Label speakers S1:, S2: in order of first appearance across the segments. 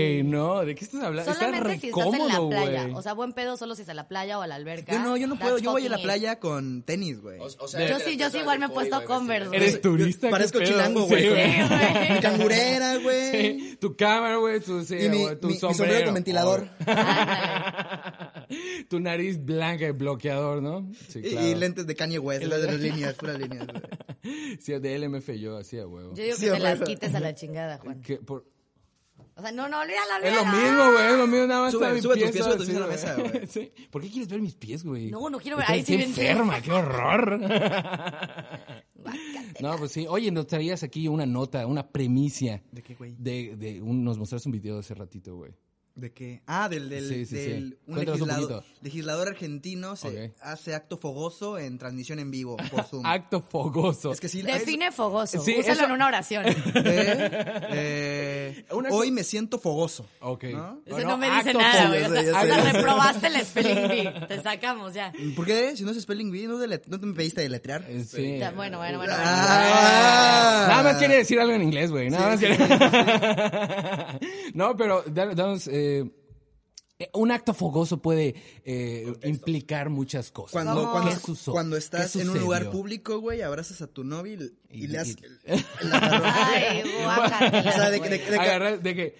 S1: ¿de qué estás hablando? Está
S2: Solamente
S1: re
S2: si estás en la
S1: cómodo,
S2: playa.
S1: güey.
S2: O sea, buen pedo solo si es a la playa o a la alberca.
S3: Yo no, yo no
S2: That's
S3: puedo. Yo voy a la
S2: fucking it.
S3: playa con tenis, güey.
S2: Yo sí, yo sí igual me he puesto Converse, güey.
S1: Eres turista,
S3: Yo
S1: qué
S3: Parezco
S1: pedo.
S3: chilango,
S1: Sí,
S3: güey.
S1: güey.
S2: Sí, güey.
S3: Cangurera, güey.
S1: Sí, tu cámara, güey, tu, sí,
S3: Y mi-
S1: güey, tu Oh,
S3: mi- mi sombrero con ventilador.
S1: Ándale. tu nariz blanca y bloqueador, ¿no? Sí,
S3: Y-
S1: claro.
S3: Y lentes de Kanye West, las de las líneas, puras líneas. güey.
S1: Sí, de LMF yo hacía, huevo.
S2: Yo digo que
S3: Sí,
S2: te
S3: güey.
S2: las quites a la chingada, Juan.
S1: Que por-
S2: O sea, no, no, olvídalo,
S1: Es
S2: olvídalo.
S1: lo mismo, güey, es lo mismo, nada más
S3: Sube-
S1: está mi
S3: sube tus
S1: pieza,
S3: pies, sube tus
S1: sí,
S3: pies a la mesa, güey.
S1: Sí. ¿Por qué quieres ver mis pies, güey?
S2: No, no quiero ver-
S1: Estás
S2: ahí sí
S1: bien
S2: ven-
S1: enferma, qué horror.
S2: Guácatela.
S1: No, pues sí. Oye, nos traías aquí una nota, una premicia.
S3: ¿De qué, güey?
S1: De, de un- nos mostraste un video hace ratito, güey.
S3: ¿De qué? Ah, del, del,
S1: Sí, sí, sí.
S3: del un
S1: Cuéntanos un
S3: legislado-
S1: poquito.
S3: legislador argentino se
S1: Ok.
S3: hace acto fogoso en transmisión en vivo por Zoom.
S1: Acto fogoso.
S3: es que sí,
S2: Define fogoso.
S1: Sí,
S2: Úsalo
S1: eso-
S2: en una oración.
S3: es- eh, eh,
S1: Una
S3: hoy me siento fogoso.
S1: Ok.
S3: ¿No?
S2: Eso no, me dice
S1: acto
S2: nada,
S1: fogoso.
S2: güey. O sea,
S3: fogoso, ah, ya
S2: o sea,
S3: sé, ya sé.
S2: reprobaste el spelling bee. Te sacamos ya.
S3: ¿Por qué? Si no es spelling bee, ¿no, dele- no te me pediste deletrear?
S1: Eh, Sí.
S2: Ya, Bueno, bueno, bueno.
S3: Ah.
S1: Nada más quiere decir algo en inglés, güey. Nada más quiere. no, pero da- danos. eh, eh, un acto fogoso puede eh, implicar muchas cosas.
S3: Cuando,
S1: ¿Qué
S3: cuando,
S1: suso-
S3: cuando
S1: qué
S3: estás en un lugar
S1: sucedió?
S3: público, güey, abrazas a tu novio y, y
S1: Y-
S3: le haces...
S1: y-
S3: el- la mano.
S2: Ay, guácatela,
S3: O sea, de que- de
S2: güey.
S3: que- de que-
S1: Agarrar- de que-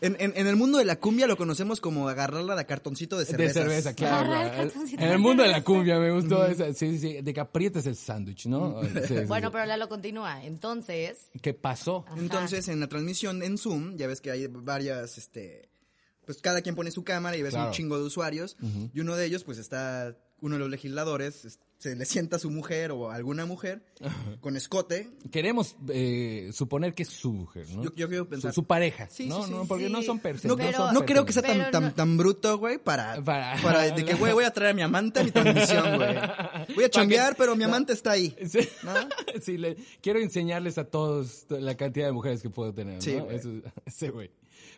S3: en, en- en el mundo de la cumbia lo conocemos como agarrarla de cartoncito de cerveza.
S1: de cerveza, claro.
S2: Agarrar el
S1: güey.
S2: cartoncito
S1: en
S2: de
S1: el mundo de
S2: cerveza.
S1: la cumbia me gustó esa. Sí, sí, sí. De que aprietas el sándwich, ¿no? Sí, sí, sí.
S2: Bueno, pero Lalo continúa. Entonces,
S1: ¿Qué pasó?
S3: Entonces, en la transmisión en Zoom, ya ves que hay varias, este, pues cada quien pone su cámara y ves
S1: Claro.
S3: un chingo de usuarios. Y uno de ellos, pues está uno de los legisladores, es- se le sienta a su mujer o a alguna mujer con escote.
S1: Queremos eh, suponer que es su mujer, ¿no?
S3: Yo, yo quiero
S1: su,
S3: pensar.
S1: su pareja.
S3: Sí,
S1: no,
S3: sí, sí,
S1: no, porque
S2: sí.
S1: no son personas.
S3: no,
S2: pero-
S1: son
S3: no creo que sea
S1: personas.
S3: tan,
S2: Pero
S3: tan,
S2: no-
S3: tan bruto, güey, para,
S1: Para-
S3: para, de que, güey, voy a traer a mi amante a mi transmisión, güey. Voy a chambear, pero mi amante está ahí.
S1: Sí.
S3: ¿No?
S1: Sí, le- quiero enseñarles a todos t- la cantidad de mujeres que puedo tener.
S3: Sí,
S1: ¿no?
S3: güey.
S1: Eso- sí, güey.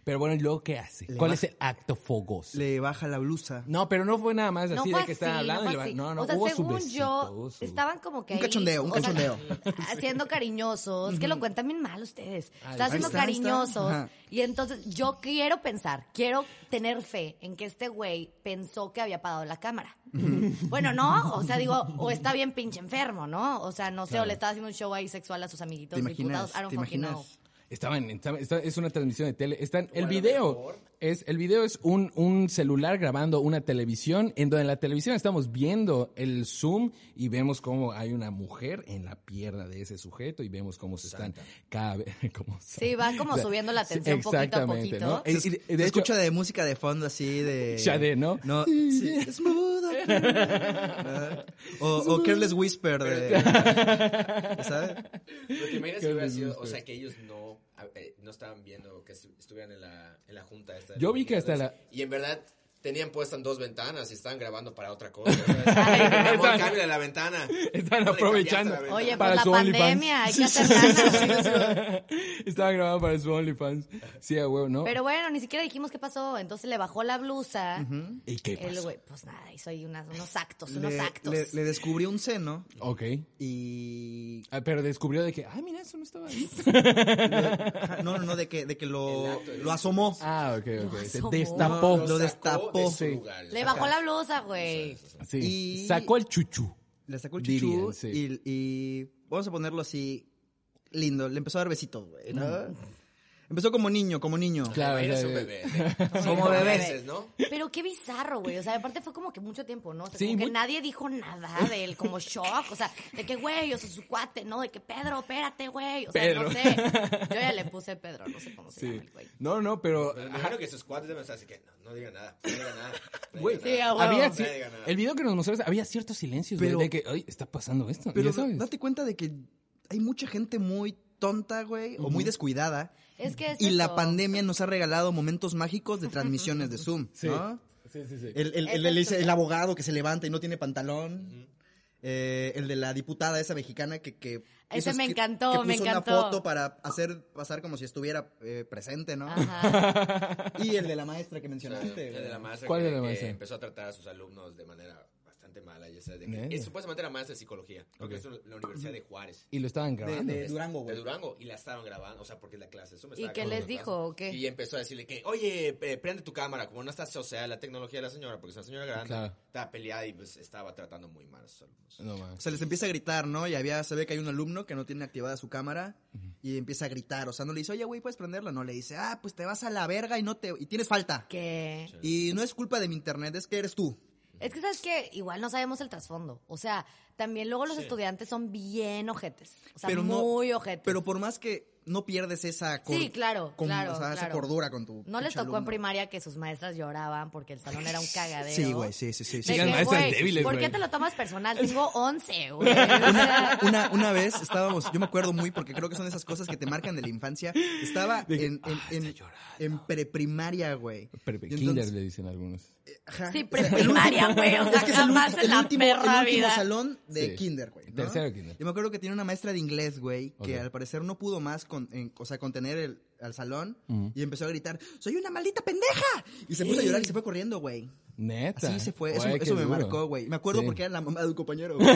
S1: Pero bueno, ¿y luego qué hace?
S3: Le
S1: ¿Cuál
S3: baja-
S1: es el acto fogoso?
S3: Le baja la blusa.
S1: No, pero no fue nada más
S2: no
S1: así
S2: fue
S1: de que estaban
S2: así,
S1: hablando. y
S2: no
S1: le
S2: fue
S1: va-
S2: así.
S1: no, no,
S2: o sea,
S1: hubo su
S2: según
S1: besito,
S2: yo,
S1: hubo su-
S2: estaban como que
S3: Un
S2: ahí,
S3: cachondeo, un
S2: o sea,
S3: cachondeo.
S2: haciendo cariñosos. Es que lo cuentan bien mal ustedes. Estaban
S3: ahí
S2: haciendo
S3: está, ahí está.
S2: cariñosos.
S3: Ajá.
S2: Y entonces yo quiero pensar, quiero tener fe en que este güey pensó que había apagado la cámara. bueno, no, o sea, digo, o está bien pinche enfermo, ¿no? O sea, no sé, o le estaba haciendo un show ahí sexual a sus amiguitos
S3: ¿Te imaginas?
S2: diputados. I don't
S3: ¿Te
S2: fucking know.
S3: imaginas?
S1: Estaban, estaban- está- es una transmisión de tele. Están, el video es, el video es un, un celular grabando una televisión, en donde en la televisión estamos viendo el zoom y vemos cómo hay una mujer en la pierna de ese sujeto y vemos cómo se están cada vez, como
S2: Sí, va como subiendo la tensión poquito a
S1: exactamente,
S2: poquito.
S1: ¿no?
S3: Y- y-
S1: Es-
S3: y
S1: de
S3: se
S1: hecho-
S3: escucha de música de fondo así de...
S1: Sade, ¿no?
S3: No, sí, es mudo. Ah, o, o Careless Whisper de... ¿Sabes?
S4: Lo que imaginas
S1: Qué
S4: que hubiera sido, o
S1: disgusto.
S4: sea, que ellos no, eh, no estaban viendo que estu- estuvieran en la, en la junta. Esta de
S1: Yo
S4: los
S1: vi que hasta
S4: legisladores. Y en verdad tenían puestas dos ventanas y estaban grabando para otra cosa. Amor, cámbiale la ventana.
S1: Están
S4: No le cambiaste
S1: aprovechando.
S4: la ventana.
S2: Oye,
S1: Eh, Para
S2: pues la
S1: su OnlyFans.
S2: pandemia, hay que hacer lana.
S1: Estaba grabado para su OnlyFans. Sí, a huevo, ¿no?
S2: Pero bueno, ni siquiera dijimos qué pasó. Entonces le bajó la blusa.
S1: ¿Y qué
S2: El
S1: pasó?
S2: güey, pues nada, hizo ahí unas- unos actos, unos
S3: Le,
S2: actos.
S3: le- le descubrió un seno
S1: Ok.
S3: y...
S1: Ah, pero descubrió de que, ah, mira, eso no estaba ahí.
S3: Ajá, ah, No, no, no, de que, de que
S4: El
S3: lo,
S4: acto de
S3: lo asomó.
S1: Ah, ok, ok.
S2: Lo
S1: Se
S2: asomó.
S1: destapó.
S3: Lo
S4: sacó
S3: destapó.
S4: de su
S3: Sí.
S4: lugar.
S2: Le bajó la blusa, güey.
S1: Sí.
S3: Y-
S1: Sacó el chuchú.
S2: Ah,
S3: Le sacó el chuchú
S1: Dirían, sí.
S3: y, y vamos a ponerlo así lindo. Le empezó a dar besitos, güey. ¿no? Empezó como niño, como niño.
S1: Mm. Claro,
S4: Imagínate
S1: o sea,
S4: un bebé. de-
S3: Como
S4: cinco
S3: bebé.
S4: meses, ¿no?
S2: Pero qué bizarro, güey. O sea, aparte fue como que mucho tiempo, ¿no? O sea,
S1: Sí,
S2: como que
S1: muy-
S2: nadie dijo nada de él, como shock. O sea, de que, güey, o sea, su cuate, ¿no? De que, Pedro, espérate, güey. O sea,
S1: Pedro.
S2: no sé. Yo ya le puse Pedro, no sé cómo se
S1: Sí.
S2: llama el güey.
S1: No, no, pero.
S4: Me imagino que sus cuates deben estar así que no, no digan nada. No digan nada. no
S1: Güey,
S4: digan nada.
S2: a huevo.
S1: había,
S4: No
S1: ci-
S4: digan nada.
S1: el video que nos mostraste, había cierto silencio
S3: Pero-
S1: de que, ay, está pasando esto.
S3: Pero
S1: ya sabes.
S3: date cuenta de que hay mucha gente muy tonta, güey, o muy descuidada.
S2: Es que es
S3: y la
S2: eso.
S3: pandemia nos ha regalado momentos mágicos de transmisiones de Zoom, ¿no?
S1: Sí, sí, sí.
S3: El, el- el- el- el abogado que se levanta y no tiene pantalón. Eh, el de la diputada esa mexicana que... que
S2: Ese
S3: hizo
S2: me
S3: escri-
S2: encantó,
S3: que
S2: me
S3: puso
S2: encantó.
S3: una foto para hacer pasar como si estuviera eh, presente, ¿no?
S2: Ajá.
S3: Y el de la maestra que
S4: O sea,
S3: mencionaste.
S4: el de la
S3: güey.
S4: maestra
S1: ¿Cuál
S4: que,
S1: de la
S4: que
S1: maestra?
S4: empezó a tratar a sus alumnos de manera bastante bastante mala. Y, o sea, de que-
S1: Neta.
S4: es, supuestamente era maestra de psicología, porque
S1: Ok.
S4: es una- la Universidad de Juárez.
S1: Y lo estaban
S3: De,
S1: grabando.
S3: de Durango,
S4: De
S3: güey.
S4: Durango, y la estaban grabando, o sea, porque es la clase. Eso me
S2: ¿Y
S4: estaba
S2: qué
S4: acabando
S2: les
S4: la
S2: dijo,
S4: clase.
S2: o qué?
S4: Y empezó a decirle que, oye, eh, prende tu cámara, como no está asociada a la tecnología de la señora, porque es una señora grande,
S1: Claro.
S4: estaba peleada y pues estaba tratando muy mal a sus alumnos.
S1: No, man.
S3: O sea, les empieza a gritar, ¿no? Y había, se ve que hay un alumno que no tiene activada su cámara y empieza a gritar. O sea, no le dice, oye, güey, puedes prenderla. No, le dice, ah, pues te vas a la verga y no te. y tienes falta.
S2: Que
S3: Y no es culpa de mi internet, es que eres tú.
S2: Es que sabes que igual no sabemos el trasfondo. O sea, también luego los estudiantes son bien ojetes. O sea,
S3: pero no-
S2: muy ojetes.
S3: Pero por más que no pierdes esa cor-
S2: Sí, claro,
S3: con-
S2: claro,
S3: o sea, esa
S2: claro.
S3: cordura con tu.
S2: no les
S3: pinche
S2: tocó en
S3: alumno.
S2: primaria que sus maestras lloraban porque el salón era un cagadero.
S3: Sí, güey, sí, sí, sí.
S2: De
S3: sí.
S1: Sí, Sigan
S2: que,
S1: maestras
S2: güey,
S1: débiles,
S2: ¿Por qué
S1: güey.
S2: te lo tomas personal? Tengo 11, güey. O sea,
S3: Una, una vez estábamos, yo me acuerdo muy porque creo que son esas cosas que te marcan de la infancia. Estaba
S1: De que,
S3: en, en,
S1: "Ah,
S3: en-
S1: está llorando".
S3: en preprimaria, güey.
S1: Pre-
S3: Y entonces-
S1: Kinder le dicen algunos.
S3: Ajá.
S2: Sí,
S3: O sea, el
S2: preprimaria,
S3: último-
S2: güey, o sea,
S3: es que es el,
S2: jamás
S3: ulti-
S2: en
S3: el
S2: la
S3: último, el
S2: perra
S3: último
S2: vida.
S3: salón de
S1: Sí.
S3: Kinder, güey. ¿no?
S1: Tercero kinder.
S3: Yo me acuerdo que tiene una maestra de inglés, güey, que
S1: Ok.
S3: al parecer no pudo más con, en- o sea, contener el, al salón y empezó a gritar, ¡Soy una maldita pendeja! Y se puso a llorar y se fue corriendo, güey.
S1: Neta.
S3: Así se fue. Eso,
S1: Güey,
S3: eso
S1: qué
S3: me
S1: duro.
S3: marcó, güey. Me acuerdo
S1: Sí.
S3: porque era la mamá de un compañero, güey.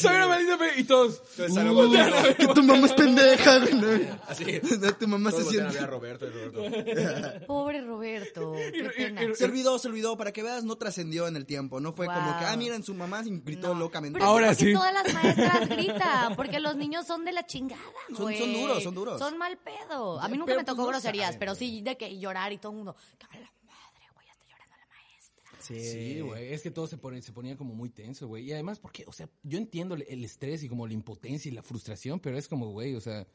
S1: Soy una maldita pe- Y todos.
S4: Entonces, salgo con-
S3: que tu mamá es pendeja, güey. ¿no?
S4: Así.
S3: No, tu mamá
S4: Todos
S3: se
S4: voltean a
S3: siente...
S4: ver a Roberto y Roberto.
S2: Pobre Roberto, qué pena.
S3: Se olvidó, se olvidó. Para que veas, no trascendió en el tiempo. No fue como
S2: Wow.
S3: que, ah, miren, su mamá gritó
S2: No.
S3: locamente.
S2: Pero es
S1: Ahora
S2: porque
S1: sí.
S2: Todas las maestras gritan, porque los niños son de la chingada,
S3: Son-
S2: güey.
S3: son duros, son duros.
S2: Son mal pedo. A mí nunca
S1: pero
S2: me tocó
S1: pues no
S2: groserías,
S1: saben,
S2: pero sí de que llorar y todo el mundo. "Cabrón, la madre, güey, ya está llorando la maestra.
S1: Sí, güey. Es que todo se ponía, se ponía como muy tenso, güey. Y además, porque, o sea, yo entiendo el, el estrés y como la impotencia y la frustración, pero es como, güey, o sea.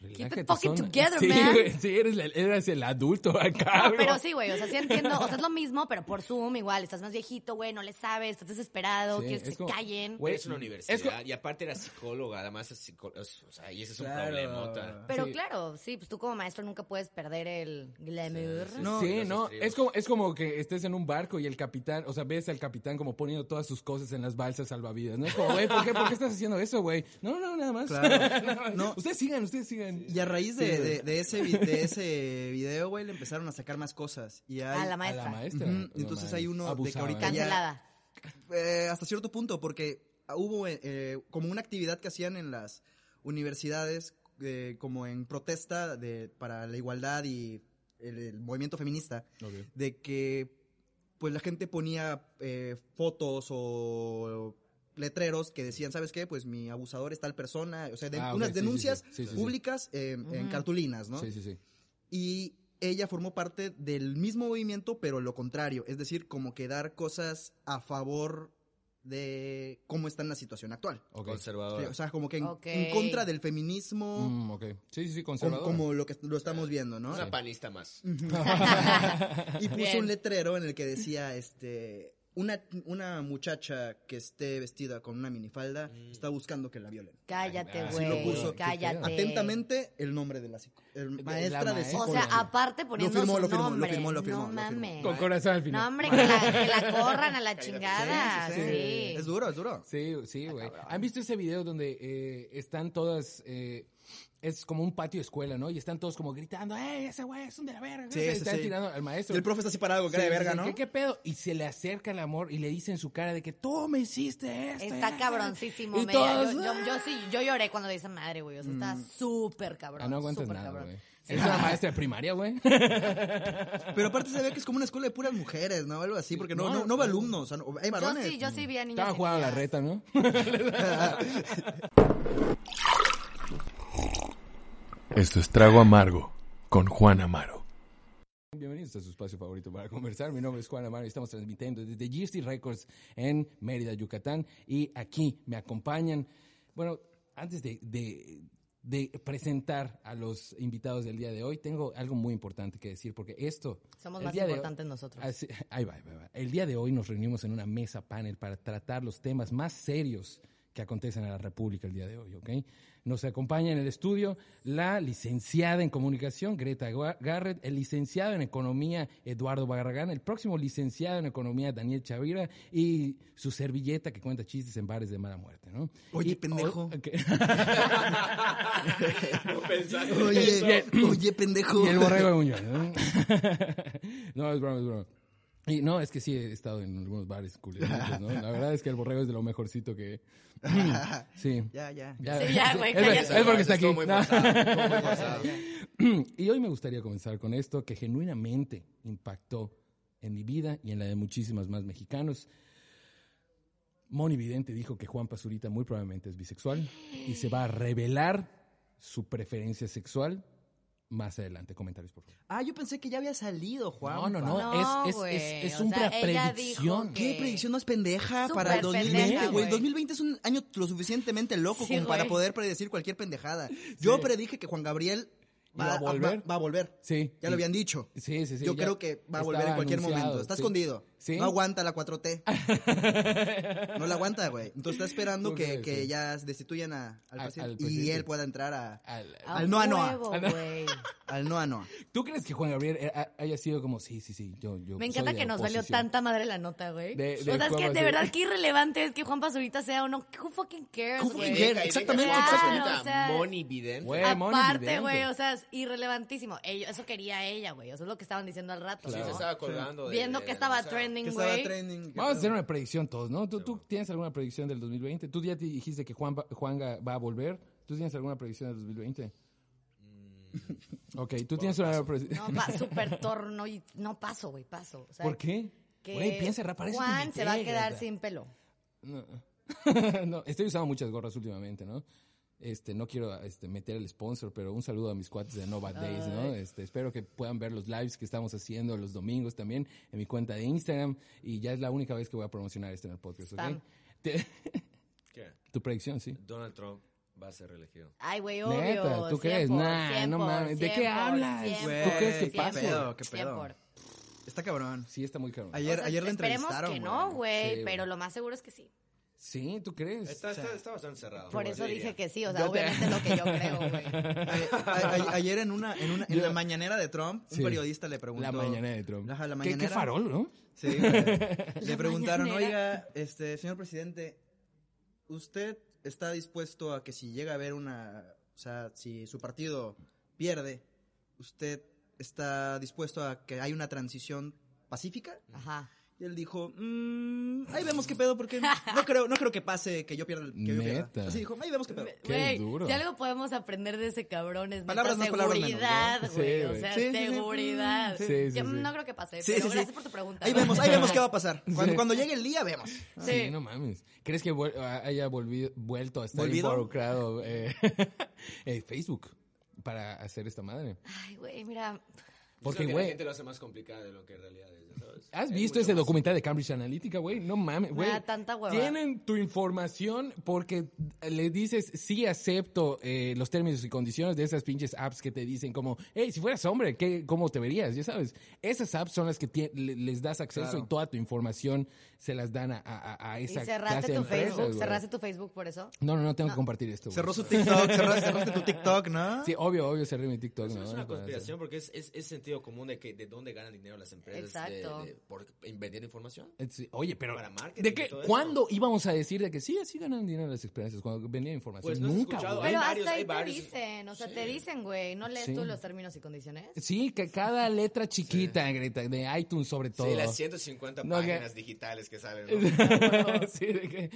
S1: Relájate,
S2: fucking together,
S1: sí,
S2: man.
S1: güey, sí, eres, el- eres el adulto acá.
S2: No, pero
S1: güey.
S2: sí, güey, o sea, sí entiendo. O sea, es lo mismo, pero por Zoom igual. Estás más viejito, güey, no le sabes, estás desesperado,
S1: Sí,
S2: quieres que
S1: es
S2: se
S1: como-
S2: callen.
S1: Güey,
S4: es una universidad.
S1: es co-
S4: y aparte era psicóloga, además es psicóloga. O sea, y ese es un
S3: Claro.
S4: problemota.
S2: Pero
S1: sí.
S2: claro, sí, pues tú como maestro nunca puedes perder el glamour.
S4: Sí, sí,
S3: No,
S1: sí,
S4: los
S1: no,
S4: estribos.
S1: es como, es como que estés en un barco y el capitán, o sea, ves al capitán como poniendo todas sus cosas en las balsas salvavidas, ¿no? Es como, güey, ¿por qué, ¿por qué estás haciendo eso, güey? No, no, nada más.
S3: Claro.
S1: Nada más.
S3: No.
S1: Ustedes sigan, ustedes sigan.
S3: Y a raíz de, de- de ese, vi- de ese video, güey, le empezaron a sacar más cosas. Y hay,
S2: A la ma-
S1: A
S2: maestra.
S1: la maestra.
S3: Ujú, entonces hay uno de que ahorita ya-
S2: Cancelada.
S3: eh, hasta cierto punto, porque hubo eh, eh, como una actividad que hacían en las universidades, eh, como en protesta de, para la igualdad y el, el movimiento feminista,
S1: Ok.
S3: de que pues la gente ponía eh, fotos o letreros que decían, ¿sabes qué? Pues mi abusador es tal persona, o sea, de-
S1: Ah, ok,
S3: unas
S1: sí, sí, sí.
S3: denuncias
S1: Sí, sí, sí.
S3: públicas eh, en
S2: Ujú.
S3: cartulinas, ¿no?
S1: Sí, sí, sí.
S3: y ella formó parte del mismo movimiento, pero lo contrario, es decir, como que dar cosas a favor de cómo está en la situación actual.
S1: Ok.
S4: Conservadora.
S3: O sea, como que en,
S2: Ok.
S3: en contra del feminismo,
S1: Mm, ok. Sí, sí, sí,
S3: como,
S1: conservador.
S3: como lo que lo estamos viendo, ¿no?
S4: Una panista más.
S3: Y puso
S2: Bien.
S3: un letrero en el que decía, este, una, una muchacha que esté vestida con una minifalda
S1: Mm.
S3: está buscando que la violen.
S2: Cállate,
S1: Ah, sí,
S3: lo
S2: güey.
S3: puso. Qué
S2: cállate.
S1: feo.
S3: Atentamente, el nombre de la, psico- el
S1: la
S3: maestra de
S1: maestra.
S2: O
S3: psicología.
S2: sea, aparte poniendo
S3: firmó,
S2: su
S3: lo firmó, lo
S2: nombre.
S3: firmó, lo
S2: no
S3: firmó, lo firmó.
S2: mames.
S1: Con corazón al final. Ah.
S2: No, hombre, que la, que la corran a la chingada.
S3: Sí, sí, sí.
S2: Sí.
S3: Es duro, es duro.
S1: Sí, sí, güey. ¿Han visto ese video donde eh, están todas... eh, es como un patio de escuela, ¿no? Y están todos como gritando, ¡Ey, ese güey es un de la verga!
S3: Sí,
S1: Le
S3: sí,
S1: están
S3: sí.
S1: tirando al maestro.
S3: Y el profe está así parado con cara
S1: Sí,
S3: de
S1: sí,
S3: verga,
S1: sí.
S3: ¿no?
S1: ¿Qué, qué pedo? Y se le acerca el amor y le dice en su cara de que tú me hiciste esto. y
S2: Está
S1: la-
S2: cabroncísimo.
S1: Y
S2: me-
S1: todos,
S2: yo, yo,
S1: "Ah".
S2: yo sí, yo lloré cuando le dicen madre, güey. O sea, está súper cabrón.
S1: Ah, no aguantas
S2: súper
S1: nada,
S2: cabrón.
S1: güey.
S2: Sí.
S1: Es una maestra de primaria, güey.
S3: Pero aparte se ve que es como una escuela de puras mujeres, ¿no? Algo así, porque no,
S1: No,
S3: no, no va alumnos, o sea, no- hay
S2: Yo
S3: varones.
S2: sí, yo sí vi a niños.
S1: Estaba
S2: y
S1: jugando a la
S2: niñas.
S1: reta, ¿no?
S5: Esto es Trago Amargo con Juan Amaro.
S1: Bienvenidos a su espacio favorito para conversar. Mi nombre es Juan Amaro y estamos transmitiendo desde GST Records en Mérida, Yucatán. Y aquí me acompañan. Bueno, antes de, de- de presentar a los invitados del día de hoy, tengo algo muy importante que decir porque esto.
S2: Somos
S1: el
S2: más
S1: día de hoy-
S2: importantes nosotros.
S1: Así- ahí va, ahí va, ahí va. El día de hoy nos reunimos en una mesa panel para tratar los temas más serios que acontecen en la República el día de hoy, ¿ok? Nos acompaña en el estudio la licenciada en comunicación, Greta Gua- Garrett, el licenciado en economía, Eduardo Barragán, el próximo licenciado en economía, Daniel Chavira, y su servilleta que cuenta chistes en bares de mala muerte, ¿no?
S3: Oye,
S1: Y-
S3: pendejo.
S1: o- ok.
S3: Oye, oye, pendejo.
S4: oh,
S1: Y el borrego de Muñoz. No, No, es broma, es broma. Y no, es que sí he estado en algunos bares culeritos, ¿no? La verdad es que el borrego es de lo mejorcito que... Sí.
S3: Ya, ya.
S2: Sí, ya, güey,
S1: es, es
S2: cállate.
S1: porque está aquí.
S4: Estuvo muy
S1: No.
S4: forzado, estuvo muy forzado.
S1: Y hoy me gustaría comenzar con esto que genuinamente impactó en mi vida y en la de muchísimas más mexicanos. Moni Vidente dijo que Juan Pazurita muy probablemente es bisexual y se va a revelar su preferencia sexual más adelante. Comentarios, por favor.
S3: Ah, yo pensé que ya había salido, Juan.
S1: No, no, no.
S2: No,
S1: es, es,
S2: güey,
S1: es, es
S2: o
S1: una
S2: sea, ella
S1: predicción.
S2: dijo que-
S3: ¿Qué predicción más pendeja
S2: Súper
S3: para el 2020,
S2: pendeja,
S3: güey?
S2: güey.
S3: 2020 es un año lo suficientemente loco
S2: Sí,
S3: como para
S2: güey.
S3: poder predecir cualquier pendejada. Yo predije que Juan Gabriel
S1: Iba a volver.
S3: va a volver.
S1: Sí.
S3: Ya lo habían dicho.
S1: Sí, sí, sí,
S3: Yo
S1: ya
S3: creo que va a volver en
S1: estaba
S3: cualquier
S1: anunciado,
S3: momento. Está
S1: sí.
S3: escondido.
S1: Sí.
S3: No aguanta la 4T. no la aguanta, güey. Entonces está esperando
S1: Ok,
S3: que, que
S1: sí.
S3: ya destituyan a, al,
S1: Al-
S3: presidente
S1: al presidente.
S3: y él pueda entrar a,
S1: Al-
S2: A
S3: Al Noa Noa.
S2: huevo,
S1: Ah, no.
S2: güey.
S3: al no a no.
S1: ¿Tú crees que Juan Gabriel eh, ha- haya sido como, sí, sí, sí, yo, yo
S2: Me
S1: soy
S2: encanta
S1: de
S2: que nos valió
S1: oposición"?
S2: tanta madre la nota, güey.
S1: De- de
S2: O sea, es que
S1: Cuevas
S2: de
S1: de-
S2: verdad que irrelevante es que Juan Pazurita sea o no. Who fucking cares,
S4: Pues,
S3: Who
S2: güey?
S3: fucking cares? Exactamente,
S4: Claro,
S2: exactamente.
S4: o sea, Moni Vidente.
S1: Güey, Moni
S2: Aparte,
S1: Vidente.
S2: güey, o sea, es irrelevantísimo. Ello- eso quería ella, güey. Eso es lo que estaban diciendo al rato.
S4: Sí,
S2: ¿no?
S4: se estaba colgando. de-
S2: Viendo
S4: de-
S2: que estaba
S4: o sea,
S3: Que
S2: trending,
S3: estaba
S2: güey.
S3: trending. que
S1: Vamos a
S3: estaba-
S1: hacer una predicción todos, ¿no? ¿Tú, tú tienes alguna predicción del 2020? Tú ya te dijiste que Juan, Juanga va a volver. ¿Tú tienes alguna predicción del 2020?
S3: Mm.
S1: Ok, tú tienes una
S2: No, pues,
S1: predicción.
S2: va súper torno y no paso, güey, paso. O sea,
S1: ¿Por qué?
S2: que
S1: Güey, piensa, rapar eso
S2: Juan
S1: te
S2: se va a
S1: integra.
S2: quedar sin pelo.
S1: no, estoy usando muchas gorras últimamente, ¿no? Este, no quiero este, meter el sponsor, pero un saludo a mis cuates de Nova Days, ¿no? Este, espero que puedan ver los lives que estamos haciendo los domingos también en mi cuenta de Instagram. Y ya es la única vez que voy a promocionar esto en el podcast, ¿ok?
S2: Spam.
S1: Te-
S4: ¿Qué?
S1: tu predicción, sí.
S4: Donald Trump va a ser reelegido.
S2: Ay, güey, obvio.
S1: Neta, ¿tú crees?
S2: 100%,
S1: Nah, no mames. ¿De qué
S2: 100%,
S1: hablas?
S3: güey?
S1: ¿Tú crees que
S3: ¿Qué
S1: pase?
S3: pedo? ¿Qué
S2: 100%.
S3: pedo? Está cabrón.
S1: Sí, está muy caro.
S3: Ayer,
S2: O sea,
S3: ayer le
S2: esperemos
S3: entrevistaron.
S2: que no, güey,
S1: Sí, güey.
S2: pero lo más seguro es que sí.
S1: Sí, ¿tú crees?
S4: Está, está, está bastante cerrado.
S2: Por
S4: Yo
S2: eso
S4: diría.
S2: dije que sí, o sea,
S1: Yo te-
S2: obviamente es lo que yo creo, güey.
S3: Eh, a- a- ayer en una, en una, en la mañanera de Trump, un
S1: Sí.
S3: periodista le preguntó.
S1: La mañana de Trump.
S3: Ajá, la
S1: ¿Qué-
S3: mañanera.
S1: ¿Qué, farol, ¿no?
S3: Sí, eh,
S2: La
S3: le preguntaron,
S2: mañanera.
S3: oiga, este, señor presidente, ¿usted está dispuesto a que si llega a haber una, o sea, si su partido pierde, usted está dispuesto a que haya una transición pacífica?
S2: Ajá.
S3: Y él dijo, "Mm, ahí vemos qué pedo, porque no creo, no creo que pase que yo pierda. el- Que yo pierda.
S1: Neta.
S3: Así dijo, ahí vemos qué pedo.
S1: Qué
S2: Güey,
S1: duro.
S2: si algo podemos aprender de ese cabrón es neta,
S3: Palabras más, palabras menos,
S2: seguridad,
S1: ¿no?
S2: güey.
S1: Sí,
S2: o
S1: güey.
S2: sea,
S3: Sí, sí, sí.
S2: seguridad.
S1: Sí, sí,
S2: Yo
S1: sí.
S2: no creo que pase,
S3: Sí,
S2: pero
S3: sí, sí.
S2: gracias por tu pregunta.
S3: Ahí vemos, ahí vemos qué va a pasar. Cuando, cuando llegue el día, vemos.
S1: Sí.
S2: Ah. Sí.
S1: no mames. ¿Crees que vuel- ah, haya volvi- vuelto a estar
S3: ¿Volvido?
S1: involucrado eh, eh, Facebook para hacer esta madre?
S2: Ay, güey, mira.
S1: Porque,
S4: Porque, La
S1: güey,
S4: gente lo hace más complicado de lo que en realidad es, ya ¿sabes? Eh,
S1: ¿has
S4: Es
S1: visto
S4: mucho
S1: ese
S4: más-
S1: documental de Cambridge Analytica, güey? No mames, güey.
S2: da tanta hueva.
S1: Tienen tu información porque le dices, sí acepto eh, los términos y condiciones de esas pinches apps que te dicen como, hey, si fueras hombre, ¿qué, ¿cómo te verías? Ya sabes, esas apps son las que tie- le- les das acceso
S3: Claro.
S1: y toda tu información se las dan a, a, a
S2: ¿Y
S1: esa clase
S2: cerraste
S1: de
S2: tu
S1: empresas,
S2: Facebook?
S1: güey.
S2: ¿Cerraste tu Facebook por eso?
S1: No, no, no, tengo que compartir esto. güey.
S3: Cerró su TikTok, cerró, cerraste tu TikTok, ¿no?
S1: Sí, obvio, obvio, cerré mi TikTok.
S4: Eso
S1: ¿no?
S4: pues, es una
S1: Entonces,
S4: conspiración porque es, es, es sentido común de que de dónde ganan dinero las empresas de-
S2: Exacto.
S4: de, por vender información.
S1: eh, sí, Oye, pero
S4: Para marketing
S1: ¿de
S4: y
S1: qué?
S4: todo eso.
S1: ¿Cuándo íbamos a decir de que sí, así ganan dinero las experiencias? Cuando venía información.
S4: Pues no has
S1: Nunca,
S4: escuchado.
S1: güey.
S4: Hay
S2: Pero
S4: varios,
S2: hasta
S4: hay
S2: ahí te
S4: varios.
S2: dicen, o sea, te dicen, güey, ¿no lees
S1: Sí.
S2: tú los términos y condiciones?
S1: Sí, que cada letra chiquita Greta, de iTunes sobre todo.
S4: Sí, las 150
S1: No, que-
S4: páginas digitales que salen. ¿no?
S1: Sí, de que-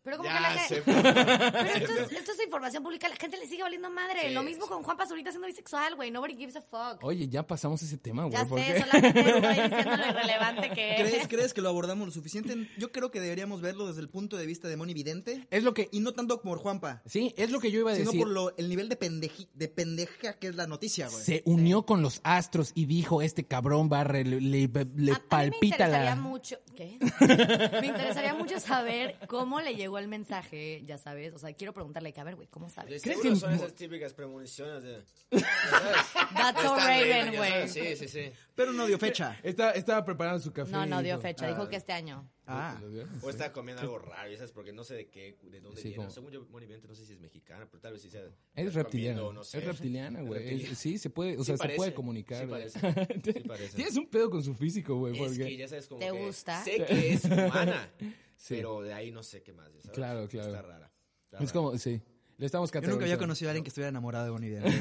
S2: Pero como que la
S4: ya,
S2: gente...
S4: se...
S2: Pero esto es, esto es información pública, la gente le sigue valiendo madre.
S4: Sí,
S2: Lo mismo
S4: sí.
S2: con Juan Pazurita siendo bisexual, güey. Nobody gives a fuck.
S1: Oye, ya pasamos ese tema, Oh, güey.
S2: ya
S1: ¿por
S2: sé,
S1: qué?
S2: solamente estoy diciendo lo irrelevante que es.
S3: ¿Crees, ¿Crees que lo abordamos lo suficiente? Yo creo que deberíamos verlo desde el punto de vista de Moni Vidente.
S1: Es lo que...
S3: Y no tanto por Juanpa,
S1: Sí, es lo que yo iba a
S3: sino
S1: decir.
S3: por lo, el nivel de, pendeji- de pendeja que es la noticia, güey.
S1: Se unió con los astros y dijo, este cabrón va a... re- le, le- le
S2: A- a mí
S1: palpita
S2: me interesaría
S1: la...
S2: mucho. ¿Qué? Me interesaría mucho saber cómo le llegó el mensaje, ya sabes. O sea, quiero preguntarle que, a ver, güey, ¿cómo
S4: De
S2: sabes?
S1: ¿Crees
S4: seguro
S1: que-
S4: son esas típicas premoniciones de... ya sabes,
S2: That's
S4: está
S2: so Raven,
S4: ya sabes,
S2: güey.
S4: Sí, sí, sí.
S3: Pero no dio fecha.
S1: Estaba, estaba preparando su café.
S2: No, no
S1: y
S2: dio
S1: dijo-
S2: fecha. Dijo que este año.
S3: Ah,
S1: ¿Lo dio?
S4: O está comiendo algo raro, ¿sabes? Porque no sé de qué, de dónde
S1: Sí,
S4: viene.
S1: como-
S4: Según yo, Moni Vidente, no sé si es mexicana, pero tal vez sí sea...
S1: Es
S4: está
S1: reptiliana.
S4: comiendo, no sé.
S1: Es reptiliana, güey.
S4: reptiliana.
S1: Es- Sí, se puede, o
S4: Sí
S1: sea, se
S4: parece,
S1: puede comunicar.
S4: Sí
S1: güey.
S4: parece. Sí parece.
S1: Tienes un pedo con su físico, güey.
S4: Es
S1: porque-
S4: que ya sabes como
S2: ¿Te
S4: que
S2: gusta?
S4: Sé que es humana, pero de ahí no sé qué más. ya ¿sabes?
S1: Claro, claro.
S4: Está rara. Está
S1: Es
S4: rara.
S1: como, sí. Le estamos
S3: yo nunca
S1: categorizando.
S3: había conocido a alguien que estuviera enamorado de Moni Vidente.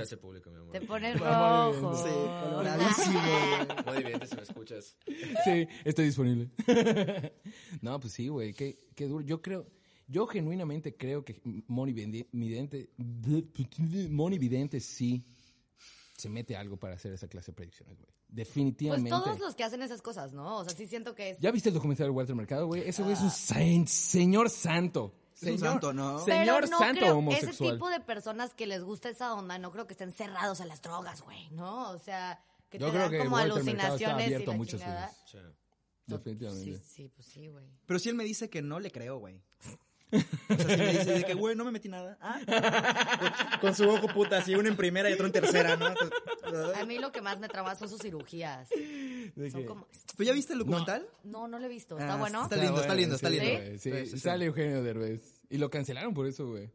S4: hace público, mi amor.
S2: Te pones
S1: Ah, muy bien.
S2: rojo.
S3: Sí, coloradísimo. güey.
S4: Muy evidente si me escuchas.
S1: Sí, estoy disponible. no, pues sí, güey, qué, qué duro. Yo creo, yo genuinamente creo que Moni Vendi- Vidente, Moni Vidente sí se mete algo para hacer esa clase de predicciones, güey.
S2: Pues
S1: Definitivamente.
S2: todos los que hacen esas cosas, ¿no? O sea, sí siento que es.
S1: ¿Ya viste el documental de Walter Mercado, güey? Ese güey es un sen- señor santo.
S3: Es un
S1: Señor-
S3: santo, ¿no?
S1: se- señor
S2: Pero no
S1: santo
S2: creo, Ese
S1: homosexual.
S2: tipo de personas que les gusta esa onda, no creo que estén cerrados a las drogas, güey, ¿no? O sea, que
S1: Yo
S2: te
S1: creo
S2: dan
S1: que
S2: como
S1: Walter Mercado está
S2: alucinaciones y
S1: abierto
S2: la
S1: a muchas
S2: chingada.
S1: cosas.
S4: Sí.
S1: Definitivamente.
S2: Sí, sí, pues sí, güey.
S3: Pero si él me dice que no le creo, güey. O sea, si me dice de que, güey, no me metí nada. Ah. Con su ojo puta, así uno en primera y otro en tercera, ¿no?
S2: A mí lo que más me traba son sus cirugías.
S1: ¿De
S2: Son
S1: qué?
S2: como...
S3: ¿Pero ya viste el documental?
S2: No, no lo he visto. ¿Está
S3: Ah,
S2: bueno?
S3: está lindo, está lindo, está
S1: sí,
S2: lindo.
S1: güey,
S3: Sí,
S1: Sí,
S3: sí, sí.
S1: sale Eugenio Derbez. Y lo cancelaron por eso, güey.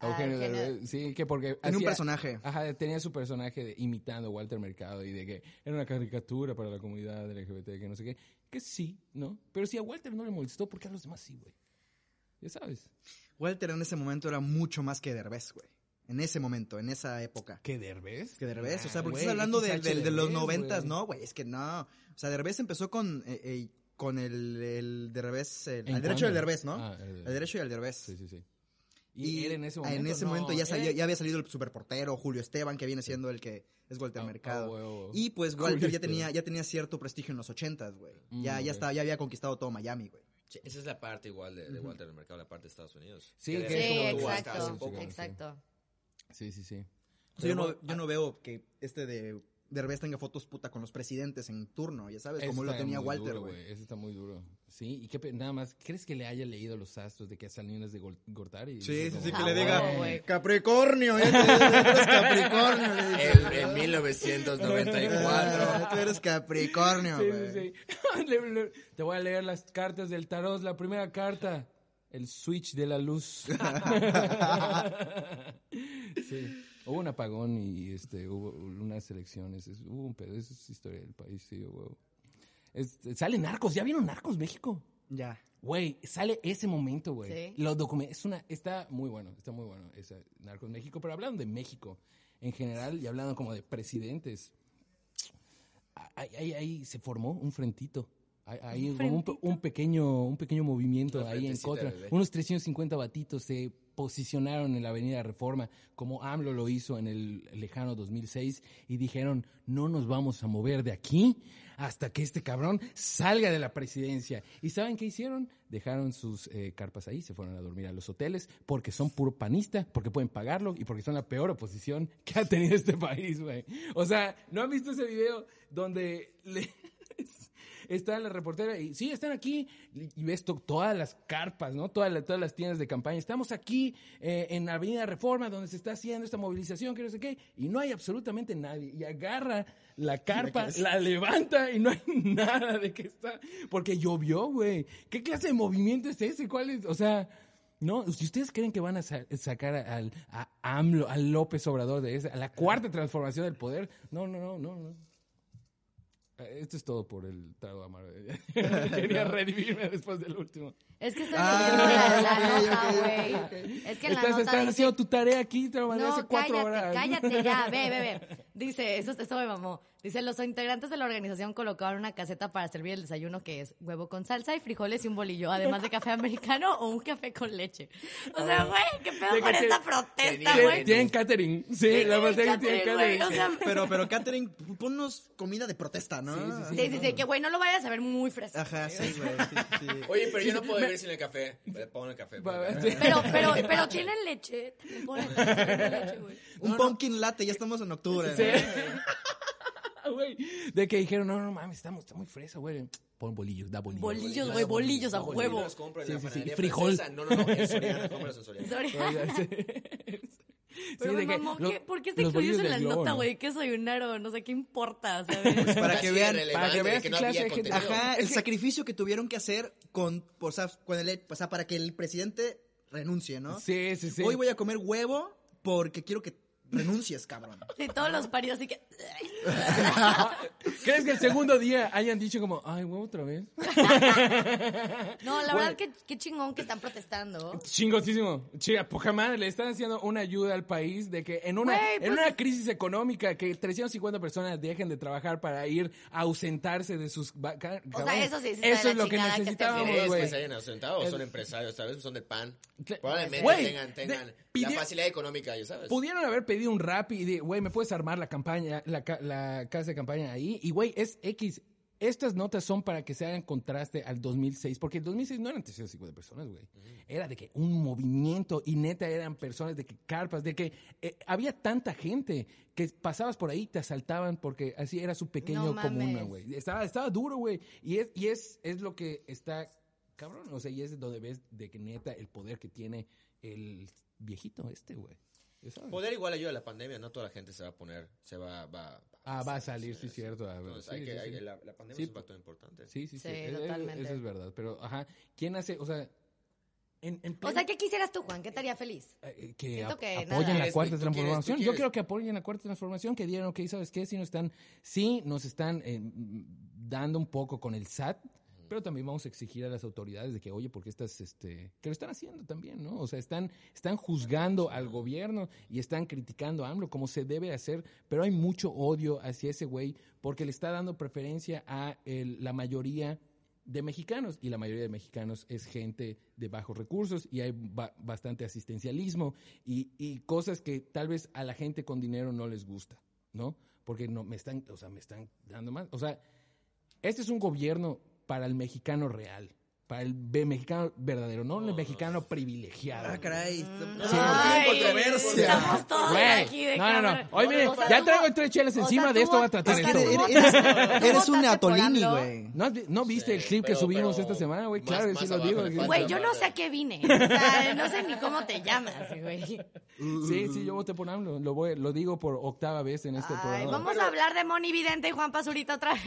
S1: A
S2: Ah,
S1: Eugenio
S2: Eugenio.
S1: Derbez. Sí, que porque.
S3: Tenía un personaje.
S1: Ajá, tenía su personaje de- imitando a Walter Mercado y de que era una caricatura para la comunidad LGBT, que no sé qué. Que sí, ¿no? Pero si a Walter no le molestó, ¿por qué a los demás sí, güey? Ya sabes.
S3: Walter en ese momento era mucho más que Derbez, güey. En ese momento, en esa época.
S1: ¿Qué Derbez?
S3: Que Derbez, o sea,
S1: Ah,
S3: porque
S1: güey,
S3: estás hablando de,
S1: XH
S3: de- de los
S1: Derbez,
S3: noventas,
S1: güey.
S3: ¿no? Güey, es que no. O sea, Derbez empezó con, eh, eh, con el, el Derbez, el,
S1: En
S3: al derecho y al
S1: contra.
S3: Derbez, ¿no?
S1: Ah, el
S3: el,
S1: Derbez.
S3: derecho y al Derbez.
S1: Sí, sí, sí. Y, él en ese
S3: ah,
S1: momento.
S3: ese
S1: no, eh,
S3: momento ya, sabía-
S1: él-
S3: ya había salido el superportero, Julio Esteban, que viene siendo el que es Walter
S1: Ah,
S3: Mercado.
S1: ah, huevo.
S3: Y pues
S1: Julio
S3: Walter ya
S1: Esteban.
S3: tenía, ya tenía cierto prestigio en los ochentas, güey.
S1: Mm,
S3: ya, ya,
S1: ok.
S3: estaba, ya había conquistado todo Miami, güey.
S4: Sí, esa es la parte igual de, de Walter del Mercado, la parte de Estados Unidos.
S1: Sí,
S4: de
S1: que-
S2: Sí,
S4: ahí
S1: Sí,
S4: estuvo hasta hace
S2: exacto.
S4: poco.
S2: Exacto.
S1: Sí, sí, sí.
S3: O sea, yo, no,
S4: Pero,
S3: yo no veo que este de Derbez tenga fotos puta con los presidentes en turno, ya sabes,
S1: Eso
S3: Pues, como lo
S1: está
S3: tenía
S1: muy
S3: Walter,
S1: duro,
S3: güey.
S1: Eso está muy duro. Sí, y qué pe- nada más, ¿crees que le haya leído los astros de que salinas de Gol- Gortari?
S3: Sí, sí, sí, que
S2: Ah,
S3: le diga
S2: huevo, güey.
S3: Capricornio, ya te- tú eres Capricornio. le dice.
S4: El- en 1994.
S3: Ah, Tú eres Capricornio,
S1: Sí,
S3: güey.
S1: sí, sí. Le- le- Te voy a leer las cartas del tarot. La primera carta, el switch de la luz. sí. Hubo un apagón y este hubo unas elecciones. Es- hubo un pedo. Esa es historia del país, sí, huevo. Este, sale Narcos. ¿Ya vieron Narcos México?
S3: Ya.
S1: Güey, sale ese momento, güey.
S2: Sí.
S1: Los documentos, es una, está muy bueno, está muy bueno ese Narcos México, pero hablando de México en general y hablando como de presidentes, ahí, ahí- ahí se formó un frentito. Ahí, ahí como un, pe- un pequeño, un pequeño movimiento
S4: Una
S1: ahí en
S4: frentecita
S1: contra.
S4: de leche.
S1: Unos 350 batitos se posicionaron en la Avenida Reforma, como AMLO lo hizo en el lejano 2006, y dijeron, no nos vamos a mover de aquí hasta que este cabrón salga de la presidencia. ¿Y saben qué hicieron? Dejaron sus eh, carpas ahí, se fueron a dormir a los hoteles, porque son puro panista, porque pueden pagarlo y porque son la peor oposición que ha tenido este país, güey. O sea, ¿no han visto ese video donde le... Está la reportera y sí, están aquí. Y ves to- todas las carpas, ¿no? Todas, la- todas las tiendas de campaña. Estamos aquí eh, en Avenida Reforma, donde se está haciendo esta movilización, que no sé qué. Y no hay absolutamente nadie. Y agarra la carpa, la levanta y no hay nada de que está. Porque llovió, güey. ¿Qué clase de movimiento es ese? ¿Cuál es? O sea. No, si ustedes creen que van a sa- sacar a- al a AMLO, al López Obrador de esa, a la cuarta transformación del poder, no, no, no, no, no. Eh, Esto es todo por el trago amargo. Quería redimirme después del último.
S2: Es que estoy
S3: Ah,
S2: leyendo la, la
S3: ok,
S2: nota,
S3: ok,
S2: güey.
S3: ok.
S2: Es que en la
S1: Estás,
S2: nota
S1: estás
S2: dice-
S1: haciendo tu tarea aquí, te lo mandé
S2: No,
S1: hace cuatro
S2: cállate,
S1: horas.
S2: cállate ya, ve, ve, ve. Dice, eso, eso me mamó. Dice, los integrantes de la organización colocaron una caseta para servir el desayuno que es huevo con salsa y frijoles y un bolillo, además de café americano o un café con leche. O sea, güey, qué pedo
S1: De
S2: con
S1: que
S2: esta
S1: te-
S2: protesta,
S4: tenía-
S1: Tienen,
S2: güey.
S1: tienen catering. Sí, la verdad es que tienen catering.
S2: Catherine, güey, o sea,
S3: Pero, pero Catherine, p- ponnos comida de protesta, ¿no?
S1: Sí,
S2: Sí, sí, sí, que güey, no lo vayas a ver muy fresco.
S3: Ajá, sí, güey. sí, sí.
S4: Oye, pero yo no puedo vivir sin el café. Le Pongo el café. pongo el café.
S2: Pero, pero, pero tienen leche. También ponen café con leche, güey.
S3: Un pumpkin latte, ya estamos en octubre.
S1: Sí.
S3: ¿no?
S1: Güey, de que dijeron, no, no mames, estamos, está muy fresa, güey. Pon bolillos, da bolillos.
S2: Bolillos, güey, bolillos a
S4: Yo
S2: huevo.
S4: los compro en
S1: Sí,
S4: la
S1: sí, sí.
S4: panadería
S1: Frijol.
S4: francesa. No, no, no. En Soriana. Cómpralos en Soriana.
S2: Sorry.
S1: Oiga, sí.
S2: Pero
S1: Sí, de
S2: me
S1: que
S2: mamó,
S1: lo-
S2: ¿qué- ¿por qué este se
S1: los
S2: incluyó
S1: bolillos
S2: eso en
S1: del
S2: la
S1: globo,
S2: nota,
S1: ¿no?
S2: güey? ¿Qué desayunaron? No sé qué importa, ¿sabes?
S3: Para que
S4: Así
S3: vean.
S4: irrelevante,
S1: para que
S4: de
S1: veas qué
S4: no
S1: clase
S4: había
S1: de gente-
S4: contenido.
S3: Ajá, el sacrificio que tuvieron que hacer con, o sea, con el, o sea, para que el presidente renuncie, ¿no?
S1: Sí, sí, sí.
S3: Hoy voy a comer huevo porque quiero que renuncies, cabrón.
S2: Y todos los paridos así que...
S1: ¿Crees que el segundo día hayan dicho como, ay, huevo, otra vez?
S2: No, la verdad que qué chingón que están protestando.
S1: Chingosísimo. Chica, poca madre, le están haciendo una ayuda al país de que en una,
S2: Güey,
S1: en
S2: pues-
S1: una crisis económica que 350 personas dejen de trabajar para ir a ausentarse de sus... vaca-
S2: O
S1: cabrón,
S2: sea, eso sí, sí está de
S1: Eso
S2: la
S1: es lo que
S2: chingada que te pues,
S1: necesitábamos,
S2: ofrecen.
S4: ¿Crees
S1: güey.
S4: que se hayan ausentado o son empresarios? Tal vez son de pan.
S1: Cl-
S4: Probablemente
S1: Güey,
S4: tengan, tengan
S1: de-
S4: la
S1: pidieron-
S4: facilidad económica, ya sabes.
S1: Pudieron haber pedido un rap y de, güey, ¿me puedes armar la campaña, la, ca- la casa de campaña ahí? Y, güey, es X. Estas notas son para que se hagan contraste al 2006, porque el 2006 no eran 350 personas, güey.
S2: Mm.
S1: Era de que un movimiento y neta eran personas de que carpas, de que eh, había tanta gente que pasabas por ahí, te asaltaban porque así era su pequeño
S2: No mames.
S1: comuna, güey. Estaba, estaba duro, güey. Y es, y es, es lo que está cabrón, o sea, y es donde ves de que neta el poder que tiene el viejito este, güey. Ya sabes.
S4: Poder igual ayuda a la pandemia, no toda la gente se va a poner, se va, va.
S1: Ah, va a salir, sí, cierto. a ver,
S4: Entonces,
S1: sí,
S4: hay que,
S1: sí,
S4: hay
S1: sí.
S4: que- la, la pandemia
S1: Sí,
S4: es un
S1: po-
S4: factor importante.
S1: Sí, sí, sí.
S2: Sí,
S1: Eh, eh,
S2: totalmente.
S1: Eso es verdad. Pero, ajá, ¿quién hace, o sea, en, en
S2: O
S1: pleno-
S2: sea, ¿qué quisieras tú, Juan? ¿Qué te haría feliz?
S1: eh, que
S2: siento
S1: ap-
S2: que
S1: apoyen
S2: nada.
S1: la cuarta
S4: ¿Quieres? ¿Tú quieres? ¿Tú
S1: transformación. Yo
S4: quieres?
S1: quiero que apoyen la cuarta transformación, que digan, ok, ¿sabes qué? Si nos están, sí nos están eh, dando un poco con el SAT, pero también vamos a exigir a las autoridades de que, oye, porque estas, este, que lo están haciendo también, ¿no? O sea, están, están juzgando al gobierno y están criticando a AMLO como se debe hacer, pero hay mucho odio hacia ese güey porque le está dando preferencia a el- la mayoría de mexicanos y la mayoría de mexicanos es gente de bajos recursos y hay ba- bastante asistencialismo y, y cosas que tal vez a la gente con dinero no les gusta, ¿no? Porque no me están, o sea, me están dando más, o sea, este es un gobierno para el mexicano real, para el ve- mexicano verdadero, no el mexicano privilegiado.
S3: Ah, caray.
S1: Sí.
S2: Ay,
S3: controversia.
S2: Estamos todos
S1: Güey,
S2: aquí de
S1: no, no, no.
S2: cámara.
S1: Oye, mire,
S2: O sea,
S1: ya
S2: tú
S1: traigo
S2: vo-
S1: tres chelas
S2: o sea,
S1: encima,
S2: tú
S1: de esto
S2: vo-
S1: voy a tratar
S3: Es que
S1: esto, güey.
S2: votas-
S3: eres,
S2: tú
S3: eres un
S2: votaste por
S3: atolini,
S2: AMLO.
S3: güey.
S1: ¿No, has vi- no viste el clip que
S4: pero-
S1: subimos
S4: pero
S1: esta semana, güey?
S4: más-
S1: Claro,
S4: más
S1: sí lo
S4: abajo
S1: digo.
S4: le
S1: sí.
S4: falta.
S2: Güey, yo no sé a qué vine. O sea, no sé ni cómo te llamas, güey.
S1: Este Sí, sí, yo voté por AMLO. Lo, voy, lo digo por octava vez en este
S2: Ay,
S1: programa.
S2: vamos a hablar de Moni Vidente y Juan Pazurita otra vez.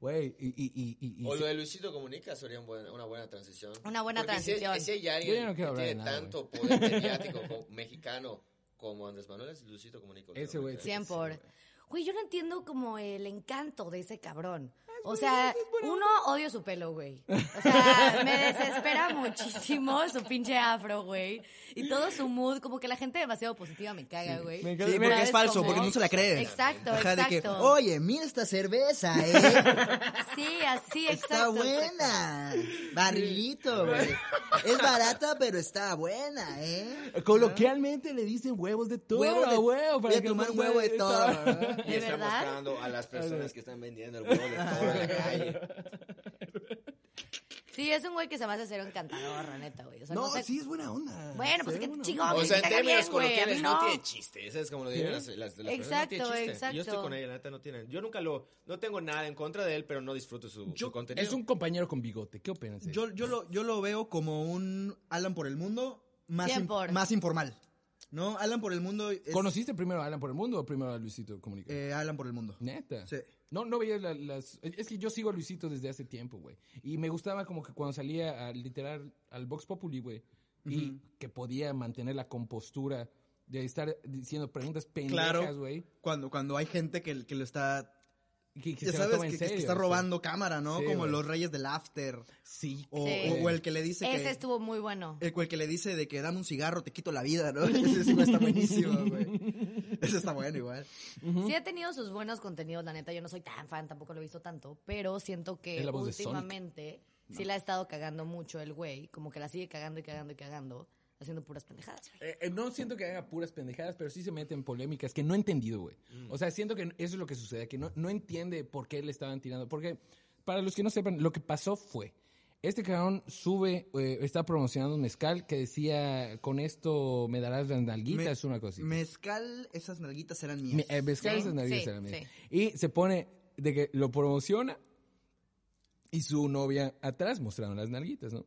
S1: Güey, y, y, y, y- y-
S4: O lo de Luisito Comunica sería un buen- una buena transición.
S2: Una buena
S4: Porque si-
S2: transición.
S4: Si, hay
S1: Yo ya
S4: alguien
S1: no quiero
S4: que
S1: hablar de
S4: tiene
S1: nada,
S4: tanto poder mediático como- mexicano como Andrés Manuel, es Luisito Comunica.
S1: Ese güey.
S4: últimamente.
S2: 100 por. Güey, yo no entiendo como el encanto de ese cabrón. O sea, uno odio su pelo, güey. O sea, me desespera muchísimo su pinche afro, güey. Y todo su mood, como que la gente demasiado positiva me caga, güey.
S1: Me encanta-
S3: Sí,
S1: mira,
S2: ¿Sabes
S3: porque es falso,
S2: cómo?
S3: porque no se la cree.
S2: Exacto,
S3: Ajá, de que,
S2: exacto.
S3: Oye, mira esta cerveza, ¿eh?
S2: Sí, así, exacto.
S3: Está buena. Barrilito, güey. Es barata, pero está buena, ¿eh?
S1: Coloquialmente le dicen huevos de todo.
S3: Huevo de-
S1: huevo, para
S3: voy a
S1: que
S3: tomar
S1: no
S3: un huevo de
S1: pueda-
S3: todo, ¿verdad?
S4: Y
S2: ¿De
S4: está
S2: verdad?
S4: buscando a las personas que están vendiendo el huevo de todo en la calle.
S2: Sí, es un güey que se me hace ser encantador, la neta, güey. O sea, no,
S3: No,
S2: sé-
S3: sí es buena onda.
S2: Bueno, pues
S1: Sí,
S2: que
S1: bueno.
S2: chingón.
S4: O
S2: que
S4: sea, en
S2: te haga
S4: términos
S2: bien, güey, a
S4: coloquiales
S2: mí
S4: no tiene chiste. Eso es como lo dirían las, las, las personas. No tiene
S2: Exacto,
S4: chiste.
S2: exacto.
S4: Yo estoy con él, la neta no tiene. Yo nunca lo. No tengo nada en contra de él, pero no disfruto su, su contenido.
S1: Es un compañero con bigote. ¿Qué opinas? de
S3: Yo, yo, lo, yo lo veo como un Alan por el mundo más,
S2: Cien
S3: in-
S2: por.
S3: más informal. ¿No? Alan por el mundo es
S1: eso? ¿Conociste primero a Alan por el mundo o primero a Luisito Comunica?
S3: eh, Alan por el mundo.
S1: Neta.
S3: Sí.
S1: No, no veías la- las... Es que yo sigo a Luisito desde hace tiempo, güey. Y me gustaba como que cuando salía a literal al Vox Populi, güey. Y que podía mantener la compostura de estar diciendo preguntas pendejas,
S3: Claro.
S1: güey.
S3: Cuando, cuando hay gente que, que lo está...
S1: Que, que se lo
S3: ya sabes,
S1: toma en
S3: que, que- que
S1: serio,
S3: está
S1: sí.
S3: robando cámara, ¿no?
S1: Sí,
S3: como
S1: güey.
S3: los reyes del after.
S1: Sí.
S3: O,
S2: Sí.
S3: o- o el que le dice
S2: Ese
S3: que...
S2: estuvo muy bueno.
S3: El, el que le dice de que dame un cigarro, te quito la vida, ¿no? Ese sí está buenísimo, güey. Ese está bueno igual.
S2: Sí ha tenido sus buenos contenidos, la neta. Yo no soy tan fan, tampoco lo he visto tanto, pero siento que
S1: Es la voz de Sonic.
S2: últimamente sí la ha estado cagando mucho el güey, como que la sigue cagando y cagando y cagando, haciendo puras pendejadas. güey.
S1: Eh, eh, no siento que haga puras pendejadas, pero sí se mete en polémicas que no he entendido, güey.
S3: Mm.
S1: O sea, siento que eso es lo que sucede, que no, no entiende por qué le estaban tirando. Porque, para los que no sepan, lo que pasó fue, este cabrón sube, eh, está promocionando un mezcal que decía, con esto me darás las
S3: Me-
S1: nalguitas, una cosa así.
S3: Mezcal, esas nalguitas eran mías.
S1: Me- eh, mezcal
S2: Sí,
S1: esas nalguitas
S2: sí,
S1: eran mías.
S2: sí.
S1: Y se pone de que lo promociona y su novia atrás mostraron las nalguitas, ¿no?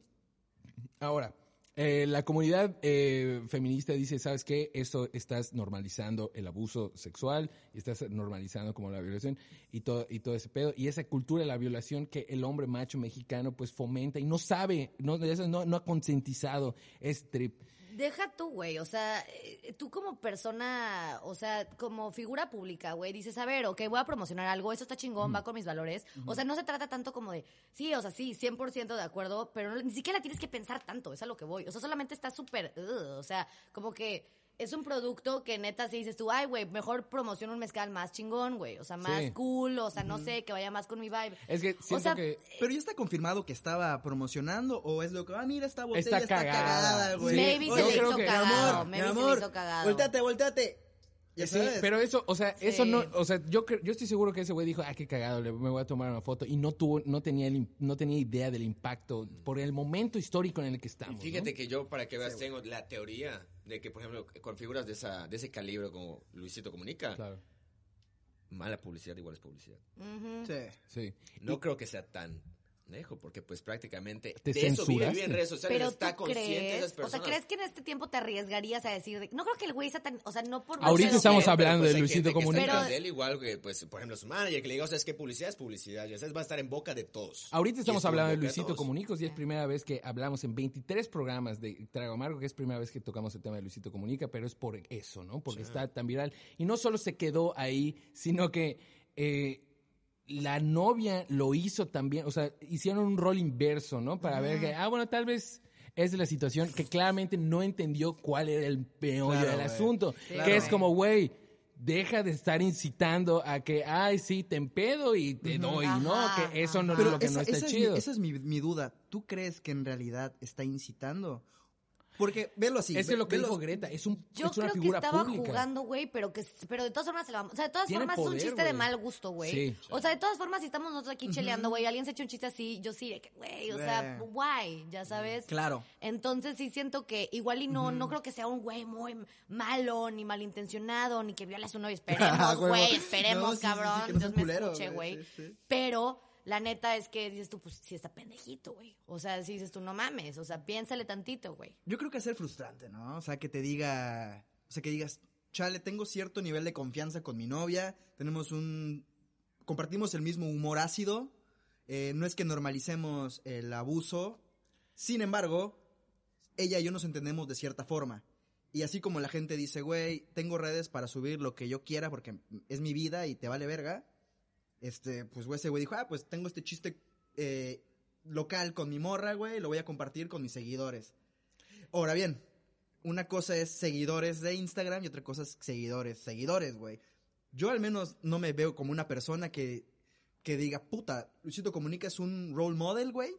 S1: Ahora, eh, la comunidad eh, feminista dice, ¿sabes qué? Esto estás normalizando el abuso sexual, estás normalizando como la violación y todo, y todo ese pedo. Y esa cultura de la violación que el hombre macho mexicano pues fomenta y no sabe, no, no, no ha concientizado ese trip.
S2: Deja tú, güey, o sea, eh, tú como persona, o sea, como figura pública, güey, dices, a ver, ok, voy a promocionar algo, eso está chingón, va con mis valores. O sea, no se trata tanto como de, sí, o sea, sí, 100% de acuerdo, pero no- ni siquiera la tienes que pensar tanto, es a lo que voy. O sea, solamente está súper, ugh, o sea, como que es un producto que neta si dices tú, ay, güey, mejor promociono un mezcal más chingón, güey, o sea, más
S1: Sí.
S2: cool, o sea, no sé, que vaya más con mi vibe.
S1: Es que siento
S2: o sea,
S1: que-
S3: Pero ya está confirmado que estaba promocionando o es lo que, ah, mira, esta botella
S1: Está
S3: está,
S1: cagada.
S3: cagada, güey.
S2: Maybe se
S3: Oye,
S1: le
S3: creo
S1: hizo
S3: que- mi
S2: cagado,
S3: amor,
S2: maybe
S3: mi
S2: se le
S3: amor,
S2: hizo cagado.
S3: Volteate, volteate. Ya
S1: Sí,
S3: sabes.
S1: pero eso, o sea, eso
S2: Sí.
S1: no, o sea, yo cre- yo estoy seguro que ese güey dijo, ah, qué cagado, le- me voy a tomar una foto y no tuvo, no tenía el, im- no tenía idea del impacto por el momento histórico en el que estamos.
S4: Fíjate
S1: ¿no?
S4: que yo, para que veas, tengo la teoría de que, por ejemplo, con figuras de, esa, de ese calibre como Luisito Comunica,
S1: Claro,
S4: mala publicidad igual es publicidad.
S2: Ujú.
S3: Sí.
S1: sí.
S4: No creo que sea tan lejos, porque pues prácticamente
S1: Te
S4: de eso vive,
S1: censuraste.
S4: vive en redes sociales,
S2: Pero
S4: está
S2: tú
S4: consciente de esas
S2: crees, o
S4: personas.
S2: sea, ¿crees que en este tiempo te arriesgarías a decir, de- no creo que el güey sea tan, o sea, no por
S1: Ahorita
S2: grosero,
S1: estamos
S2: pero-
S1: hablando de
S4: Pues, hay
S1: Luisito
S4: gente que está
S1: Comunica.
S4: detrás
S2: Pero-
S4: de él igual que, pues, por ejemplo, su manager, que le diga, o sea, es que publicidad es publicidad, ya sabes, va a estar en boca de todos.
S1: Ahorita
S4: Y
S1: estamos
S4: estuvo en
S1: hablando de
S4: boca
S1: Luisito
S4: todos.
S1: Comunicos y es primera vez que hablamos en 23 programas de Trago Amargo, que es primera vez que tocamos el tema de Luisito Comunica, pero es por eso, ¿no? Porque está tan viral. Y no solo se quedó ahí, sino que eh, la novia lo hizo también, o sea, hicieron un rol inverso, ¿no? Para ver que, ah, bueno, tal vez... Es la situación que claramente no entendió cuál era el peor
S3: Claro,
S1: del
S3: güey.
S1: asunto.
S2: Claro.
S1: Que es como, güey, deja de estar incitando a que, ay, sí, te empedo y te doy, ¿no?
S2: Ajá,
S1: Que eso no es
S3: Pero
S1: lo que no
S3: esa,
S1: está
S3: esa
S1: chido.
S3: Es mi, esa es mi, mi duda. ¿Tú crees que en realidad está incitando? Porque, velo así.
S1: es que
S3: ve-
S1: lo que
S3: velo-
S1: dijo Greta es, un,
S2: Yo
S1: es una
S2: creo que
S1: figura
S2: estaba
S1: pública.
S2: jugando, güey, pero que pero de todas formas se la vamos- O sea, de todas
S1: Tiene
S2: formas es
S1: poder,
S2: un chiste
S1: güey.
S2: de mal gusto, güey.
S1: Sí.
S2: O sea, de todas formas, si estamos nosotros aquí cheleando, güey, alguien se echa un chiste así, yo sí, de que, güey, o sea,
S3: Güey.
S2: guay, ya sabes.
S3: Mm, Claro.
S2: Entonces sí siento que igual y no, no creo que sea un güey muy malo, ni malintencionado, ni que viole a su novia.
S3: Ah,
S2: Esperemos,
S3: huevo.
S2: güey, esperemos,
S3: No, sí, sí, sí,
S2: cabrón.
S3: que no sea
S2: Dios me
S3: culero,
S2: escuche,
S3: güey,
S2: güey.
S3: sí, sí.
S2: Pero la neta es que dices tú, pues sí está pendejito, güey. O sea, si dices tú, no mames, o sea, piénsale tantito, güey.
S3: Yo creo que es ser frustrante, ¿no? O sea, que te diga. O sea, que digas, chale, tengo cierto nivel de confianza con mi novia. Tenemos un. Compartimos el mismo humor ácido. eh, no es que normalicemos el abuso. Sin embargo, ella y yo nos entendemos de cierta forma. Y así como la gente dice, güey, tengo redes para subir lo que yo quiera porque es mi vida y te vale verga. Este, pues, güey, ese güey dijo, ah, pues tengo este chiste eh, local con mi morra, güey, lo voy a compartir con mis seguidores. Ahora bien, una cosa es seguidores de Instagram y otra cosa es seguidores, seguidores, güey. Yo al menos no me veo como una persona que, que diga, puta, Luisito Comunica es un role model, güey,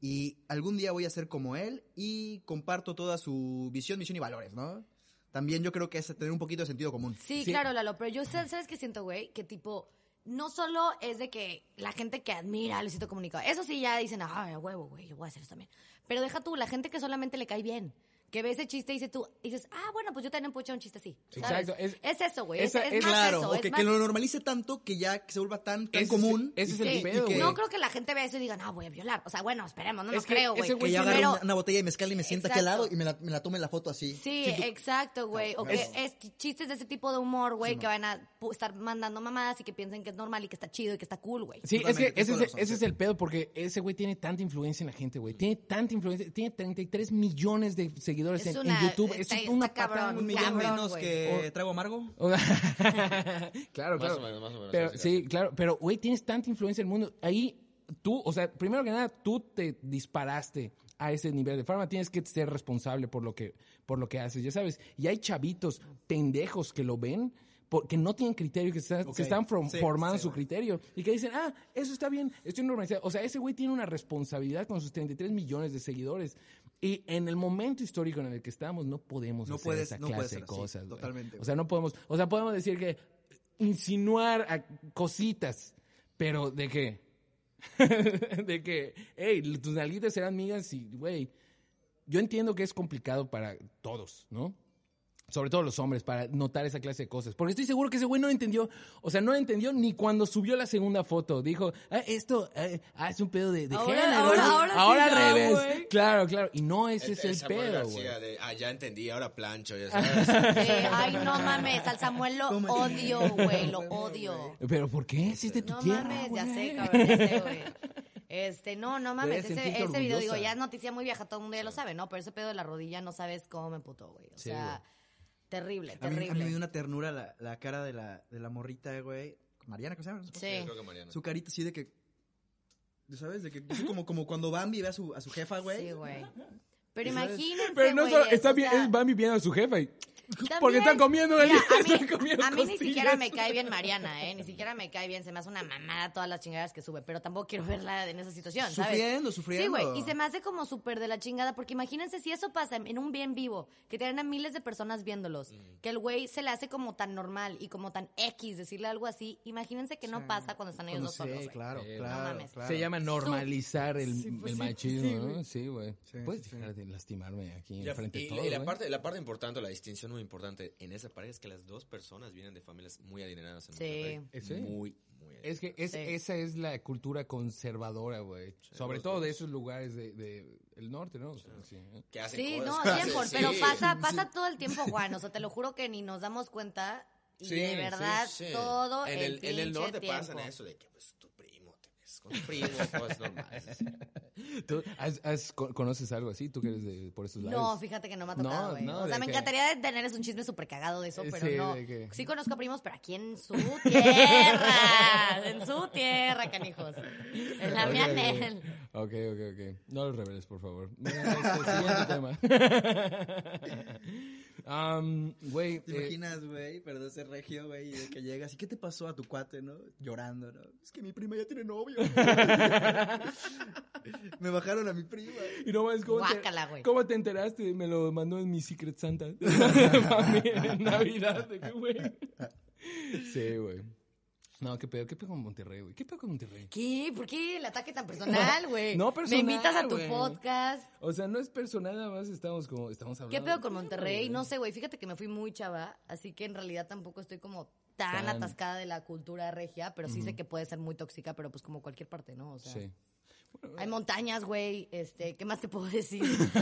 S3: y algún día voy a ser como él y comparto toda su visión, misión y valores, ¿no? También yo creo que es tener un poquito de sentido común.
S2: Sí,
S1: Sí.
S2: claro, Lalo, pero yo sé- sabes qué siento, güey, que tipo no solo es de que la gente que admira a Luisito Comunica, eso sí ya dicen, ah, a huevo, güey, yo voy a hacer eso también. Pero deja tú la gente que solamente le cae bien. Que ve ese chiste y dice tú, y dices, ah, bueno, pues yo también puedo echar un chiste así. ¿sabes?
S1: Exacto, es-
S2: es eso, güey. Es,
S1: esa-
S2: es
S1: es-
S2: más
S3: Claro,
S2: eso.
S3: o
S2: es
S3: que,
S2: más-
S3: que lo normalice tanto que ya se vuelva tan,
S1: Ese
S3: tan
S1: es-
S3: común.
S1: ese es el
S3: y que- y
S1: pedo,
S3: que-
S1: güey.
S2: No creo que la gente vea eso y diga, no, voy a violar. O sea, bueno, esperemos, no, no
S1: Es que
S2: creo,
S1: ese
S2: güey.
S1: güey
S3: Que yo agarre
S2: Pero-
S3: una, una botella de mezcal y me sienta aquí al
S2: Exacto.
S3: lado y me la, me la tome la foto así.
S2: Sí,
S3: Si tú-
S2: exacto, güey. O que
S3: Claro.
S2: es chistes de ese tipo de humor, güey, que van a pu- estar mandando mamadas y que piensen que es normal y que está chido y que está cool, güey.
S1: Sí, es
S3: Totalmente,
S1: que
S3: tienes
S1: ese
S3: toda
S1: es,
S3: la razón,
S1: ese
S3: sí.
S1: es el pedo, porque ese güey tiene tanta influencia en la gente, güey. Tiene tanta influencia, tiene 33 millones de seguidores
S2: Es
S1: en,
S2: una-
S1: en YouTube.
S2: está-
S1: es una
S2: está cabrón.
S1: patada en
S3: Un millón
S2: Cabrón,
S3: menos
S2: güey.
S3: que trago amargo.
S1: O sea, claro,
S4: Más
S1: claro.
S4: o menos, más o menos,
S1: Pero,
S4: sí,
S1: sí,
S4: sí,
S1: claro. Pero, güey, tienes tanta influencia en el mundo. Ahí tú, o sea, primero que nada, tú te disparaste a ese nivel de fama. Tienes que ser responsable por lo que, por lo que haces, ya sabes. Y hay chavitos pendejos que lo ven porque no tienen criterio, que se,
S3: Ok.
S1: se están from-
S3: Sí,
S1: formando
S3: sí,
S1: su
S3: güey.
S1: criterio y que dicen, ah, eso está bien, estoy normalizado. O sea, ese güey tiene una responsabilidad con sus 33 millones de seguidores. Y en el momento histórico en el que estamos, no podemos
S3: No
S1: hacer
S3: puedes-
S1: esa
S3: no
S1: clase
S3: puede ser
S1: de
S3: así,
S1: cosas. güey.
S3: totalmente,
S1: O sea, no podemos, o sea, podemos decir que insinuar a cositas, pero de que, de que, hey, tus nalguitas serán mías y, güey, yo entiendo que es complicado para todos, ¿no? Sobre todo los hombres, para notar esa clase de cosas. Porque estoy seguro que ese güey no entendió, o sea, no entendió ni cuando subió la segunda foto. Dijo, ah, esto eh, ah, es un pedo de, de
S2: Ahora-
S1: género.
S2: ahora- ahora sí
S1: Ahora
S2: ya,
S1: al revés.
S2: güey.
S1: Claro, claro. Y no ese
S4: El-
S1: es
S4: el
S1: el
S4: Samuel
S1: pedo, güey.
S4: García de, ah, ya entendí, ahora plancho, ya sabes.
S2: Sí, Eh, ay, no mames, al Samuel lo
S3: ¿Cómo?
S2: odio, güey, lo odio.
S1: ¿Pero por qué? Si es de tu
S2: No
S1: tierra,
S2: mames, ya
S1: güey.
S2: sé, cabrón, ya sé, güey. Este, no, no mames,
S1: Debes
S2: ese,
S1: sentirte
S2: ese video, digo,
S1: orgullosa.
S2: ya es noticia muy vieja, todo el mundo ya lo sabe, ¿no? Pero ese pedo de la rodilla no sabes cómo me putó, güey. O
S1: Sí,
S2: sea, terrible,
S3: A mí,
S2: terrible.
S3: a mí me dio una ternura la, la cara de la, de la morrita, güey. Mariana, ¿cómo se llama?
S2: Sí.
S4: Creo que Mariana.
S3: Su carita así de que. ¿Sabes? De que, yo soy como, como cuando Bambi ve a su, a su jefa, güey.
S2: Sí, güey. Pero
S3: ¿Sabes?
S2: imagínense,
S1: Pero no solo,
S2: güeyes,
S1: está
S2: o
S1: bien,
S2: sea,
S1: es Bambi viendo a su jefa y...
S2: también-
S1: Porque están comiendo,
S2: Mira,
S1: Eli,
S2: a mí,
S1: están comiendo
S2: a mí ni
S1: costillas.
S2: siquiera me cae bien Mariana, ¿eh? Ni siquiera me cae bien, se me hace una mamada todas las chingadas que sube, pero tampoco quiero verla en esa situación, ¿sabes?
S3: Sufriendo, sufriendo.
S2: Sí, güey, y se me hace como súper de la chingada, porque imagínense si eso pasa en un bien vivo, que tienen a miles de personas viéndolos, que el güey se le hace como tan normal y como tan X decirle algo así, imagínense que no pasa cuando están ellos dos
S3: Cuando
S2: solos.
S3: Sí,
S2: güey.
S3: claro,
S1: Eh, no
S3: claro,
S2: mames.
S3: claro.
S1: Se llama normalizar el,
S2: pues
S1: el machismo, ¿no? Sí, güey.
S3: Sí,
S1: Puedes
S3: sí, sí.
S1: dejar de lastimarme aquí
S4: Y la-
S1: enfrente de
S4: y,
S1: todos,
S4: y la
S1: güey?
S4: parte, la parte importante, la distinción muy importante en esa pareja es que las dos personas vienen de familias muy adineradas en
S2: Sí.
S4: Monterrey.
S1: ¿Eh, Sí.
S4: Muy, muy
S1: Es que es-
S2: Sí.
S1: esa es la cultura conservadora, güey.
S4: pues,
S1: Sobre todo de esos lugares del de, el norte, ¿no? Sí, ¿eh?
S4: que hacen
S2: Sí, no,
S4: cosas.
S2: siempre,
S4: Sí.
S2: pero pasa, pasa todo el tiempo, Juan, o sea, te lo juro que ni nos damos cuenta y
S1: Sí,
S2: de
S1: sí,
S2: verdad
S4: Sí.
S2: todo
S4: en el, en el
S2: pinche
S4: norte
S2: tiempo.
S4: pasan eso de que pues tu primo te ves con tu primo, pues, cosas normales.
S1: ¿eh? ¿Tú has- has- co- conoces algo así? ¿Tú que eres de, por esos lares?
S2: No, fíjate que no me ha
S1: No,
S2: tocado, güey.
S1: no,
S2: o
S1: de
S2: sea, me
S1: que-
S2: encantaría de tener es un chisme súper cagado de eso,
S1: Eh,
S2: pero
S1: sí,
S2: no.
S1: de que-
S2: Sí conozco a primos, pero aquí en su tierra. en su tierra, canijos. En la
S1: Ok,
S2: mía,
S1: ok.
S2: Nel.
S1: Ok, ok, ok. No lo reveles, por favor. Bueno, este, siguiente tema. Am, Güey,
S3: ¿Te
S1: eh,
S3: imaginas, güey? Perdón, ese regio, güey, de que llegas y ¿qué te pasó a tu cuate, no? Llorando, ¿no? Es que mi prima ya tiene novio. me bajaron a mi prima.
S1: y no más, ¿cómo,
S2: Guácala,
S1: te,
S2: güey.
S1: ¿cómo te enteraste? Me lo mandó en mi Secret Santa. Mami, en Navidad, de qué güey. Sí, güey. No, qué pedo, qué pedo con Monterrey, güey. ¿Qué pedo con Monterrey?
S2: ¿Qué? ¿Por qué el ataque tan personal, güey?
S1: No personal,
S2: Me invitas a tu
S1: güey.
S2: podcast.
S1: O sea, no es personal, nada más estamos como, estamos hablando.
S2: ¿Qué pedo con Monterrey? No sé, güey. Fíjate que me fui muy chava, así que en realidad tampoco estoy como tan,
S1: Tan.
S2: atascada de la cultura regia, pero sí sé que puede ser muy tóxica, pero pues como cualquier parte, ¿no? O sea,
S1: Sí.
S2: Hay montañas, güey. Este, ¿qué más te puedo decir? Le dicen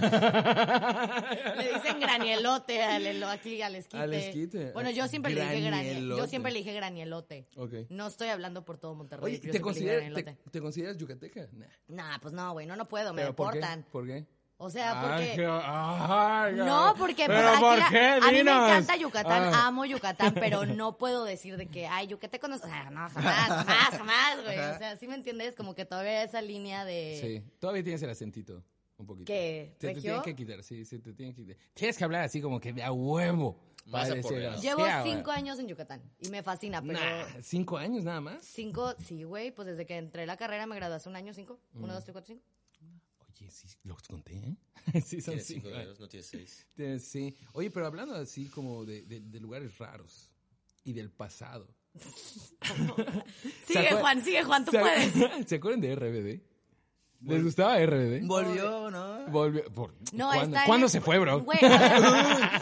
S2: granielote al elo- aquí al esquite.
S1: Al esquite.
S2: Bueno, yo siempre le dije granielote. Yo
S1: Granielote.
S2: siempre le dije granielote.
S1: Ok.
S2: No estoy hablando por todo Monterrey.
S1: Oye,
S2: pero
S1: ¿te
S2: yo siempre le dije
S1: consideras, te,
S2: granielote.
S1: te consideras yucateca? Nah.
S2: Nah, pues no, güey, no, no puedo, me
S1: ¿Pero por qué?
S2: deportan.
S1: ¿Por qué?
S2: O sea,
S1: Ay,
S2: porque
S1: qué- Ah, ay,
S2: no,
S1: ay.
S2: porque pues,
S1: ¿Pero
S2: aquí
S1: por
S2: la-
S1: qué?
S2: a mí me
S1: Dinos.
S2: encanta Yucatán,
S1: Ah.
S2: amo Yucatán, pero no puedo decir de que, ay, Yucatán conoce. O sea, no, jamás, jamás, jamás, güey. O sea, ¿sí me entiendes? Como que todavía esa línea de...
S1: Sí, todavía tienes el acentito, un poquito.
S2: ¿Qué?
S1: Se te tiene
S2: ¿Regio?
S1: que quitar, sí, se te tiene que quitar. Tienes que hablar así como que de a huevo.
S4: Más
S1: para
S4: aporreado.
S1: decir,
S2: Llevo
S1: "Hostia,
S2: cinco
S1: güey".
S2: años en Yucatán y me fascina, pero
S1: Nah, ¿Cinco años nada más?
S2: cinco, sí, güey, pues desde que entré a la carrera me gradué hace un año, cinco,
S1: Mm.
S2: uno, dos, tres, cuatro, cinco.
S1: Oye, sí, los conté, ¿eh? sí, son
S4: Tienes cinco
S1: cinco años.
S4: dedos, no tienes seis.
S1: Tienes- Sí. Oye, pero hablando así como de, de- de lugares raros y del pasado.
S2: Sigue
S1: acuer-
S2: Juan, sigue Juan, tú
S1: ¿Se,
S2: puedes.
S1: ¿Se acuerdan de RBD? ¿Les gustaba RBD?
S3: Volvió, ¿no?
S1: Volvió. por-
S2: No,
S1: ¿Cuándo,
S2: está en
S1: ¿cuándo
S2: el-
S1: se fue, bro?
S2: Güey, a ver,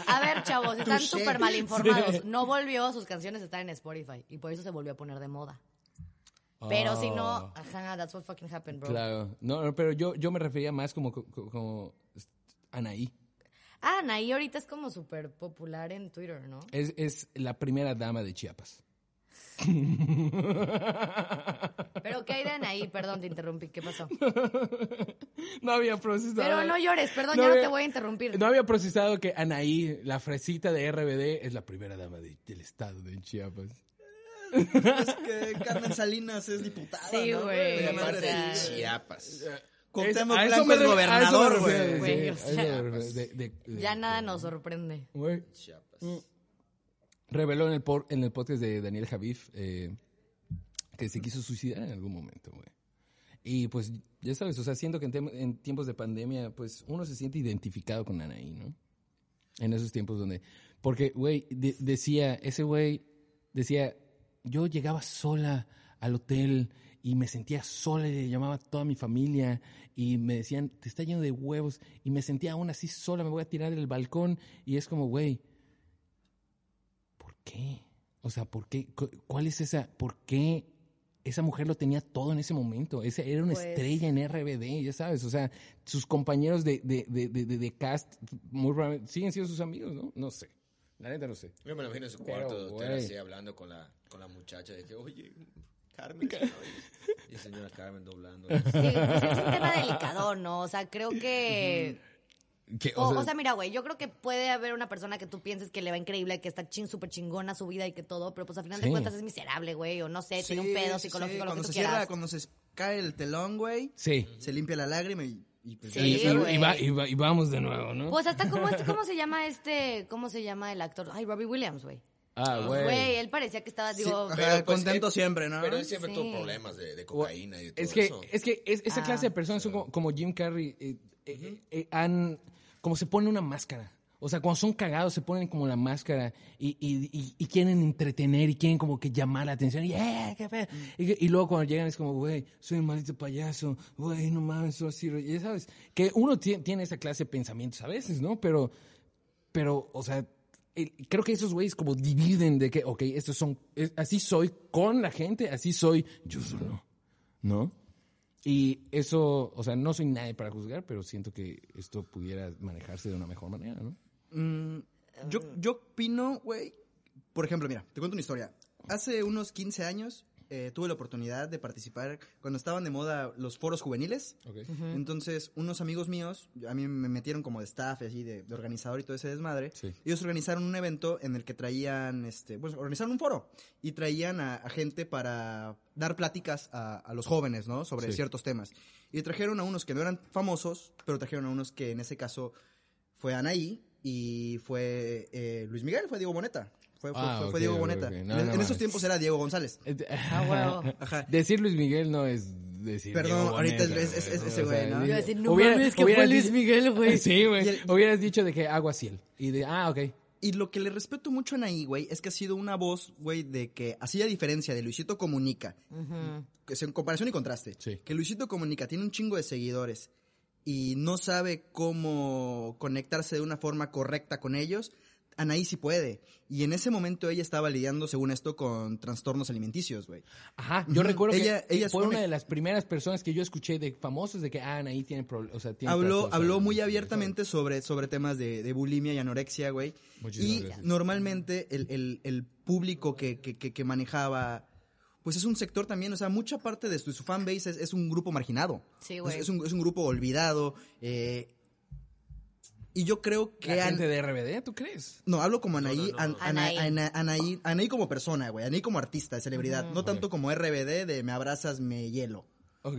S2: a ver, chavos, están
S3: Touché.
S2: súper mal informados. No volvió, sus canciones están en Spotify y por eso se volvió a poner de moda. Pero si no, ajá, that's what fucking happened, bro.
S1: Oh. Ah, Claro. No, no, pero yo, yo me refería más como, co- co- como, Anaí.
S2: Ah, Anaí ahorita es como súper popular en Twitter, ¿no?
S1: Es, es la primera dama de Chiapas.
S2: Pero ¿qué hay de Anaí? Perdón, te interrumpí, ¿qué pasó?
S1: No había procesado.
S2: Pero no llores, perdón, ya no
S1: había-
S2: te voy a interrumpir.
S1: No había procesado que Anaí, la fresita de RBD, es la primera dama de- del estado de Chiapas.
S3: Es que Carmen Salinas es diputada,
S2: Sí,
S3: ¿no,
S2: güey,
S3: De la
S2: o
S3: madre de
S2: sea-
S3: Dios.
S4: Chiapas.
S3: Cuauhtémoc
S1: a eso
S3: Blanco
S1: me
S3: es
S1: re- a eso me
S3: gobernador,
S1: refiero,
S3: güey.
S1: sí,
S2: Güey, o
S1: a eso me
S2: sea,
S1: refiero, de- de- de-
S2: Ya nada nos sorprende.
S1: Güey, Mm.
S4: Chiapas.
S1: reveló en el, por- en el podcast de Daniel Javif eh, que se quiso suicidar en algún momento, güey. Y pues, ya sabes, o sea, siento que en, tem- en tiempos de pandemia, pues uno se siente identificado con Anaí, ¿no? En esos tiempos donde. Porque, güey, de- decía, ese güey decía, yo llegaba sola al hotel y me sentía sola y le llamaba a toda mi familia y me decían, te está lleno de huevos y me sentía aún así sola, me voy a tirar del balcón y es como, güey, ¿por qué? O sea, ¿por qué? Cu- ¿Cuál es esa? ¿Por qué esa mujer lo tenía todo en ese momento? Ese era una
S2: Pues-
S1: estrella en RBD, ya sabes. O sea, sus compañeros de, de, de, de, de- de cast muy probablemente siguen siendo sus amigos, ¿no? No sé. La neta no sé.
S4: Yo me lo imagino en su
S1: Pero,
S4: cuarto de hotel
S1: güey.
S4: así hablando con la, con la muchacha de que, oye, Carmen. Y señora Carmen doblando.
S2: Sí, pues es un tema delicado, ¿no? O sea, creo que...
S1: Que,
S2: O, o sea, mira, güey, yo creo que puede haber una persona que tú pienses que le va increíble, que está chin, súper chingona su vida y que todo, pero pues al final
S1: Sí.
S2: de cuentas es miserable, güey, o no sé, tiene un pedo
S3: Sí, sí,
S2: psicológico,
S3: sí.
S2: lo
S3: cuando
S2: que tú
S3: se
S2: quieras.
S3: cierra, cuando se es- cae el telón, güey,
S1: sí.
S3: se limpia la lágrima y, y pues,
S2: Sí,
S1: Y- y,
S2: güey.
S1: y va- y va- y vamos de nuevo, ¿no?
S2: Pues hasta cómo, es- cómo se llama este, cómo se llama el actor, ay, Robbie Williams, güey.
S1: ah,
S2: Güey, él parecía que estaba, digo, pues,
S3: ajá. contento
S2: eh,
S3: siempre, ¿no?
S4: Pero él siempre
S2: Sí.
S4: tuvo problemas de, de cocaína y de todo
S1: Es que,
S4: eso.
S1: es que es- esa
S2: Ah.
S1: clase de personas son como, como Jim Carrey, eh, eh, eh, han, como se pone una máscara. O sea, cuando son cagados se ponen como la máscara y, y- y- y quieren entretener y quieren como que llamar la atención. Y, "Eh, qué pedo". y, y luego cuando llegan es como, güey, soy un maldito payaso, güey, no mames, soy así. Ya sabes, que uno tie- tiene esa clase de pensamientos a veces, ¿no? Pero, pero, o sea, el- creo que esos güeyes como dividen de que, ok, estos son, es- así soy con la gente, así soy yo solo, ¿no? Y eso, o sea, no soy nadie para juzgar, pero siento que esto pudiera manejarse de una mejor manera, ¿no?
S3: Yo, yo opino, güey. Por ejemplo, mira, te cuento una historia. Hace unos 15 años eh, tuve la oportunidad de participar cuando estaban de moda los foros juveniles. Entonces, unos amigos míos, a mí me metieron como de staff, y así, de, de organizador y todo ese desmadre.
S1: Sí.
S3: Ellos organizaron un evento en el que traían, este, pues, organizaron un foro y traían a, a gente para dar pláticas a, a los jóvenes, ¿no? Sobre
S1: Sí.
S3: ciertos temas. Y trajeron a unos que no eran famosos, pero trajeron a unos que en ese caso fue Anaí y fue eh, Luis Miguel, fue Diego Boneta. Fue, fue-
S1: Ah,
S3: fue- fue
S1: ok,
S3: Diego
S1: ok,
S3: Boneta.
S1: ok. No,
S3: en,
S1: no
S3: en esos
S1: mames.
S3: tiempos era Diego González.
S2: ah, huevo.
S3: Ajá.
S1: Decir Luis Miguel no es decir.
S3: Perdón,
S1: Diego
S3: ahorita
S1: Boneta,
S3: es- es- es- ese
S1: O sea,
S3: güey, ¿no?
S1: di-
S3: Iba a
S2: decir, no
S1: hubiera-
S2: mames, que fue
S1: hubieras
S2: Luis
S1: di-
S2: Miguel, güey.
S1: Sí, güey.
S3: Y el-
S1: Hubieras dicho de que "Ah, agua ciel. Y de, ah, ok.
S3: Y lo que le respeto mucho a Anaí, güey, es que ha sido una voz, güey, de que hacía diferencia de Luisito Comunica. que es en comparación y contraste.
S1: Sí.
S3: Que Luisito Comunica tiene un chingo de seguidores y no sabe cómo conectarse de una forma correcta con ellos. Anaí sí puede. Y en ese momento ella estaba lidiando, según esto, con trastornos alimenticios, güey.
S1: Ajá, yo
S3: Ujú.
S1: recuerdo
S3: Ella-
S1: que
S3: ella
S1: fue
S3: fue
S1: una
S3: una-
S1: de las primeras personas que yo escuché de famosos de que, ah, ahí tiene problemas. O sea, tiene
S3: Habló,
S1: trastornos
S3: habló muy
S1: alimenticios,
S3: abiertamente sobre, sobre temas de, de bulimia y anorexia, güey.
S1: Muchísimas
S3: Y
S1: gracias.
S3: normalmente el, el- el público que, que- que- que manejaba, pues es un sector también, o sea, mucha parte de su, su fanbase es, es un grupo marginado.
S2: Sí, güey.
S3: Es, es un, es un grupo olvidado. eh, y yo creo que...
S1: ¿La
S3: an-
S1: gente de RBD, tú crees?
S3: no, hablo como Anaí, an- ana-
S2: Anaí.
S3: ana- Anaí, Anaí como persona, güey, Anaí como artista, de celebridad, no tanto como RBD de me abrazas, me hielo.
S1: Ok.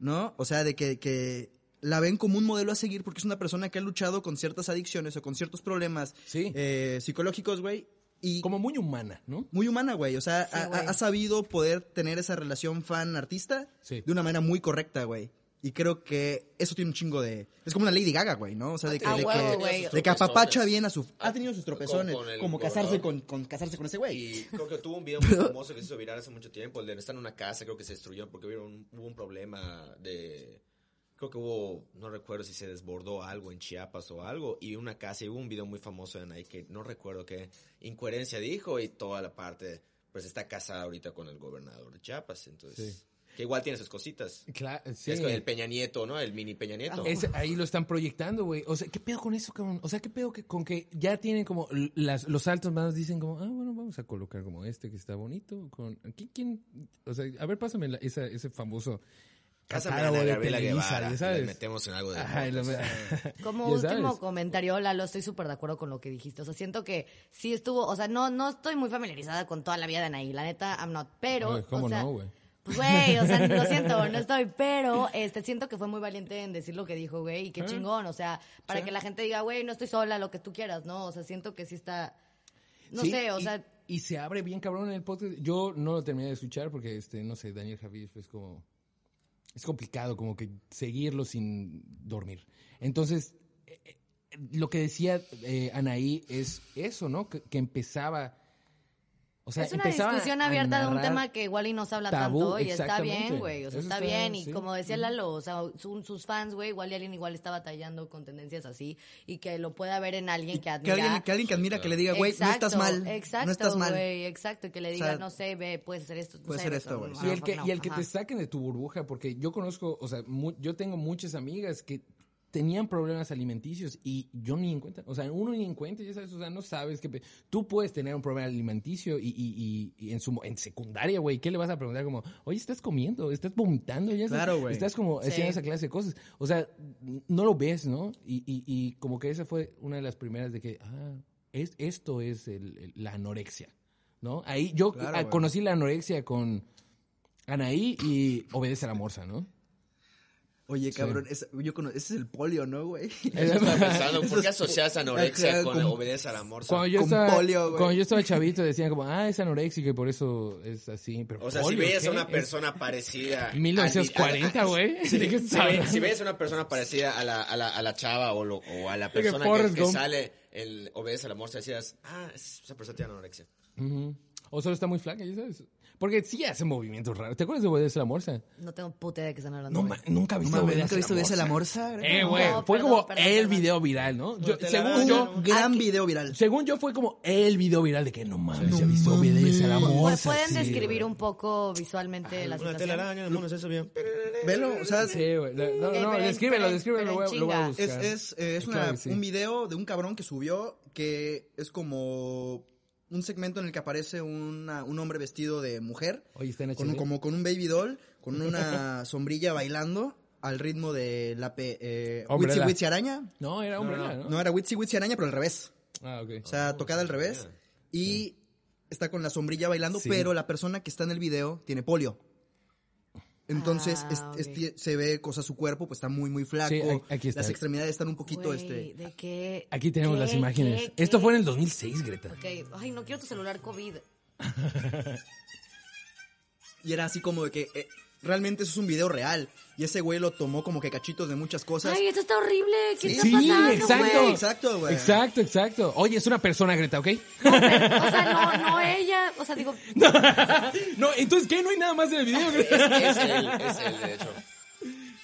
S3: ¿no? O sea, de que, que la ven como un modelo a seguir porque es una persona que ha luchado con ciertas adicciones o con ciertos problemas
S1: Sí.
S3: eh, psicológicos, güey. Y
S1: Como muy humana, ¿no?
S3: muy humana, güey. O sea, ha,
S2: güey.
S3: ha- ha sabido poder tener esa relación fan-artista
S1: Sí.
S3: de una manera muy correcta, güey. Y creo que eso tiene un chingo de... Es como una Lady Gaga, güey, ¿no? O sea, de que,
S2: Ah,
S3: de
S2: huevo,
S3: que-
S2: güey.
S3: de que apapacha bien a su...
S4: Ah,
S3: Ha tenido sus
S4: con-
S3: tropezones.
S4: con el
S3: como
S4: color.
S3: casarse con, con- casarse con ese güey.
S4: Y creo que tuvo un video muy famoso que se hizo viral hace mucho tiempo. El de estar en una casa, creo que se destruyó porque hubo un, hubo un problema de. Creo que hubo, no recuerdo si se desbordó algo en Chiapas o algo. Y una casa, y hubo un video muy famoso de Nike que no recuerdo qué incoherencia dijo y toda la parte. Pues está casada ahorita con el gobernador de Chiapas. Entonces, que igual tiene sus cositas.
S1: Claro, sí. Ah,
S4: Es con el Peña Nieto, ¿no? El mini Peña Nieto.
S1: Ese- ahí lo están proyectando, güey. O sea, ¿qué pedo con eso, cabrón? O sea, ¿qué pedo que, con que ya tienen como l- las, los altos mandos dicen como, ah, bueno, vamos a colocar como este que está bonito con ¿qui- quién, o sea, a ver, pásame la- esa- ese famoso
S4: Casa de
S1: catálogo de
S4: Gabriela
S1: Televisa,
S4: Guevara.
S1: ya
S4: Le
S1: sabes.
S4: metemos en algo de.
S1: Ajá, y lo-
S2: Como
S1: Ya
S2: último
S1: sabes.
S2: comentario, Lalo, estoy súper de acuerdo con lo que dijiste. O sea, siento que sí estuvo, o sea, no, no estoy muy familiarizada con toda la vida de Anaí, la neta, I'm not, pero...
S1: Ay, ¿cómo
S2: o sea,
S1: no, güey?
S2: pues, Güey, o sea, lo siento, no estoy, pero este, siento que fue muy valiente en decir lo que dijo, güey,
S1: Ah,
S2: y qué chingón, o sea, para que la gente diga, güey, no estoy sola, lo que tú quieras, ¿no? O sea, siento que sí está, no
S1: Sí,
S2: sé, o
S1: y-
S2: sea,
S1: Y se abre bien cabrón en el podcast. Yo no lo terminé de escuchar porque, este, no sé, Daniel Javier es como... Es complicado como que seguirlo sin dormir. Entonces, eh, eh, lo que decía eh, Anaí es eso, ¿no? Que, que empezaba... O sea,
S2: es una
S1: empezaba
S2: discusión
S1: a
S2: abierta de un
S1: narrar-
S2: tema que igual y no se habla
S1: tabú,
S2: tanto y está
S1: exactamente.
S2: bien, güey, o sea,
S1: Eso
S2: está,
S1: está-
S2: bien y
S1: sí.
S2: como decía Lalo, o sea, su- sus fans, güey, igual y alguien igual está batallando con tendencias así y que lo pueda ver en alguien que
S3: Que
S2: admira.
S3: alguien, que alguien que admira, que le diga, güey, no estás
S2: Exacto,
S3: mal.
S2: Exacto,
S3: no estás mal.
S2: güey, exacto, y que le
S3: O
S2: diga,
S3: sea,
S2: no sé, ve, puedes hacer esto. no
S3: puedes
S2: sé,
S3: hacer
S2: no
S3: esto,
S2: sé,
S3: güey.
S2: no,
S1: Y el
S2: no,
S1: que,
S2: no,
S1: y el que
S2: ajá.
S1: te saquen de tu burbuja, porque yo conozco, o sea, mu- yo tengo muchas amigas que tenían problemas alimenticios y yo ni en cuenta, o sea, uno ni en cuenta, ya sabes, o sea, no sabes que pe- tú puedes tener un problema alimenticio y, y- y- y en su mo- en secundaria, güey, ¿qué le vas a preguntar? Como, oye, estás comiendo, estás vomitando, ya sabes,
S3: Claro, güey.
S1: estás como
S2: Sí.
S1: haciendo esa clase de cosas, o sea, n- no lo ves, ¿no? Y, y- y como que esa fue una de las primeras de que, ah, es, esto es el- el- la anorexia, ¿no? Ahí yo
S3: Claro,
S1: ah,
S3: güey.
S1: conocí la anorexia con Anaí y obedece a la morsa, ¿no?
S3: Oye, cabrón, es- yo cono- ese es el polio, ¿no, güey?
S4: Yo estaba pensando, ¿por qué asocias anorexia
S3: Claro,
S4: con
S3: como-
S4: obedece a la morsa?
S1: Cuando yo,
S3: Con
S1: estaba,
S3: polio, güey.
S1: cuando yo estaba chavito decían como, ah, es anoréxico y por eso es así. Pero
S4: O sea, si
S1: polio,
S4: veías a
S1: ¿qué?
S4: una
S1: Es-
S4: persona parecida...
S1: 1940,
S4: al- al-
S1: güey.
S4: Sí,
S1: ¿De qué
S4: si,
S1: estás
S4: ve-
S1: hablando?
S4: si ves a una persona parecida a la, a la, a la chava o, lo- o a la
S1: que
S4: persona que,
S1: Forrest
S4: que
S1: Gump.
S4: sale el obedece a la morsa, decías, ah, es- esa persona tiene anorexia.
S1: Ujú. O solo está muy flaca, ya sabes. Porque sí hace movimientos raros. ¿Te acuerdas de Obedece a la Morsa?
S2: No tengo puta idea de que están hablando.
S1: No,
S2: güey.
S1: ma- nunca he
S3: No
S1: visto
S3: mames,
S1: Obedece
S3: ¿nunca
S1: a
S3: he
S1: la
S3: visto ese
S1: Morsa.
S3: la morsa?
S1: Eh, güey.
S2: No,
S1: fue
S2: perdón,
S1: como
S2: perdón,
S1: el
S2: perdón.
S1: video viral, ¿no? Yo-
S4: te la
S1: según
S4: dan,
S1: yo,
S3: Un gran video viral.
S1: según yo fue como el video viral de que no mames, ya viste Obedece a la
S2: ¿Pu-
S1: Morsa.
S2: ¿Pueden
S1: sí,
S2: describir un poco visualmente la
S4: Una
S2: situación?
S4: telaraña, no eso bien.
S3: Velo, o sea,
S1: güey. Sí, güey. No,
S2: pero
S1: no,
S2: en-
S1: descríbelo,
S2: pero en-
S1: descríbelo, lo voy a- lo voy a
S2: pero
S3: Ah, Es,
S1: buscar.
S3: es, eh, es
S1: Claro
S3: una-
S1: que sí.
S3: un video de un cabrón que subió que es como un segmento en el que aparece una- un hombre vestido de mujer,
S1: Oye, está en
S3: con, un-
S1: HD.
S3: como con un baby doll, con una sombrilla bailando al ritmo de la pe, eh, Witsy
S1: Umbrella.
S3: Witsy Araña.
S1: No, era hombre, ¿no?
S3: No, era Witsy Witsy Araña, pero al revés.
S1: Ah, ok.
S3: O sea, tocada al revés. Y está con la sombrilla bailando,
S1: Sí.
S3: pero la persona que está en el video tiene polio. Entonces
S2: Ah,
S3: es-
S2: ok.
S3: este, se ve cosa su cuerpo, pues está muy, muy flaco.
S1: Sí, a- aquí está.
S3: Las extremidades están un poquito,
S2: Güey,
S3: este,
S2: ¿de qué?
S1: ah, Aquí tenemos
S2: ¿Qué?
S1: las imágenes.
S2: ¿Qué?
S1: Esto
S2: ¿Qué?
S1: fue en el 2006, Greta.
S2: Ok. Ay, no quiero tu celular COVID.
S3: Y era así como de que eh, realmente eso es un video real. Y ese güey lo tomó como que cachitos de muchas cosas.
S2: Ay, esto está horrible. ¿Qué está
S1: Sí,
S2: pasando,
S1: exacto.
S2: güey?
S3: Exacto, güey.
S1: Exacto, exacto. Oye, es una persona, Greta, ¿ok?
S2: O sea, no, no ella. O sea, digo,
S1: No, entonces, ¿qué? No hay nada más en el video, Greta.
S4: Es el, es el, de hecho.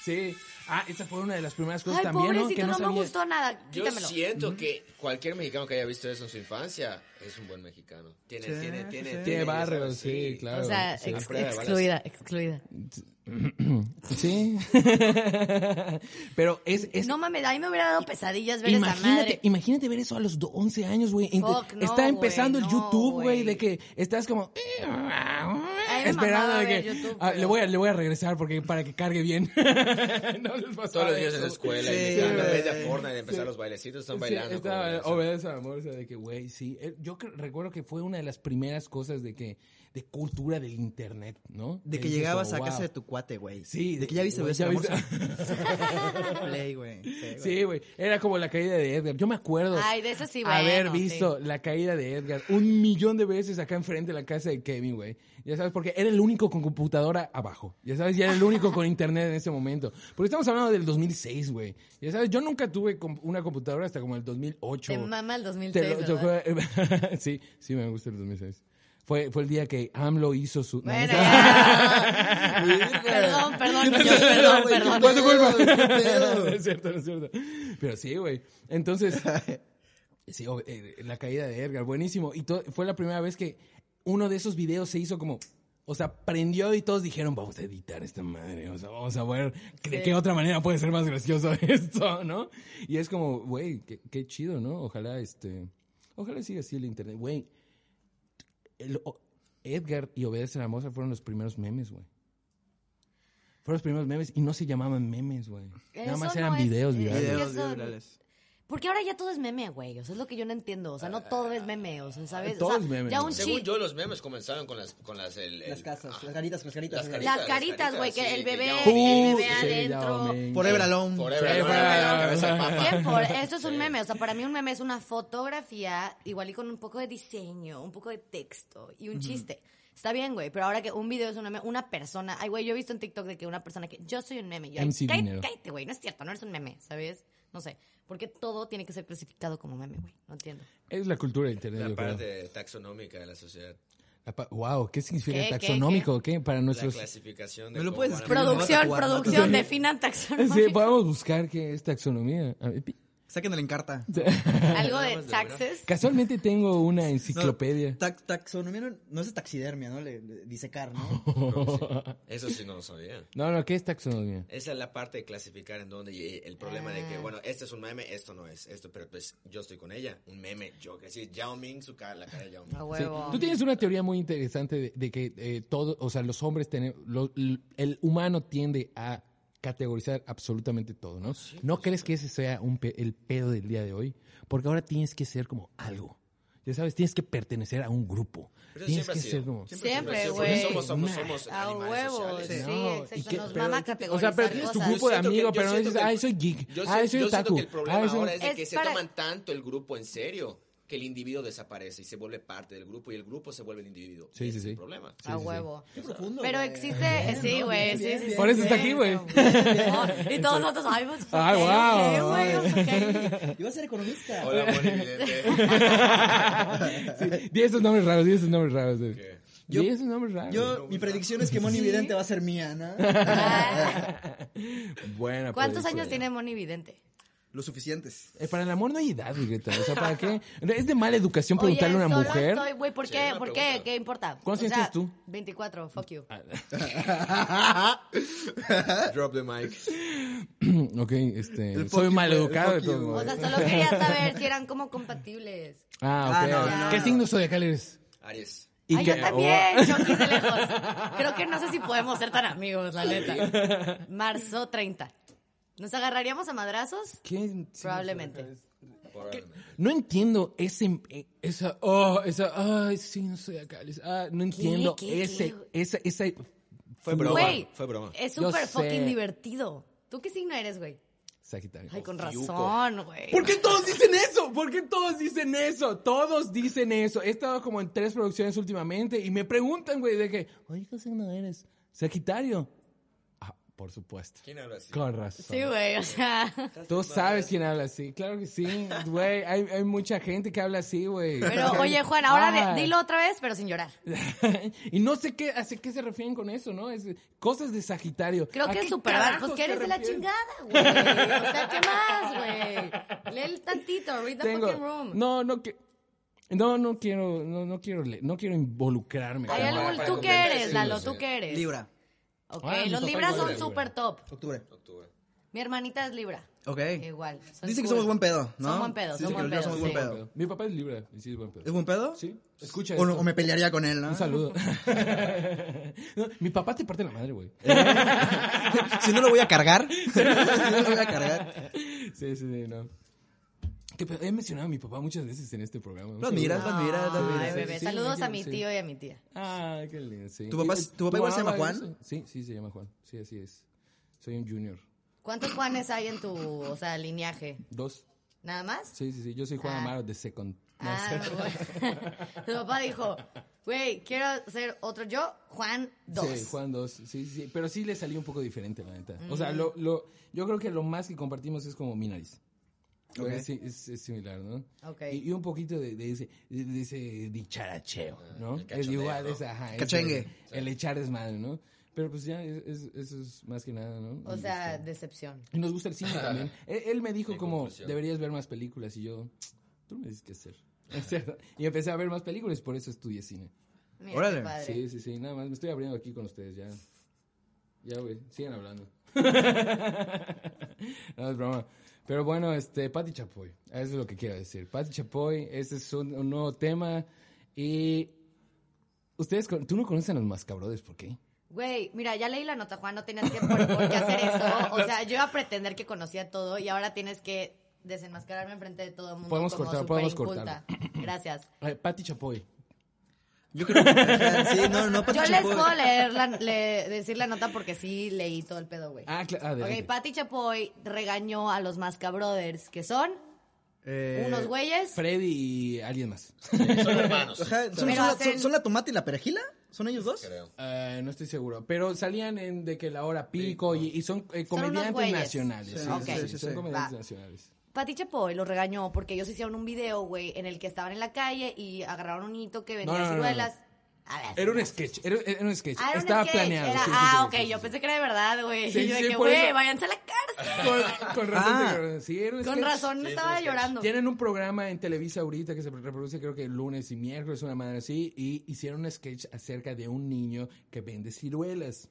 S1: Sí. Ah, esa fue una de las primeras cosas
S2: ay,
S1: también, ¿no?
S2: pobrecito,
S1: Que
S2: no,
S1: no,
S2: me
S1: sabía.
S2: gustó nada.
S4: Yo
S2: Quítamelo.
S4: siento que cualquier mexicano que haya visto eso en su infancia es un buen mexicano. Tiene,
S3: Sí,
S4: tiene,
S3: sí,
S4: tiene,
S3: sí.
S1: Tiene
S4: ya
S1: barrio,
S4: sabes,
S1: sí, claro.
S2: O sea,
S1: sí.
S2: ex-
S4: A prueba de
S2: excluida, excluida.
S1: Sí. Pero es... es
S2: No mames, a mí me hubiera dado pesadillas ver esa
S1: Imagínate,
S2: madre.
S1: imagínate ver eso a los do- 11 años, güey. Ent-
S2: Fuck, no,
S1: Está empezando
S2: güey,
S1: el
S2: no,
S1: YouTube, güey,
S2: güey.
S1: de que estás como
S2: me
S1: esperando
S2: mamaba
S1: de que
S2: ver YouTube,
S1: ah,
S2: pero-
S1: le voy a le voy a regresar porque para que cargue bien. no les pasaba
S4: Todos los días
S1: eso,
S4: en la
S1: güey.
S4: escuela
S3: Sí,
S4: y me
S3: güey.
S4: vez de Fortnite empezar los bailecitos, están bailando. como
S1: estaba-
S4: bailando.
S1: obedece al amor, o sea, de que, güey, sí. Eh, Yo cre- recuerdo que fue una de las primeras cosas de que, de cultura del internet, ¿no?
S3: De que
S1: dices
S3: llegabas
S1: como,
S3: a casa
S1: wow.
S3: de tu cuate, güey.
S1: Sí,
S3: De que ya viste,
S1: güey,
S3: güey.
S1: ya viste-
S3: Play, güey.
S1: Sí, güey. Era como la caída de Edgar. Yo me acuerdo.
S2: Ay, de eso sí, bueno,
S1: Haber
S2: sí.
S1: visto la caída de Edgar un millón de veces acá enfrente de la casa de Kevin, güey. Ya sabes, porque era el único con computadora abajo. Ya sabes, ya era el único con internet en ese momento. Porque estamos hablando del 2006, güey. Ya sabes, yo nunca tuve com- una computadora hasta como el 2008.
S2: Te mama el
S1: Te
S2: 2006,
S1: lo- te
S2: ¿verdad?
S1: fue- sí, sí, me gusta el 2006. Fue, fue el día que AMLO hizo su... no,
S2: Bueno,
S1: no,
S2: ya. perdón, perdón, niños, perdón, perdón.
S1: ¿Cuál es tu culpa?
S3: ¿Qué pedo?
S1: No es cierto, no es cierto. Pero sí, güey. Entonces, sí, o- eh, la caída de Edgar, buenísimo. Y to- fue la primera vez que uno de esos videos se hizo como... O sea, prendió y todos dijeron, vamos a editar esta madre, o sea, vamos a ver que- de qué otra manera puede ser más gracioso esto, ¿no? Y es como, güey, qué, qué chido, ¿no? Ojalá, este, ojalá siga así el internet. Güey, el- o- Edgar y Obedece a la Moza fueron los primeros memes, güey. Fueron los primeros memes y no se llamaban memes, güey. Nada
S2: Eso
S1: más
S2: no
S1: eran
S2: es-
S1: videos
S2: eh,
S1: virales.
S2: Videos, videos virales. Porque ahora ya todo es meme, güey. O sea, es lo que yo no entiendo. O sea, no todo es meme, o sea, ¿sabes? O
S1: Todo
S2: sea,
S1: es meme,
S2: Ya
S1: ¿no?
S2: un
S4: Según
S2: chiste.
S4: yo, los memes comenzaron con las... Con las, el, el-
S3: Las casas, las caritas, las caritas.
S4: Las
S3: las
S4: caritas.
S2: Las caritas, güey, que
S4: Sí,
S2: el
S4: que
S2: bebé,
S4: ya-
S2: el
S1: Uh, sí,
S2: bebé
S1: ya,
S2: adentro.
S1: amén.
S3: Forever Alone.
S4: Forever,
S1: Forever
S4: Alone,
S1: Alone.
S4: cabeza de papa.
S2: Tiempo, eso es un
S4: Sí.
S2: meme. O sea, para mí un meme es una fotografía igual y con un poco de diseño, un poco de texto y un chiste. Está bien, güey, pero ahora que un video es un meme, una persona. Ay, güey, yo he visto en TikTok de que una persona que. Yo soy un meme. Yo, ay,
S1: MC
S2: cállate,
S1: Dinero.
S2: cállate, güey, no es cierto, no eres un meme, ¿sabes? No sé. Porque todo tiene que ser clasificado como meme, güey. No entiendo.
S1: Es la cultura del internet,
S4: La
S1: yo creo.
S4: parte taxonómica de la sociedad.
S1: La pa- wow, ¿qué significa este
S2: ¿Qué, qué,
S1: taxonómico? ¿Qué? Para
S4: La
S1: nuestros...
S4: clasificación de
S3: ¿Me lo
S4: cómo
S3: puedes
S4: van a-
S3: escribir?
S2: Pues, Producción,
S3: Guarda, guarda.
S2: producción, definan taxonomía.
S1: Sí, podemos buscar qué es taxonomía. A ver, pi-
S3: Sáquenle en carta.
S2: Algo de taxes.
S1: Casualmente tengo una
S3: No,
S1: enciclopedia.
S3: tax- taxonomía no, no es taxidermia, ¿no? Le, le- disecar, ¿no?
S4: Eso sí no lo sabía.
S1: No, no, ¿qué es taxonomía?
S4: Esa es la parte de clasificar en donde y el problema de
S2: Ah.
S4: que, bueno, este es un meme, esto no es, esto, pero pues yo estoy con ella, un meme, yo que sí, Yao Ming, su cara, la cara de Yao Ming.
S2: A
S1: Sí.
S2: huevo.
S1: Tú tienes una teoría muy interesante de, de que eh, todo, o sea, los hombres tenemos, lo- l- el humano tiende a categorizar absolutamente todo, ¿no? ¿No crees que ese sea un pe- el pedo del día de hoy? Porque ahora tienes que ser como algo. Ya sabes, tienes que pertenecer a un grupo.
S4: Pero eso
S1: tienes
S4: siempre
S1: que
S4: ha sido.
S1: ser como...
S2: Siempre,
S4: Sí,
S2: güey.
S4: Porque somos, somos, somos
S2: A
S4: animales
S2: huevo.
S4: sociales.
S2: Sí,
S1: No, ¿y
S2: exacto.
S1: qué-
S2: Nos
S1: pero-
S2: mama
S1: O sea,
S2: categorizar
S1: pero tienes tu
S2: cosas.
S1: grupo de
S4: Yo siento que-
S1: amigos,
S4: yo
S1: pero no
S4: siento
S1: dices,
S4: que-
S1: ay, soy geek,
S4: Yo,
S1: ay, soy
S4: sé- yo siento
S1: otaku,
S4: que el problema
S1: ay, soy...
S4: ahora es de
S2: Es
S4: que se
S2: para-
S4: toman tanto el grupo en serio que el individuo desaparece y se vuelve parte del grupo y el grupo se vuelve el individuo.
S1: Sí,
S4: Ese
S1: sí,
S4: es
S1: sí.
S4: el problema.
S2: A huevo.
S3: Qué profundo.
S2: Pero
S3: güey.
S2: existe, eh, sí, güey, sí, sí, sí.
S1: Por eso está aquí, güey.
S2: No, Y todos nosotros, ay, pues,
S1: Ay,
S2: ok,
S1: guau.
S2: ok, güey, ok.
S3: Iba a ser economista.
S4: Hola, buen evidente.
S1: Di esos nombres raros, di esos nombres raros. güey.
S4: ¿Qué?
S1: Di esos nombres raros.
S3: Yo, mi predicción es que Moni Vidente va a ser mía, ¿no?
S1: Buena
S2: ¿Cuántos
S4: pues,
S1: predicción.
S2: años tiene Moni Vidente?
S3: Lo suficientes.
S1: Eh, para el amor no hay edad, Greta. O sea, ¿para qué? Es de mala educación preguntarle a una
S2: solo
S1: mujer.
S2: Estoy, güey, ¿por
S4: Sí,
S2: qué?
S4: una
S2: ¿Por qué?
S4: pregunta. Ah,
S2: ¿Qué importa?
S1: ¿Cuántos años
S2: O sea,
S1: tienes tú?
S2: 24, fuck you.
S4: Drop the mic.
S1: ok, este.
S3: El
S1: Soy
S3: fuck you,
S1: maleducado
S3: el
S1: de
S3: fuck you.
S1: todos
S2: O
S1: modos.
S2: sea, solo quería saber si eran como compatibles.
S1: Ah, ok.
S3: Ah, no, no,
S1: ¿Qué
S3: no.
S1: signo zodiacal eres?
S4: Aries.
S1: ¿Y
S2: Ay,
S1: qué-
S2: Ah,
S1: Oh,
S2: yo también, Chucky de lejos. Creo que no sé si podemos ser tan amigos, la neta. Marzo 30. ¿Nos agarraríamos a madrazos?
S1: ¿Qué signo
S2: Probablemente.
S4: Probablemente.
S1: No entiendo ese, eh, esa, oh, esa, ay, sí, no soy acá, les- ah, no entiendo
S2: ¿Qué? ¿Qué?
S1: ese, esa, esa,
S4: Fue broma.
S2: Güey,
S4: Fue broma.
S2: es
S1: Yo
S2: súper
S1: sé.
S2: fucking divertido. ¿Tú qué signo eres, güey?
S1: Sagitario.
S2: Ay, con
S4: Fiuco.
S2: razón, güey.
S1: ¿Por qué todos dicen eso? ¿Por qué todos dicen eso? Todos dicen eso. He estado como en tres producciones últimamente y me preguntan, güey, de que, oye, ¿qué signo eres? Sagitario. Ah, por supuesto.
S4: ¿Quién habla así?
S1: Con razón.
S2: Sí, güey, o sea.
S1: Tú sabes quién habla así. Claro que sí, güey. Hay, hay mucha gente que habla así, güey.
S2: Pero, oye, Juan, ahora de-
S1: Ah.
S2: dilo otra vez, pero sin llorar.
S1: y no sé qué, hacia qué se refieren con eso, ¿no? Es cosas de Sagitario.
S2: Creo
S1: ¿A
S2: que
S1: qué
S2: es súper mal. Pues
S1: carajos
S2: que
S1: se
S2: eres de la
S1: refieren?
S2: chingada, güey. O sea, ¿qué más, güey? Lee el tantito, read the
S1: Tengo-
S2: fucking room.
S1: No, no que no, no quiero, no, no quiero, le- no quiero involucrarme.
S2: Hay
S1: con
S4: algo-
S1: nada.
S2: algún-
S4: para
S2: ¿Tú qué
S4: comprender,
S2: eres,
S4: sí,
S2: Lalo?
S4: no sé.
S2: ¿Tú qué eres?
S3: Libra.
S2: Ok,
S1: Ah, mi
S2: los
S1: papá
S2: libras
S1: igual
S2: son
S1: es Libra.
S2: súper top.
S3: Octubre.
S4: Octubre.
S2: Mi hermanita es libra.
S3: Ok.
S2: Igual. son
S3: Dicen
S2: cool.
S3: que somos buen pedo, ¿no?
S2: Son buen pedo,
S3: Dicen
S2: son
S3: que
S2: buen
S3: los libros
S2: pedo,
S3: somos buen
S2: sí.
S3: pedo.
S1: Mi papá es libra, y sí es buen pedo.
S3: ¿Es buen pedo?
S1: Sí, escucha
S3: O, no-
S1: esto.
S3: o me pelearía con él, ¿no?
S1: Un saludo. No, mi papá te parte la madre, güey.
S3: si no lo voy a cargar. si no lo voy a cargar.
S1: Sí, sí, sí, no. Que, pero he mencionado a mi papá muchas veces en este programa.
S3: Lo admiras, lo admiras, lo
S2: Ay,
S3: admiras.
S2: bebé.
S1: Sí,
S2: Saludos a
S1: sí,
S2: mi
S1: sí.
S2: tío y a mi tía.
S1: Ah, qué lindo, sí.
S3: ¿Tu papá-
S1: Y-
S3: tu papá igual se llama
S1: mamá,
S3: Juan?
S1: eso? Sí, sí, se llama Juan. Sí, así es. Soy un junior.
S2: ¿Cuántos Juanes hay en tu, o sea, lineaje?
S1: Dos.
S2: ¿Nada más?
S1: Sí, sí, sí. Yo soy Juan
S2: Ah.
S1: Amaro de Second. No,
S2: Ah,
S1: sé.
S2: bueno. Tu papá dijo, güey, quiero ser otro yo, Juan 2.
S1: Sí, Juan 2. Sí, sí, sí. Pero sí le salió un poco diferente, la neta. O
S2: Mm.
S1: sea, lo, lo, yo creo que lo más que compartimos es como mi nariz.
S3: Ok.
S1: Es, es- es similar, ¿no?
S2: Ok.
S1: Y, y un poquito de, de ese, de ese dicharacheo, ¿no?
S4: Ah, el
S1: es
S4: cachondeo,
S1: igual,
S4: ¿no?
S1: es ajá, es
S3: Cachengue.
S1: El, el echar desmadre, ¿no? Pero pues ya, es- es- eso es más que nada, ¿no?
S2: O
S1: Y,
S2: sea,
S1: este,
S2: decepción.
S1: y nos gusta el cine también. Él, él me dijo
S4: Mi
S1: como,
S4: conclusión.
S1: deberías ver más películas. Y yo, tú me dices qué hacer. Es cierto. Y empecé a ver más películas, por eso estudié cine.
S2: Mira, qué
S3: Órale.
S2: padre.
S1: Sí, sí, sí, nada más. Me estoy abriendo aquí con ustedes ya. Ya, güey, sigan hablando. no, es broma. Pero bueno, este, Pati Chapoy, eso es lo que quiero decir. Pati Chapoy, este es un, un nuevo tema. Y ustedes, con- tú no conoces a los mascabrodes, ¿por qué?
S2: Güey, mira, ya leí la nota, Juan, no tenías que por, por qué hacer eso. O sea, yo iba a pretender que conocía todo y ahora tienes que desenmascararme enfrente de todo el mundo
S1: Podemos
S2: como
S1: cortar, podemos
S2: superinculta. Gracias.
S1: Eh, Pati Chapoy.
S3: Yo creo que. Sí, no, no, Pati
S2: Yo les
S3: Chapoy.
S2: puedo leer la- le- decir la nota porque sí leí todo el pedo, güey.
S1: Ah, claro,
S2: ok, Patti Chapoy regañó a los Masca Brothers, que son
S3: Eh,
S2: unos güeyes.
S1: Freddy y alguien más.
S4: Son hermanos.
S3: ajá, ¿son,
S2: Pero
S3: son la-
S2: hacen-
S3: son- son la tomate y la perejila? ¿Son ellos dos?
S4: Creo.
S1: Eh, no estoy seguro, pero salían en de que la hora pico y, y son eh, comediantes
S2: güeyes.
S1: nacionales.
S3: Sí,
S1: Sí,
S2: ok.
S1: sí, sí,
S3: sí,
S1: son
S3: sí.
S1: comediantes
S2: Va.
S1: nacionales.
S2: Pati Chapoy lo regañó porque ellos hicieron un video, güey, en el que estaban en la calle y agarraron un hito que vendía
S1: No, no, no, no,
S2: ciruelas. A ver.
S1: Era un sketch, era, era un sketch.
S2: Ah, era un
S1: Estaba
S2: sketch,
S1: planeado.
S2: era-
S1: sí, sí,
S2: ah,
S1: sí,
S2: ok,
S1: sí, sí,
S2: yo
S1: sí.
S2: pensé que era de verdad, güey.
S1: Sí,
S2: Y yo
S1: sí,
S2: de que,
S1: por
S2: güey,
S1: eso-
S2: váyanse a la cárcel.
S1: Con, con razón,
S3: Ah.
S1: te creo. sí, era un
S2: Con
S1: sketch.
S2: razón, no
S4: Sí,
S2: estaba
S4: sí, sí.
S2: llorando.
S1: Tienen un programa en Televisa ahorita que se reproduce creo que lunes y miércoles, una madre así, y hicieron un sketch acerca de un niño que vende ciruelas.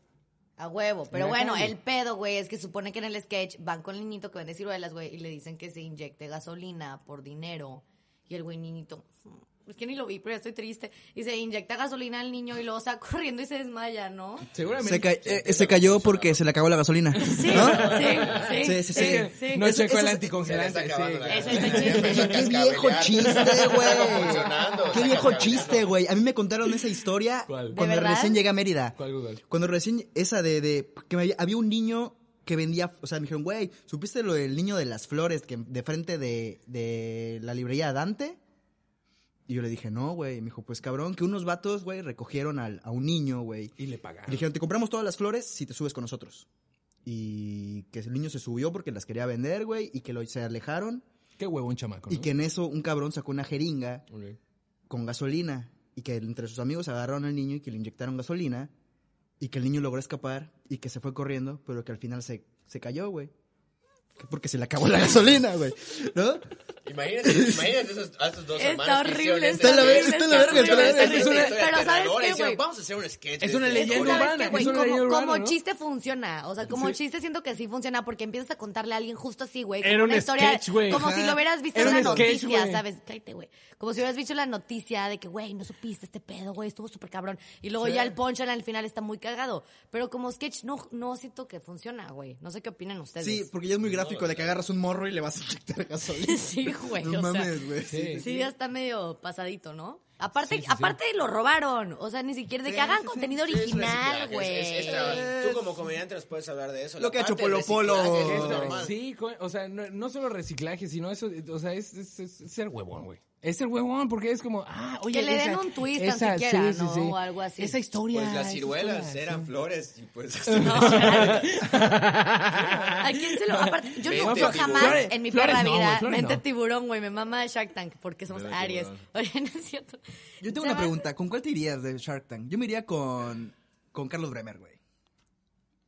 S2: A huevo, pero
S1: la
S2: bueno,
S1: calle.
S2: el pedo, güey, es que supone que en el sketch van con el niñito que vende ciruelas, güey, y le dicen que se inyecte gasolina por dinero. Y el güey niñito, "Mm, es que ni lo vi, pero ya estoy triste. Y se inyecta gasolina al niño y luego está corriendo y se desmaya, ¿no?
S1: Seguramente.
S3: Se, ca- eh, se cayó porque se le acabó la gasolina.
S2: Sí,
S3: ¿No?
S2: sí, sí.
S3: Sí, sí, sí.
S1: Sí,
S2: Sí.
S1: No
S3: Eso-
S1: sé
S3: eso
S1: cuál
S3: es-
S1: anticongelante.
S4: Se le está acabando
S1: sí.
S4: la-
S2: Ese es el chiste.
S4: Empezó a
S3: Qué
S4: cascabelar.
S3: viejo chiste,
S4: Está funcionando,
S3: güey. Qué
S4: está
S3: viejo
S4: cascabeando.
S3: chiste, güey. A mí me contaron esa historia
S1: ¿Cuál? ¿De
S3: cuando
S2: verdad?
S3: recién llegué a Mérida.
S1: ¿Cuál, Google?
S3: Cuando recién, esa de, de que me había, había un niño que vendía, o sea, me dijeron, güey, ¿supiste lo del niño de las flores que de frente de, de la librería Dante? Y yo le dije, no, güey. Y Me dijo, pues cabrón, que unos vatos, güey, recogieron al- a un niño, güey.
S1: Y le
S3: Le
S1: pagaron.
S3: dijeron, te compramos todas las flores si te subes con nosotros. Y que el niño se subió porque las quería vender, güey, y que lo, se alejaron.
S1: Qué huevón chamaco.
S3: Y
S1: ¿no?
S3: que en eso un cabrón sacó una jeringa
S1: Ok.
S3: con gasolina y que entre sus amigos agarraron al niño y que le inyectaron gasolina y que el niño logró escapar y que se fue corriendo, pero que al final se, se cayó, güey. Que Porque se le acabó la gasolina, güey. ¿no?
S4: Imagínate, imagínate esos, a esos dos
S2: Está
S4: hermanos. que hicieron
S2: horrible,
S4: esta
S3: está la verga, está
S4: historia.
S3: la verga, está la verga.
S4: Hicieron
S2: Es una-
S4: esta
S2: pero
S4: historia
S2: ¿sabes
S4: aterradora
S2: qué,
S4: y dijeron,
S2: güey?
S4: Vamos a hacer un sketch. de
S1: Es una
S4: este".
S2: Es que,
S1: leyenda
S2: ¿sabes
S1: urbana,
S2: qué, güey?
S1: es una
S2: como,
S1: leyenda urbana,
S2: como
S1: ¿no?
S2: chiste funciona. O sea, como chiste siento que sí funciona porque empiezas a contarle a alguien justo así, güey. como
S1: Era un
S2: una historia,
S1: sketch, güey.
S2: Como
S1: Ajá.
S2: si lo hubieras visto
S1: Era
S2: en la
S1: un sketch,
S2: noticia,
S1: güey.
S2: ¿sabes? Cállate, güey. Como si hubieras visto la noticia de que, güey, no supiste este pedo, güey, estuvo súper cabrón. Y luego ya el punchline al final está muy cagado. Pero como sketch no, no siento que funciona, güey. No sé qué opinan ustedes.
S3: Sí, porque ya es muy gráfico de que agarras un morro y le vas a inyectar gasolina.
S2: Sí, güey.
S3: No
S2: o sea,
S3: mames, güey.
S1: Sí.
S2: Sí, ya está medio pasadito, ¿no? Aparte, aparte lo robaron. O sea, ni siquiera de que
S3: Sí,
S2: hagan
S3: sí, sí.
S2: contenial
S4: Sí, es
S2: original,
S4: reciclaje,
S2: güey.
S4: es- es- es tra- Tú como comediante nos puedes hablar de eso.
S3: Lo
S4: la
S3: que ha hecho
S4: parte del
S3: Polo Polo.
S4: reciclaje es
S1: Es-
S4: normal.
S1: sí, co- o sea, no, no solo reciclaje, sino eso, o sea, es, es- es- es ser huevón, güey. Es ser huevón porque es como, ah, oye,
S2: Que le den
S1: esa-
S2: un twist tan
S1: esa,
S2: siquiera,
S1: sí, sí,
S2: ¿no?
S1: sí.
S2: O algo así.
S1: Esa historia.
S4: Pues las
S1: esa
S4: ciruelas
S1: historia,
S4: eran
S1: sí.
S4: flores y pues...
S2: ¿A quién se lo.? Aparte, yo
S4: Vete,
S2: no, yo
S4: tiburón.
S2: jamás
S1: Flores-
S2: en mi
S1: flores
S2: perra
S1: no,
S2: vida.
S1: güey, flores
S2: mente
S1: no.
S2: tiburón, güey. Me mama de Shark Tank porque somos
S4: Mente
S2: Aries.
S4: tiburón.
S2: Oye, no es cierto.
S3: Yo
S2: Se
S3: tengo una
S2: va-
S3: pregunta. ¿Con cuál te irías de Shark Tank? Yo me iría con, con Carlos Bremer, güey.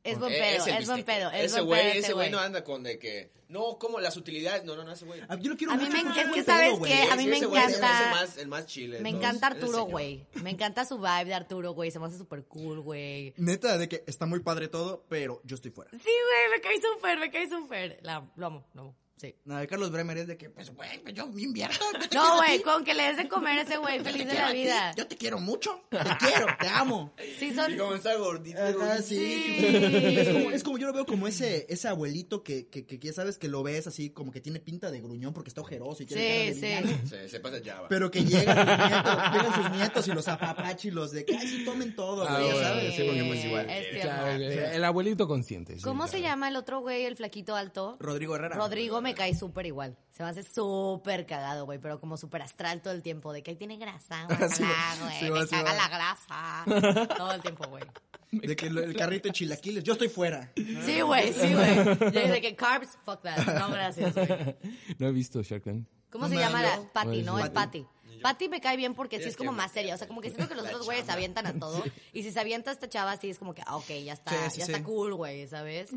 S2: Es buen
S4: Eh,
S2: pedo,
S4: el
S2: es buen
S4: bistec.
S2: pedo. Es
S4: Ese
S2: buen pedo.
S4: güey, ese güey no
S2: A
S4: anda con de que... No, como las utilidades... No, no, no, ese güey.
S3: Yo lo quiero
S2: mí
S3: mucho,
S2: me
S3: es un
S2: encanta. Es que
S3: buen
S2: sabes
S3: pedo, güey.
S2: que a mí
S4: Sí,
S2: me
S4: ese güey es el
S2: encanta.
S4: más- El más chile.
S2: Me
S4: ¿no?
S2: encanta
S4: Ese
S2: Arturo,
S4: señor.
S2: güey. Me encanta su vibe de Arturo, güey. Se me hace súper cool, güey.
S3: Neta, de que está muy padre todo, pero yo estoy fuera.
S2: Sí, güey, me caí súper, me caí súper. La amo, Lo amo, lo amo. Sí.
S3: No, de Carlos Bremer es de que, pues, güey, pues, yo me invierto. yo te quiero
S2: No,
S3: a
S2: güey,
S3: ti,
S2: con que le des de comer a ese güey,
S3: te
S2: feliz de
S3: quiero a
S2: la
S3: ti,
S2: vida.
S3: Yo te quiero mucho. Te quiero, te amo.
S2: Sí, son.
S4: Y como está gordito.
S3: Ajá,
S4: gordito.
S3: Ah, sí. Es, como, es como yo lo veo como ese, ese abuelito que, que, que, que ya sabes que lo ves así, como que tiene pinta de gruñón porque está ojeroso y tiene
S2: Sí,
S3: cara de
S2: sí.
S3: villano.
S4: Se, se pasa Java.
S3: Pero que llegan sus nietos, llegan sus nietos y los apapachi y los de que, ay, sí, tomen todo,
S1: Ah,
S3: güey, ya
S1: bueno,
S3: sabes.
S1: sí, porque
S4: pues igual.
S2: es tierno.
S1: Claro, el- el abuelito consciente. sí,
S2: ¿Cómo
S1: claro.
S2: se llama el otro güey, el flaquito alto?
S3: Rodrigo Herrera.
S2: Rodrigo me cae súper igual. Se me hace súper cagado, güey, pero como súper astral todo el tiempo. De que ahí tiene grasa, güey.
S3: Sí,
S2: ojalá,
S3: sí,
S2: güey,
S3: sí,
S2: me
S3: sí,
S2: caga
S3: sí.
S2: la grasa. Todo el tiempo, güey.
S3: De que lo- el carrito de chilaquiles, yo estoy fuera.
S2: Sí, güey, sí, güey. Ya De que carbs, fuck that. No, gracias, güey.
S1: No he visto Shark Tank.
S2: ¿Cómo
S3: No
S2: se
S3: Pues me
S2: llama la
S3: hallo.
S2: Patty, no? Es
S3: Patty.
S2: Patty. Patty me cae bien porque sí
S4: Tienes
S2: es como
S4: que
S2: más seria. O sea, como que siento que los
S4: La
S2: otros güeyes se
S4: chamba.
S2: avientan a todo. Y si se avienta esta chava, sí es como que, ah, ok, ya está,
S3: Sí, sí,
S2: ya
S3: sí.
S2: está cool, güey, ¿sabes?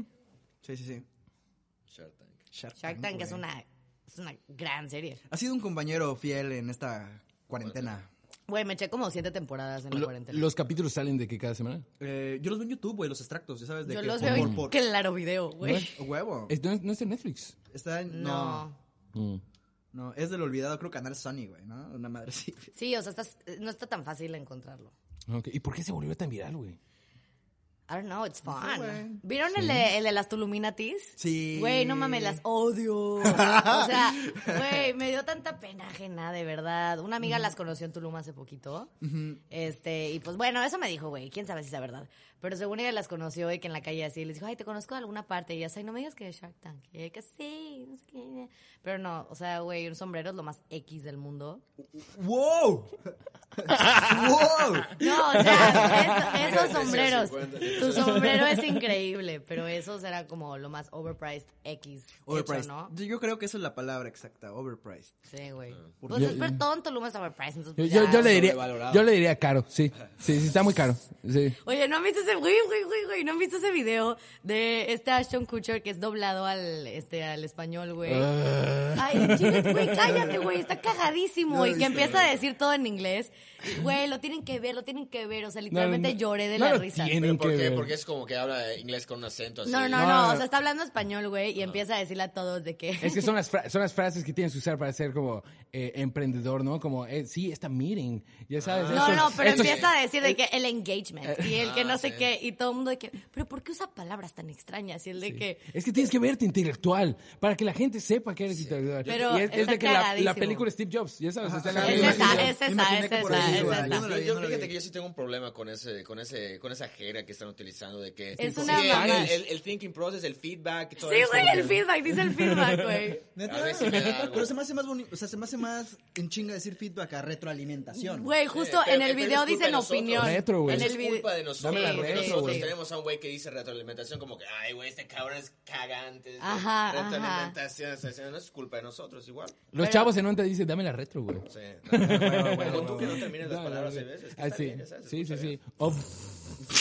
S3: Sí, sí, sí.
S4: Shark Tank.
S2: Shark Tank es
S3: güey.
S2: una, es una gran serie.
S3: Ha sido un compañero fiel en esta cuarentena.
S2: Güey, me eché como siete temporadas en la
S1: Lo-
S2: cuarentena.
S1: los capítulos salen de que cada semana.
S3: Eh, yo los veo en YouTube, güey, los extractos, ya sabes. De
S2: Yo
S3: que
S2: los
S3: por-
S2: veo en
S3: por- por-
S2: claro video, güey.
S3: Huevo.
S1: Es- no, es- no es de Netflix.
S3: Está en-
S2: No.
S3: no.
S1: Mm.
S3: No, es del olvidado, creo, canal Sony, güey, ¿no? Una madre sí.
S2: Sí, o sea, estás- no está tan fácil encontrarlo.
S1: Ok, ¿Y por qué se volvió tan viral, güey?
S2: I don't know, it's
S3: güey.
S2: fun. ¿Vieron el, de, el de las Tuluminatis?
S3: Sí.
S2: Güey, no mames, las odio. O sea, güey, me dio tanta pena ajena, de verdad. Una amiga las conoció en Tulum hace poquito. Este, y pues bueno, eso me dijo, güey, quién sabe si es verdad. Pero según ella las conoció y que en la calle así les dijo, ay, te conozco de alguna parte. Y ella, ay, no me digas que de Shark Tank. Y ella, que sí, no sé qué". Pero no, o sea, güey, un sombrero es lo más X del mundo.
S3: ¡Wow! ¡Wow!
S2: No, o sea, eso- esos
S4: Mira,
S2: sombreros.
S4: 350.
S2: Tu sombrero es increíble, pero eso será como lo más overpriced X. hecho,
S3: Overpriced.
S2: ¿no?
S3: Yo- Yo creo que esa es la palabra exacta, overpriced.
S2: Sí, güey.
S3: Por-
S2: Pues
S1: Yo-
S2: es ver tonto, Luma es overpriced. entonces,
S1: Yo, yo-
S2: pues, ya.
S1: yo le diría,
S4: Sobrevalorado.
S1: yo le diría caro, sí. Sí, sí, está muy caro. Sí.
S2: Oye, ¿no han visto ese, güey, güey, güey, güey, ¿no han visto ese video de este Ashton Kutcher que es doblado al, este, al español, güey?
S1: Ah.
S2: Ay, chile, güey, cállate, güey, está cagadísimo,
S3: No lo he
S2: y que
S3: visto,
S2: empieza a decir todo en inglés. Y, Güey, lo tienen que ver, lo tienen que ver, o sea, literalmente
S1: no,
S2: lloré de
S1: no
S2: la
S1: lo
S2: risa.
S1: tiene.
S4: ¿Pero por
S1: que
S4: qué?
S1: ver.
S4: Porque es como que habla inglés con un acento así.
S2: No, no, no,
S1: No,
S2: no,
S1: no.
S2: o sea, está hablando español, güey, y empieza a decirle a todos de que...
S1: Es que son las, fra- son las frases que tienes que usar para ser como eh, emprendedor, ¿no? Como, eh, sí, esta meeting, ya sabes.
S2: Ah. No,
S1: estos-
S2: no, pero
S1: estos-
S2: empieza a decir de que el engagement y el que no sé
S4: Ah, sí.
S2: qué y todo el mundo de que, pero ¿por qué usa palabras tan extrañas? Y el de que,
S1: Es que tienes que verte intelectual para que la gente sepa que eres intelectual.
S2: Pero
S1: y es, es
S2: está
S1: de que la- la,
S2: cagadísimo.
S1: película Steve Jobs, ya sabes, está en la
S2: Ajá.
S1: misma
S2: Es esa,
S1: línea.
S2: es esa,
S3: Imaginé
S2: es
S3: que por
S2: esa,
S3: ahí
S2: es
S3: iba.
S2: esa.
S3: Yo no la
S4: Yo,
S3: vi,
S4: yo-
S3: no la
S4: fíjate
S3: vi.
S4: que yo Ah, sí tengo un problema con ese, con ese, con esa jerga que están utilizando de que
S2: Es
S4: Sí,
S2: una
S4: el-
S2: mamada.
S4: el, el thinking process, el feedback, todo
S2: sí,
S4: eso.
S2: güey, el feedback, dice el feedback, güey.
S3: ¿Neta?
S4: A ver si me da algo.
S3: Pero se me hace más bonito, o sea, se me hace más en chinga decir feedback a retroalimentación.
S2: Güey, justo
S4: pero-
S2: en
S4: pero
S2: el
S4: es
S2: video
S4: culpa de
S2: dicen
S4: nosotros.
S2: opinión.
S1: Retro, güey.
S2: En
S4: Es
S2: el video.
S4: culpa de nosotros.
S1: Dame la
S4: porque
S1: retro,
S4: nosotros
S1: güey.
S4: tenemos a un güey que dice retroalimentación como que, ay, güey, este cabrón es cagante. es
S2: Ajá, ajá.
S4: retroalimentación, o sea, no es culpa de nosotros, igual.
S1: Los chavos en onda dicen, dame la retro, güey.
S4: Sí, no, no, no, como tú que no terminas las
S1: No, no,
S4: palabras
S1: no.
S4: seis veces. que
S1: Ah,
S4: está
S1: sí.
S4: bien, ya sabes,
S1: sí, sí,
S4: escucha
S1: sí.
S4: bien.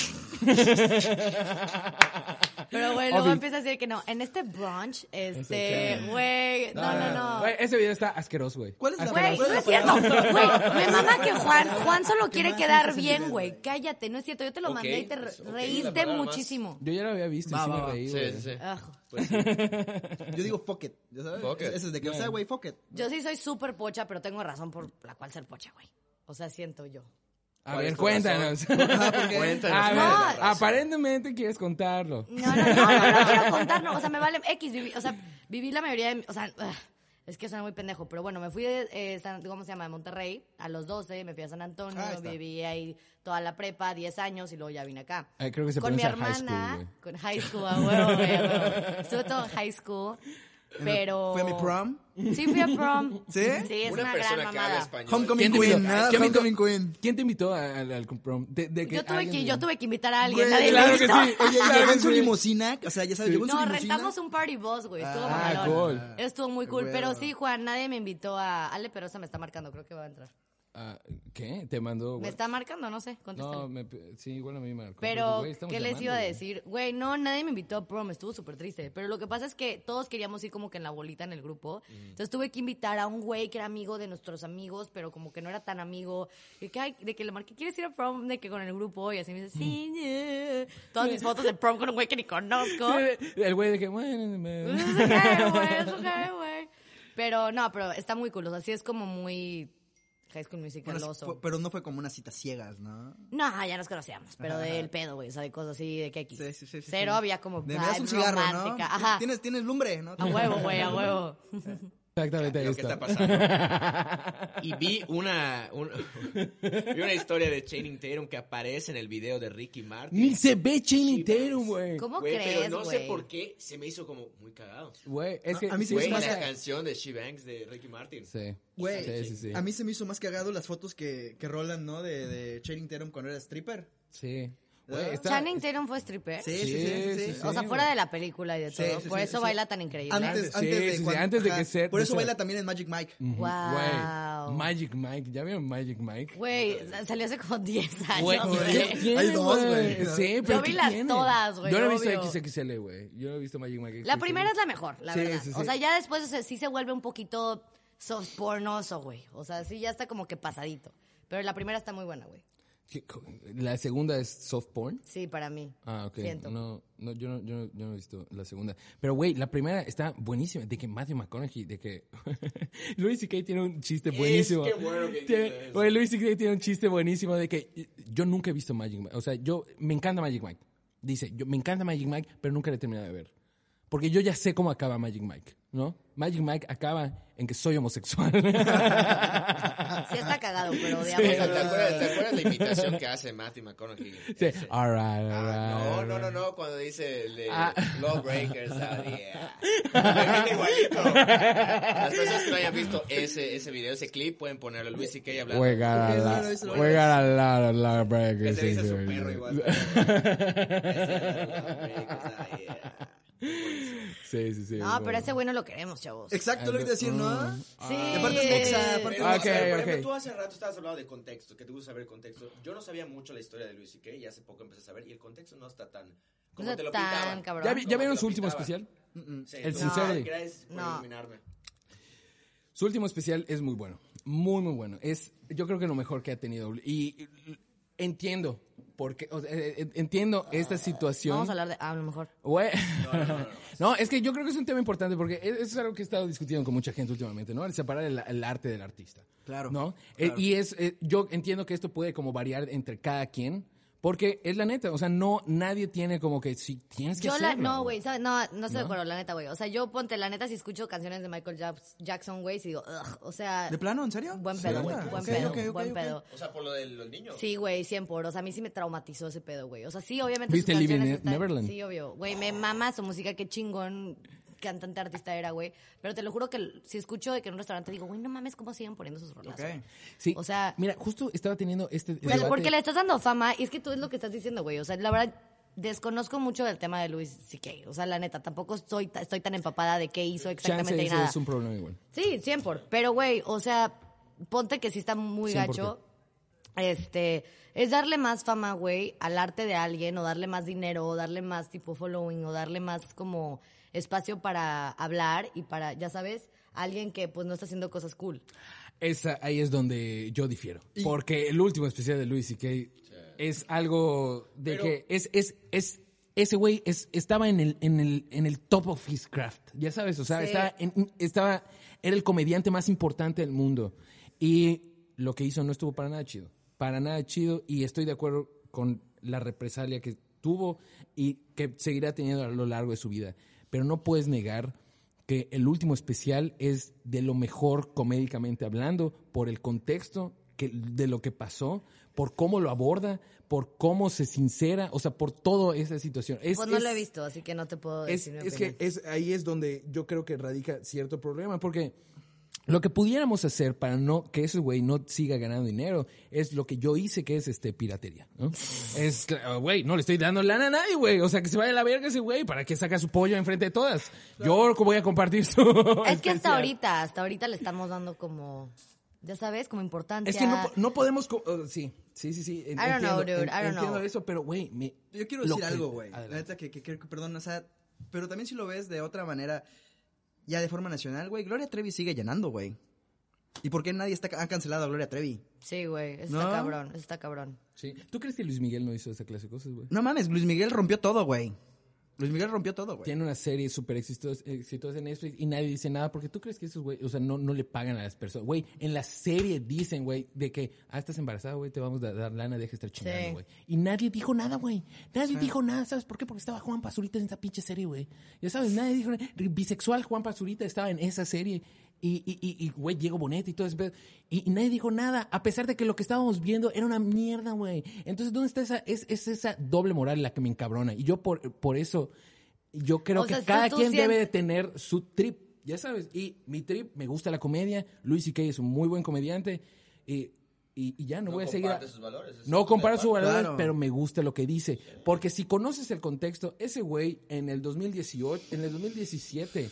S1: Ob-
S2: Pero güey, luego
S1: Obvio.
S2: empieza a decir que no, en este brunch, este, güey, no, no, no.
S1: Ah, Güey, Ese video está asqueroso, güey.
S3: ¿Cuál es la-
S1: Asqueroso.
S2: Güey, no es cierto. Güey, me mama que Juan, Juan solo quiere quedar bien, güey. Cállate, no es cierto. Yo te lo
S4: Ok,
S2: mandé y te re-
S4: pues, ok, la
S2: reíste
S4: palabra más-
S2: muchísimo.
S1: Yo ya lo había visto y
S3: Va,
S1: sí
S3: va,
S1: me
S3: va.
S1: reí,
S4: Sí,
S1: güey.
S4: sí, sí.
S2: Ajo.
S4: Pues sí.
S3: Yo digo fuck it, ¿ya sabes?
S4: Fuck it.
S3: Ese es de que, o sea, güey, fuck it.
S2: Yo sí soy súper pocha, pero tengo razón por la cual ser pocha, güey. O sea, siento yo.
S1: A
S4: ¿Cuál
S1: ver,
S4: es tu
S1: cuéntanos.
S4: razón?
S3: Ah, porque-
S1: A ver,
S2: No.
S1: aparentemente quieres contarlo.
S2: No, no, no, no, no quiero contar, no. O sea, me vale X. Viví, o sea, viví la mayoría de. O sea, ugh, es que suena muy pendejo. Pero bueno, me fui de. eh, San- ¿Cómo se llama? De Monterrey a los 12. Me fui a San Antonio.
S3: Ah, ahí está.
S2: viví ahí toda la prepa, 10 años y luego ya vine acá.
S1: Eh, creo que se
S2: Con mi
S1: pronuncia high
S2: hermana.
S1: school, güey.
S2: con high school, a huevo, güey, a huevo. Estuve todo en high school. Pero.
S3: Fue a mi prom.
S2: Sí, fui a prom.
S3: ¿Sí?
S2: Sí, es una, gran
S4: Una persona que habla
S2: mamada.
S4: español.
S3: Homecoming
S1: ¿Quién te
S3: Queen,
S1: invitó?
S3: ¿no?
S1: ¿Quién te invitó?
S3: Homecoming Queen.
S1: ¿Quién te invitó a- al, al comprom? De- de que
S2: Yo tuve, que,
S1: alguien-
S2: yo tuve que invitar a alguien.
S3: Güey,
S2: nadie
S1: claro
S2: lo
S1: que
S2: hizo.
S1: sí.
S3: Oye,
S1: Claro,
S3: llegó en su
S1: güey.
S3: limusina, o sea, ya sabes, llegó en su
S2: No,
S3: limusina.
S2: rentamos un party bus, güey. Estuvo
S1: Ah,
S2: mamalón.
S1: cool.
S2: Estuvo muy cool.
S3: Bueno.
S2: Pero sí, Juan, nadie me invitó a. Ale Perosa me está marcando, creo que va a entrar.
S1: Ah, ¿Qué? Te mandó.
S2: Me
S1: güey.
S2: está marcando, no sé, contéstale.
S1: No, me, sí, igual a mí me marcó.
S2: Pero,
S1: Güey, estamos
S2: ¿qué les
S1: llamando,
S2: iba a
S1: güey.
S2: decir? Güey, no, nadie me invitó a prom, estuvo súper triste. Pero lo que pasa es que todos queríamos ir como que en la bolita en el grupo. Entonces tuve que invitar a un güey que era amigo de nuestros amigos, pero como que no era tan amigo. Y que, ay, de que le marqué, ¿quieres ir a prom? De que con el grupo. Y así me dice, sí, yeah. Todas mis fotos de prom con un güey que ni conozco.
S1: El güey de que, bueno, me-
S2: Es ok, güey, es ok, güey. Pero no, pero está muy cool. O sea, sí es como muy High School Musical
S3: Bueno,
S2: oso.
S3: fue- Pero no fue como una cita ciegas, ¿no?
S2: No, ya nos conocíamos, pero del pedo, güey. O sea, de cosas así de que aquí.
S3: Sí, sí, sí, sí,
S2: Cero
S3: sí.
S2: había como
S3: De
S2: vibe
S3: verdad es un cigarro,
S2: romántica.
S3: ¿no?
S2: Ajá.
S3: Tienes, tienes lumbre, ¿no?
S2: A huevo, güey, a huevo.
S1: Exactamente
S4: lo que
S1: esto.
S4: está pasando. Y vi una, un- vi una historia de Channing Tatum que aparece en el video de Ricky Martin.
S1: Ni se ve Channing Tatum,
S3: pues.
S1: güey.
S2: ¿Cómo
S4: Güey,
S2: crees,
S4: Pero no sé
S2: güey?
S4: por qué se me hizo como muy cagado.
S1: Güey, es que.
S3: A mí sí me
S4: Güey,
S1: güey,
S3: más
S4: la
S3: cagado.
S4: canción de She Banks de Ricky Martin.
S1: Sí.
S3: Güey,
S1: sí, sí, sí.
S3: a mí se me hizo más cagado las fotos que, que rolan, ¿no? De, de Channing Tatum cuando era stripper.
S1: Sí. Güey,
S3: ¿Ah?
S1: está-
S2: Channing Tatum fue stripper.
S3: Sí, sí, sí, sí, sí.
S1: sí,
S2: O sea,
S1: sí,
S2: fuera
S1: güey.
S2: de la película y de
S3: Sí,
S2: todo.
S3: sí,
S2: por
S3: sí,
S2: eso
S3: sí.
S2: baila tan increíble.
S3: Antes,
S1: Sí,
S3: antes
S1: sí,
S3: de
S1: sí,
S3: cuando-
S1: antes de
S3: ajá.
S1: que Mm. se-
S3: Por eso
S1: se-
S3: baila también en Magic Mike.
S2: Wow.
S1: Güey, Magic Mike. ¿Ya vieron Magic Mike?
S2: Güey, salió hace como 10 años.
S1: Güey,
S2: güey.
S1: ¿qué tiene,
S3: Hay dos, güey.
S1: Sí,
S2: Yo
S1: pero
S2: vi
S1: ¿qué
S2: las
S1: tiene?
S2: todas, güey,
S1: Yo no he
S2: obvio.
S1: visto XXL, güey. Yo no he visto Magic Mike.
S2: La
S1: XXL.
S2: primera es la mejor, la
S1: Sí,
S2: verdad.
S1: sí, sí.
S2: O sea, ya después o sea, sí se vuelve un poquito soft pornoso, güey. O sea, sí ya está como que pasadito. Pero la primera está muy buena, güey.
S1: ¿Qué co- La segunda es soft porn.
S2: Sí, para mí.
S1: Ah, ok.
S2: Siento.
S1: No, no, yo no, yo, no, yo no he visto la segunda. Pero, güey, la primera está buenísima. De que Matthew McConaughey, de que... Louis C.K. tiene un chiste buenísimo.
S4: qué bueno que
S1: Tiene-
S4: dijiste eso.
S1: Güey, Louis C.K. tiene un chiste buenísimo de que yo nunca he visto Magic Mike. O sea, yo... Me encanta Magic Mike. Dice, yo, me encanta Magic Mike, pero nunca le he terminado de ver. Porque yo ya sé cómo acaba Magic Mike, ¿no? Magic Mike acaba en que soy homosexual.
S2: Sí está cagado, pero
S4: ¿Te
S2: digamos...
S4: acuerdas, te acuerdas- te acuerdas la imitación que hace Matthew McConaughey?
S1: Sí,
S4: Sí.
S1: all right, all
S4: Ah, no,
S1: right,
S4: no,
S1: all
S4: no,
S1: right.
S4: no, cuando dice el de
S1: Ah.
S4: Lawbreakers, ah, yeah. Me viene igualito. Las personas que no hayan visto ese, ese video, ese clip, pueden ponerlo Luis y Kay hablando.
S1: We got a
S3: Porque
S1: lot,
S3: no es lo
S1: we got a lot of lawbreakers
S4: Que se dice
S1: in
S4: su
S1: here.
S4: perro igual. ah.
S1: Sí, sí, Mm, sí.
S2: No, Ah, pero
S1: bueno.
S2: ese güey no lo queremos, chavos.
S3: Exacto, lo que te decir, ¿no?
S2: Sí.
S3: Y aparte es boxa, aparte
S1: Ah,
S3: es
S1: ok,
S3: boxa.
S4: por
S1: ok.
S4: ejemplo, tú hace rato estabas hablando de contexto, que te gusta saber el contexto. Yo no sabía mucho la historia de Luis y Kay y hace poco empecé a saber y el contexto no está tan como
S2: No
S4: te lo
S2: tan
S4: pintaban.
S2: cabrón.
S1: ¿Ya, vi- ya
S4: Como
S1: vieron
S4: te
S1: su
S4: lo
S1: último
S4: pintaban.
S1: especial?
S3: Mm, mm.
S4: Sí,
S1: El
S4: entonces,
S1: Sincerely.
S4: Gracias por
S2: No.
S4: iluminarme.
S1: Su último especial es muy bueno. Muy, muy bueno. Es, yo creo que lo mejor que ha tenido. Y y, entiendo, porque, e, entiendo esta situación.
S2: Ah. Vamos a hablar de... ah, a lo mejor.
S1: Güey. No, es que yo creo que es un tema importante porque e- eso es algo que he estado discutiendo con mucha gente últimamente, ¿no? El separar el, el arte del artista.
S3: Claro.
S1: ¿No? Eh, y es, eh, yo entiendo que esto puede como variar entre cada quien. Porque es la neta, o sea, no, nadie tiene como que, si tienes que
S2: Yo la,
S1: hacerlo,
S2: no, güey, ¿sabes? No, no estoy de
S1: ¿No?
S2: acuerdo, la neta, güey. O sea, yo ponte, la neta, si escucho canciones de Michael Japs- Jackson, güey, si digo, "Ugh", o sea,
S3: ¿De plano? ¿En serio?
S2: buen
S3: Sí,
S2: pedo, güey,
S3: neta.
S2: buen
S3: Ok,
S2: pedo,
S3: ok, ok,
S2: buen
S3: ok.
S2: pedo.
S4: O sea, por lo de los niños.
S2: Sí, güey, 100 por. O sea, a mí sí me traumatizó ese pedo, güey. O sea, sí, obviamente.
S1: ¿Viste
S2: sus
S1: Living
S2: canciones
S1: in
S2: están-
S1: Neverland?
S2: Sí, obvio. Güey, me mama su música, qué chingón cantante artista era, güey. Pero te lo juro que si escucho de que en un restaurante digo, güey, no mames, cómo siguen poniendo sus rolas.
S3: Ok.
S2: güey?
S1: Sí.
S2: O sea-
S1: mira, justo estaba teniendo este.
S2: O sea,
S1: debate.
S2: porque le estás dando fama y es que tú es lo que estás diciendo, güey. O sea, la verdad, desconozco mucho del tema de Luis C.K. O sea, la neta, tampoco soy, ta- estoy tan empapada de qué hizo exactamente
S1: Chance
S2: y
S1: ese
S2: nada.
S1: es un problema igual.
S2: Sí, 100 por. Pero, güey, o sea, ponte que sí está muy
S1: 100 por
S2: gacho. Este, es darle más fama, güey, al arte de alguien, o darle más dinero, o darle más tipo following, o darle más como espacio para hablar y para, ya sabes, alguien que pues no está haciendo cosas cool.
S1: Esa, ahí es donde yo difiero. porque el último especial de Luis y es algo de
S4: Pero-
S1: que es, es, es, ese güey es, estaba en el, en el, en el top of his craft. Ya sabes, o sea,
S2: Sí.
S1: estaba, en- estaba, era el comediante más importante del mundo. Y lo que hizo no estuvo para nada chido. Para nada chido. Y estoy de acuerdo con la represalia que tuvo y que seguirá teniendo a lo largo de su vida. Pero no puedes negar que el último especial es de lo mejor comédicamente hablando, por el contexto que, de lo que pasó, por cómo lo aborda, por cómo se sincera, o sea, por toda esa situación. Es,
S2: pues no
S1: es-
S2: lo he visto, así que no te puedo
S1: Es,
S2: decir mi
S1: es que
S2: opinión.
S1: es, ahí es donde yo creo que radica cierto problema, porque lo que pudiéramos hacer para no que ese güey no siga ganando dinero es lo que yo hice, que es este piratería. ¿no? Es, ah, güey, no le estoy dando lana a nadie, güey. O sea, que se vaya a la verga ese güey para que saca su pollo enfrente de todas. Yo voy a compartir su.
S2: Es que hasta
S1: especial.
S2: ahorita, hasta ahorita le estamos dando como, ya sabes, como importancia.
S1: Es que no, po- no podemos. co- uh, sí, sí, sí, sí. en-
S2: I don't know,
S1: entiendo,
S2: dude,
S1: en-
S2: I don't
S1: entiendo
S2: know.
S1: eso, pero güey, me-
S3: Yo quiero
S1: lo
S3: decir
S1: que-
S3: algo, güey. La
S1: Adelante.
S3: neta que, que, que, perdón, o sea, pero también si lo ves de otra manera, ya de forma nacional, güey, Gloria Trevi sigue llenando, güey. ¿Y por qué nadie está, ha cancelado a Gloria Trevi?
S2: Sí, güey, eso está
S3: ¿No?
S2: cabrón, eso está cabrón.
S1: Sí. ¿Tú crees que Luis Miguel no hizo esa clase de cosas, güey?
S3: No mames, Luis Miguel rompió todo, güey. Luis Miguel rompió todo, güey.
S1: Tiene una serie súper exitosa, exitosa en Netflix y nadie dice nada porque tú crees que esos güey, o sea, no, no le pagan a las personas. Güey, en la serie dicen, güey, de que, ah, estás embarazada, güey, te vamos a dar lana, deja de estar
S2: Sí.
S1: chingando, güey. Y nadie dijo nada, güey. Nadie dijo nada, ¿sabes por qué? Porque estaba Juan Pazurita en esa pinche serie, güey. Ya sabes, nadie dijo nada. Bisexual Juan Pazurita estaba en esa serie. Y, y, y, y, güey, Diego Bonetti y todo ese pedo. Y, y nadie dijo nada, a pesar de que lo que estábamos viendo era una mierda, güey. Entonces, ¿dónde está esa, es, es esa doble moral la que me encabrona? Y yo por, por eso, yo creo
S2: O
S1: que
S2: sea, tú-
S1: cada
S2: tú
S1: quien
S2: sientes-
S1: debe de tener su trip, ya sabes. Y mi trip, me gusta la comedia. Luis C.K. es un muy buen comediante. Y, y, y ya no, voy a seguir. a-
S4: comparte sus valores. es
S1: no
S4: un
S1: comparo
S4: tema
S1: su
S4: aparte.
S1: valor,
S3: Claro.
S1: pero me gusta lo que dice. Porque si conoces el contexto, ese güey en el 2018, en el 2017,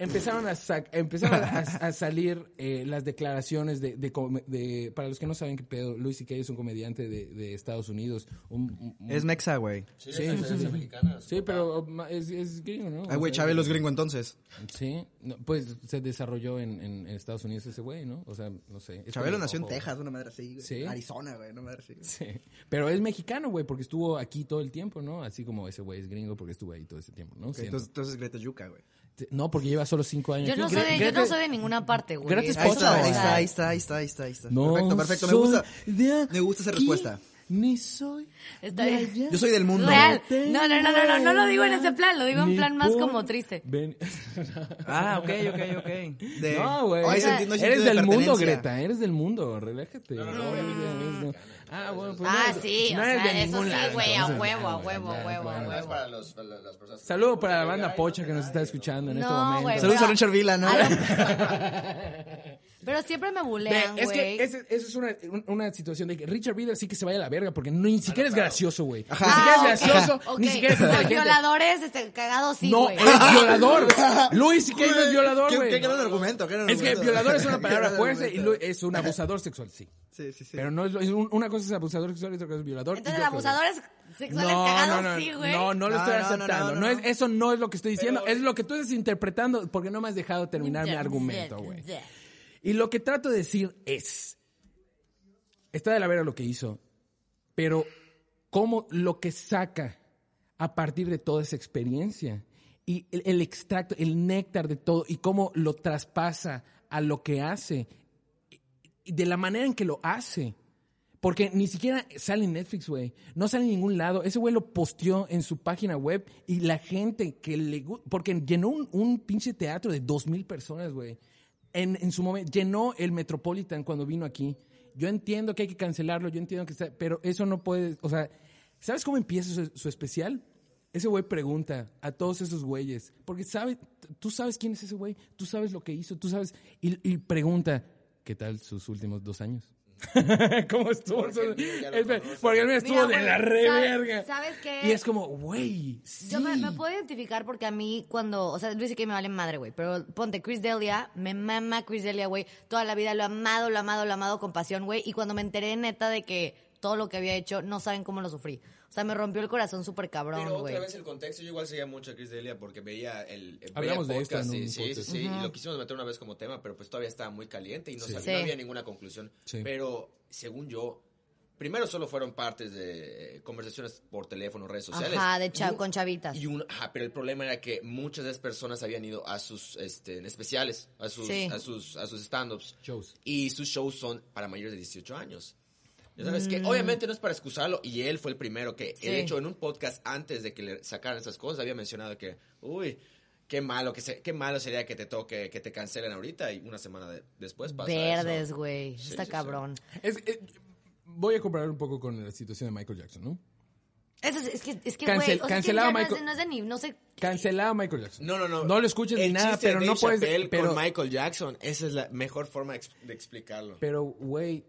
S1: empezaron a, sac- empezaron a, a salir eh, las declaraciones de, de come- de- Para los que no saben qué pedo, Luis C.K. es un comediante de, de Estados Unidos. un- un-
S3: Es Mexa, güey.
S4: Sí, es ascendencia mexicana, su
S1: sí,
S4: papá.
S1: pero ma- es, es gringo, ¿no?
S3: Ay, güey,
S1: O sea,
S3: Chabelo es gringo entonces.
S1: Sí, no, pues se desarrolló en, en- en Estados Unidos ese güey, ¿no? O sea, no sé. Es
S3: Chabelo
S1: como-
S3: nació en
S1: ojo.
S3: Texas, una madre así, güey.
S1: Oh. Sí.
S3: Arizona, güey, una madre así. güey.
S1: Sí. Pero es mexicano, güey, porque estuvo aquí todo el tiempo, ¿no? Así como ese güey es gringo porque estuvo ahí todo ese tiempo, ¿no?
S3: Ok,
S1: Siento.
S3: entonces, entonces Greta Yuca, güey.
S1: Te- no, porque lleva solo cinco años.
S2: Eh, Yo no,
S1: aquí.
S2: soy de, yo
S1: Greta-
S2: no soy de ninguna parte, güey.
S1: Gratis
S2: Eso,
S3: Ahí
S1: Esposa,
S3: está,
S2: o sea,
S3: ahí está, ahí está, ahí está, ahí está.
S1: No
S3: perfecto, perfecto, me
S1: soy
S3: gusta.
S1: de
S3: Me gusta esa
S1: aquí.
S3: respuesta.
S1: Ni soy.
S2: Está
S1: de
S2: bien.
S1: allá.
S3: Yo soy del mundo.
S2: Real. No, no, no, no, no, no lo digo en ese plan, lo digo en
S1: Ni
S2: plan más
S1: por
S2: como triste.
S1: ven-
S3: Ah, ok, ok, ok. De-
S1: No, güey.
S3: Oh, hay
S1: Eres,
S3: senti- no hay sentido de
S1: del mundo,
S3: pertenencia.
S1: Greta. Eres del mundo. Relájate. No. Ah, bueno, pues
S2: Ah,
S1: no-
S2: sí,
S1: no
S2: o
S1: eres
S2: sea,
S1: de
S2: eso
S1: ningún
S2: sí,
S1: lado,
S2: güey, a
S1: entonces.
S2: huevo, a
S1: Ah,
S2: huevo,
S1: bueno,
S2: a huevo, a
S1: bueno.
S2: huevo.
S4: Para los- para las personas.
S1: Saludo para la banda pocha que nos está escuchando en este
S2: No,
S1: momento.
S2: güey.
S3: Saludos a Richard Vila, ¿no?
S2: Pero siempre me
S1: Ve,
S2: bulean,
S1: es
S2: güey.
S1: que ese- eso es una, un- una situación de que Richard Vida sí que se vaya a la verga porque ni siquiera es gracioso, güey. Ni siquiera
S2: Ah,
S1: es
S2: ok,
S1: gracioso,
S2: ok.
S1: ni siquiera es
S2: Los
S1: inteligente.
S2: violadores, este, cagados sí,
S1: No, es
S2: güey.
S1: violador. Luis sí que no es violador,
S3: Qué-
S1: güey.
S3: Qué gran argumento, qué gran
S1: Es que
S3: argumento.
S1: violador es una
S3: Qué
S1: palabra
S3: gran
S1: fuerte y
S3: argumento.
S1: Luis es un abusador sexual, sí.
S3: Sí, sí, sí.
S1: Pero no es, lo- es un- una cosa es abusador sexual y otra cosa es violador. y
S2: Entonces,
S1: yo creo que-
S2: abusadores sexuales
S1: no, no,
S2: cagados
S1: no,
S2: sí, güey.
S1: No, no lo
S3: No,
S1: estoy
S3: no, no,
S1: aceptando.
S3: no, no,
S1: No es,
S3: no.
S1: eso no es lo que estoy diciendo. es lo que tú estás interpretando porque no me has dejado terminar mi argumento, güey. Y lo que trato de decir es, está de la vera lo que hizo, pero cómo lo que saca a partir de toda esa experiencia y el, el extracto, el néctar de todo y cómo lo traspasa a lo que hace y de la manera en que lo hace. Porque ni siquiera sale en Netflix, güey. No sale en ningún lado. Ese güey lo posteó en su página web y la gente que le... gu- Porque llenó un, un pinche teatro de dos mil personas, güey. En, en su momento, llenó el Metropolitan cuando vino aquí. Yo entiendo que hay que cancelarlo, yo entiendo que está... Pero eso no puede... O sea, ¿sabes cómo empieza su, su especial? Ese güey pregunta a todos esos güeyes. Porque sabe, t- tú sabes quién es ese güey, tú sabes lo que hizo, tú sabes... Y, y pregunta, ¿qué tal sus últimos dos años? ¿Cómo estuvo?
S4: Porque el mío ya lo
S1: Es ver-
S4: conoce.
S1: porque el mío estuvo
S2: Mira,
S1: de
S2: güey,
S1: la re
S2: ¿sabes-
S1: verga.
S2: sabes qué?
S1: Y es como, güey, sí.
S2: Yo me, me puedo identificar porque a mí cuando, o sea, Luis que me vale madre, güey, pero ponte Chris Delia, me mama Chris Delia, güey, toda la vida lo he amado, lo he amado, lo he amado con pasión, güey, y cuando me enteré neta de que todo lo que había hecho, no saben cómo lo sufrí. O sea, me rompió el corazón súper cabrón,
S4: Pero otra
S2: güey.
S4: vez el contexto, yo igual seguía mucho a Chris Delia porque veía el, el
S1: Hablamos
S4: veía
S1: de esto en
S4: podcast,
S1: un
S4: sí, sí, sí,
S1: podcast.
S4: sí, y lo quisimos meter una vez como tema, pero pues todavía estaba muy caliente y no, sabía-
S2: Sí.
S4: no había ninguna conclusión.
S1: Sí.
S4: Pero según yo, primero solo fueron partes de eh, conversaciones por teléfono, redes sociales.
S2: Ajá, de cha-
S4: Y un-
S2: con chavitas.
S4: Y un, ajá, pero el problema era que muchas de esas personas habían ido a sus este, en especiales, a sus,
S2: Sí.
S4: a sus, a sus stand-ups.
S1: Shows.
S4: Y sus shows son para mayores de 18 años. Ya sabes que obviamente no es para excusarlo y él fue el primero que,
S2: Mm. Sí.
S4: de hecho, en un podcast antes de que le sacaran esas cosas había mencionado que, uy, qué malo que se- qué malo sería que te toque, que te cancelen ahorita y una semana de- después pasa
S2: Verdes,
S4: eso.
S2: güey,
S4: Sí,
S2: está
S4: sí, sí.
S2: cabrón.
S1: Es- eh, voy a comparar un poco con la situación de Michael Jackson, ¿no?
S2: Eso es, es que, es que,
S1: Cancel-
S2: güey, o sea, es que
S1: cancelado,
S2: ya no es de-
S1: Michael.
S2: no es de ni, no sé,
S1: Cancelado Michael Jackson.
S4: No, no, no.
S1: No lo escuches ni
S4: El
S1: nada,
S4: chiste de
S1: pero no
S4: Dave
S1: puedes...
S4: Chappelle
S1: Pero,
S4: con Michael Jackson, esa es la mejor forma de, ex- de explicarlo.
S1: pero, güey,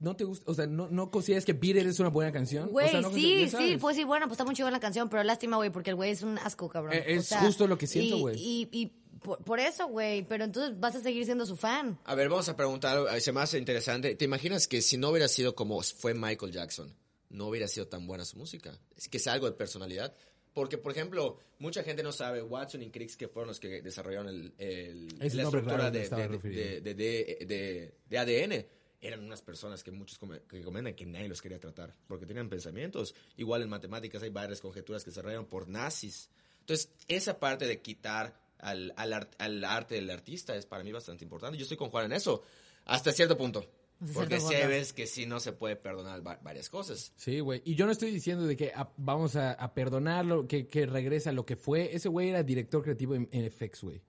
S1: ¿no te gusta? O sea, ¿no, no consideras que Beat It es una buena canción? O
S2: Güey,
S1: sea, ¿no
S2: sí,
S1: consideras- ya
S2: sí,
S1: sabes.
S2: pues sí, bueno, pues está muy chida la canción, pero lástima, güey, porque el güey es un asco, cabrón.
S1: Eh,
S2: O
S1: es
S2: sea,
S1: justo lo que siento,
S2: y-
S1: güey.
S2: Y, y por, por eso, güey, pero entonces vas a seguir siendo su fan.
S4: A ver, vamos a preguntar, algo, eh, se me hace interesante. ¿Te imaginas que si no hubiera sido como fue Michael Jackson, no hubiera sido tan buena su música? Es que es algo de personalidad. Porque, por ejemplo, mucha gente no sabe, Watson y Cricks, que fueron los que desarrollaron el, el-
S1: Es
S4: la
S1: el nombre raro
S4: estructura
S1: al que
S4: de,
S1: estaba
S4: de- de-
S1: refiriendo.
S4: de- de- de- de ADN, eran unas personas que muchos come- que comentan que nadie los quería tratar, porque tenían pensamientos. Igual en matemáticas hay varias conjeturas que se desarrollaron por nazis. Entonces, esa parte de quitar al, al ar- al arte del artista es para mí bastante importante. Yo estoy con Juan en eso, hasta cierto punto.
S2: Hasta
S4: Porque
S2: cierto
S4: sí hay
S2: punto.
S4: veces que sí no se puede perdonar va- varias cosas.
S1: Sí, güey. Y yo no estoy diciendo de que ah, vamos a, a perdonarlo, que, que regresa lo que fue. Ese güey era director creativo en, en FX, güey.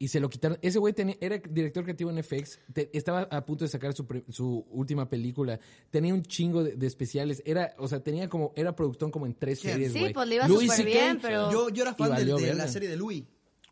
S1: Y se lo quitaron. Ese güey tenía- era director creativo en FX. te- estaba a punto de sacar su, pri- su última película. Tenía un chingo de, de especiales. Era, o sea, tenía como, era productor como en tres
S3: ¿Quién?
S1: series,
S2: Sí,
S1: güey.
S2: pues, le iba
S1: Louis CK,
S2: súper bien, pero-
S3: Yo, yo era
S1: Y
S3: fan del-
S1: valió
S3: de
S1: verga.
S3: la serie de Louis.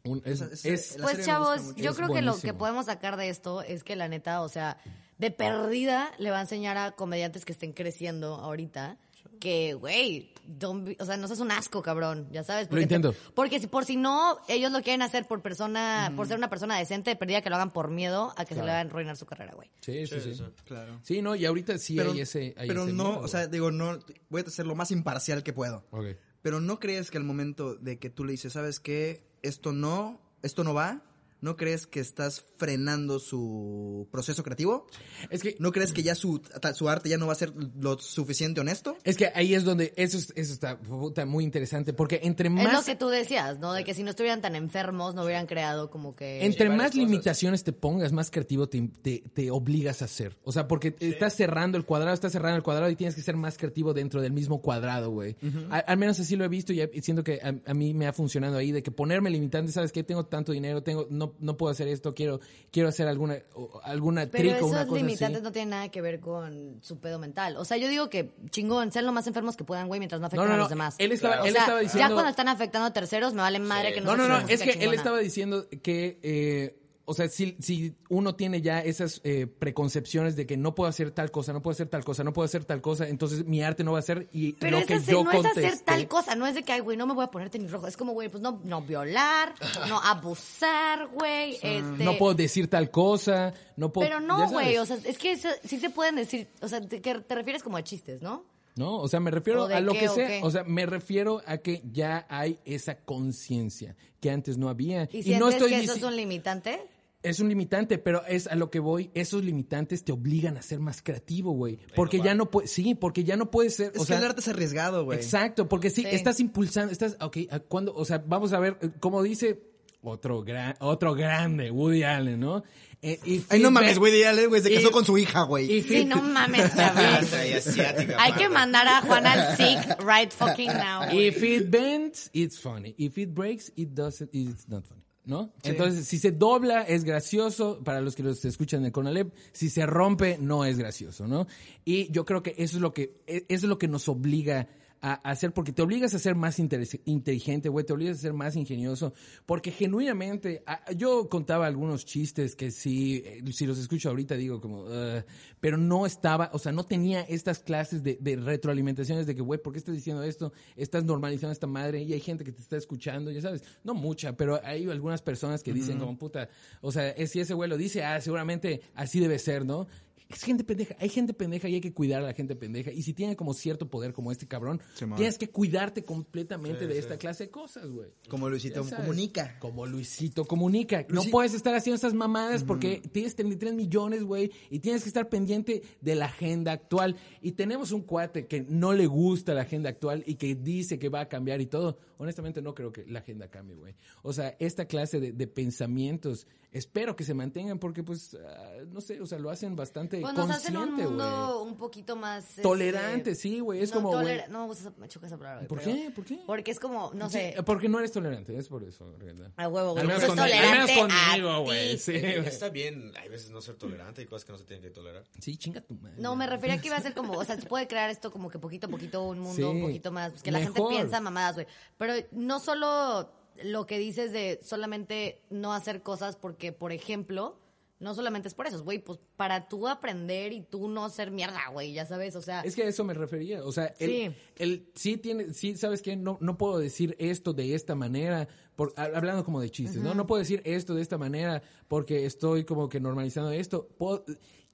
S1: un- es-
S3: Esa-
S1: es-
S3: esa- la
S2: Pues
S3: serie me gusta
S2: chavos,
S3: mucho.
S1: Es
S2: yo creo que lo que
S1: buenísimo.
S2: podemos sacar de esto es que la neta, o sea, de perdida le va a enseñar a comediantes que estén creciendo ahorita que, güey, don't be- o sea, no seas un asco, cabrón, ya sabes. porque te-
S1: intento.
S2: porque si, por si no, ellos lo quieren hacer por persona, por ser una persona decente, de perdida que lo hagan por miedo a que se le va a arruinar su carrera, güey.
S1: sí, sí, sí,
S3: Claro.
S1: Sí, no, y ahorita sí
S3: Pero,
S1: hay ese. hay
S3: pero
S1: ese
S3: no,
S1: miedo,
S3: o sea,
S1: güey.
S3: digo, no, voy a ser lo más imparcial que puedo.
S1: Ok.
S3: Pero no crees que al momento de que tú le dices, ¿sabes qué? Esto no, esto no va, ¿no crees que estás frenando su proceso creativo?
S1: Es que
S3: ¿No crees que ya su, ta- su arte ya no va a ser lo suficiente honesto?
S1: es que ahí es donde eso, es- eso está puta, muy interesante porque entre
S2: Es lo
S1: más
S2: que tú decías, ¿no? De que si no estuvieran tan enfermos, no hubieran creado como que...
S1: Entre
S4: Y varias
S1: más
S4: cosas.
S1: limitaciones te pongas, más creativo te, te- te obligas a ser. O sea, porque estás cerrando el cuadrado, estás cerrando el cuadrado y tienes que ser más creativo dentro del mismo cuadrado, güey. al, al menos así lo he visto y y siento que a, a mí me ha funcionado ahí, de que ponerme limitante, ¿sabes qué? Tengo tanto dinero, tengo no, no puedo hacer esto, quiero quiero hacer alguna o- alguna
S2: Pero
S1: trico, una
S2: esos
S1: cosa
S2: limitantes
S1: así.
S2: no tienen nada que ver con su pedo mental. O sea, yo digo que chingón, sean lo más enfermos que puedan, güey, mientras no afecten
S1: No, no,
S2: a
S1: no.
S2: los demás.
S1: Él estaba-
S2: O
S1: él
S2: sea,
S1: estaba
S2: Ya
S1: diciendo-
S2: cuando están afectando a terceros, me vale madre que no
S1: No, no,
S2: se
S1: no,
S2: hagan
S1: es que
S2: música
S1: él
S2: chingona.
S1: estaba diciendo que, eh, o sea, si, si uno tiene ya esas eh, preconcepciones de que no puedo hacer tal cosa, no puedo hacer tal cosa, no puedo hacer tal cosa, entonces mi arte no va a ser y
S2: Pero
S1: lo
S2: es
S1: que
S2: hacer-
S1: yo
S2: no
S1: contesté.
S2: es hacer tal cosa, no es de que, ay, güey, no me voy a poner tenis rojo. Es como, güey, pues no, no violar, no abusar, güey. este,
S1: No puedo decir tal cosa, no puedo...
S2: Pero
S1: ya
S2: no,
S1: sabes.
S2: güey, o sea, es que eso- sí se pueden decir, o sea, te, que te refieres como a chistes, ¿no?
S1: No, o sea, me
S2: ¿O
S1: refiero
S2: de
S1: a lo
S2: qué,
S1: que
S2: o
S1: sea.
S2: qué?
S1: O sea, me refiero a que ya hay esa conciencia que antes no había.
S2: Y, sientes
S1: no estoy
S2: que eso
S1: dici-
S2: es un limitante.
S1: Es un limitante, pero es a lo que voy. Esos limitantes te obligan a ser más creativo, güey. Porque ya no puedes. Sí, porque ya no puedes ser.
S3: Es
S1: o
S3: que
S1: sea,
S3: el arte es arriesgado, güey.
S1: Exacto, porque sí,
S2: Sí.
S1: estás impulsando, estás, ok, ¿a cuándo? O sea, vamos a ver, eh, como dice otro gran, otro grande, Woody Allen, ¿no? Eh, y
S3: Ay, no
S1: Phil
S3: mames,
S1: Beck-
S3: güey, Díaz, güey, se
S1: Y-
S3: casó con su hija, güey.
S1: y
S2: Sí,
S1: Phil-
S2: no mames, cabrón.
S4: Hasta y asiática,
S2: Hay que
S4: aparte.
S2: mandar a Juan al sick right fucking now. güey.
S1: If it bends, it's funny. If it breaks, it doesn't, it's not funny. ¿No? Entonces, si se dobla, es gracioso. Para los que los escuchan en el Conalep, si se rompe, no es gracioso, ¿no? Y yo creo que eso es lo que, e- eso es lo que nos obliga a hacer, porque te obligas a ser más interes- inteligente, güey, te obligas a ser más ingenioso, porque genuinamente, a- yo contaba algunos chistes que sí, eh, si los escucho ahorita digo como, "Ugh", pero no estaba, o sea, no tenía estas clases de, de retroalimentaciones de que, güey, ¿por qué estás diciendo esto? Estás normalizando esta madre y hay gente que te está escuchando, ya sabes, no mucha, pero hay algunas personas que dicen como, puta, o sea, eh, si ese güey lo dice, ah, seguramente así debe ser, ¿no? Es gente pendeja, hay gente pendeja y hay que cuidar a la gente pendeja. Y si tiene como cierto poder como este cabrón,
S3: Simón.
S1: tienes que cuidarte completamente de esta clase de cosas, güey.
S3: Como Luisito
S1: Ya sabes.
S3: comunica.
S1: Como Luisito comunica. No
S3: Luisi-
S1: puedes estar haciendo esas mamadas porque tienes 33 millones, güey, y tienes que estar pendiente de la agenda actual. Y tenemos un cuate que no le gusta la agenda actual y que dice que va a cambiar y todo. Honestamente, no creo que la agenda cambie, güey. O sea, esta clase de, de pensamientos espero que se mantengan porque, pues, ah, no sé, o sea, lo hacen bastante
S2: Pues nos hacen un
S1: consciente, güey.
S2: mundo un poquito más... este,
S1: Tolerante, sí, güey, es
S2: no,
S1: como,
S2: tolera-
S1: güey.
S2: No, me gusta esa- me choca esa palabra, güey,
S1: ¿Por
S2: pero-
S1: qué? ¿Por qué?
S2: Porque es como, no
S1: Sí,
S2: sé... Ah.
S1: porque no eres tolerante, es por eso, en realidad.
S2: A huevo, güey.
S1: Al menos
S2: Yo soy
S1: con- al menos
S2: tolerante a
S1: conmigo, güey,
S2: ti.
S1: sí, güey.
S4: Está bien, hay veces no ser tolerante y cosas que no se tienen que tolerar.
S1: Sí, chinga tu madre.
S2: No, me refería que iba a ser como, o sea, se puede crear esto como que poquito a poquito un mundo
S1: Sí,
S2: un poquito más, pues que la gente
S1: mejor.
S2: piensa mamadas, güey. Pero no solo lo que dices de solamente no hacer cosas porque, por ejemplo, no solamente es por eso, güey, pues para tú aprender y tú no ser mierda, güey, ya sabes, o sea,
S1: Es que a eso me refería. O sea, él
S2: Sí.
S1: sí, sí tiene, sí, ¿sabes qué? No, no puedo decir esto de esta manera, por, ha- hablando como de chistes, ¿no? No puedo decir esto de esta manera porque estoy como que normalizando esto. Puedo-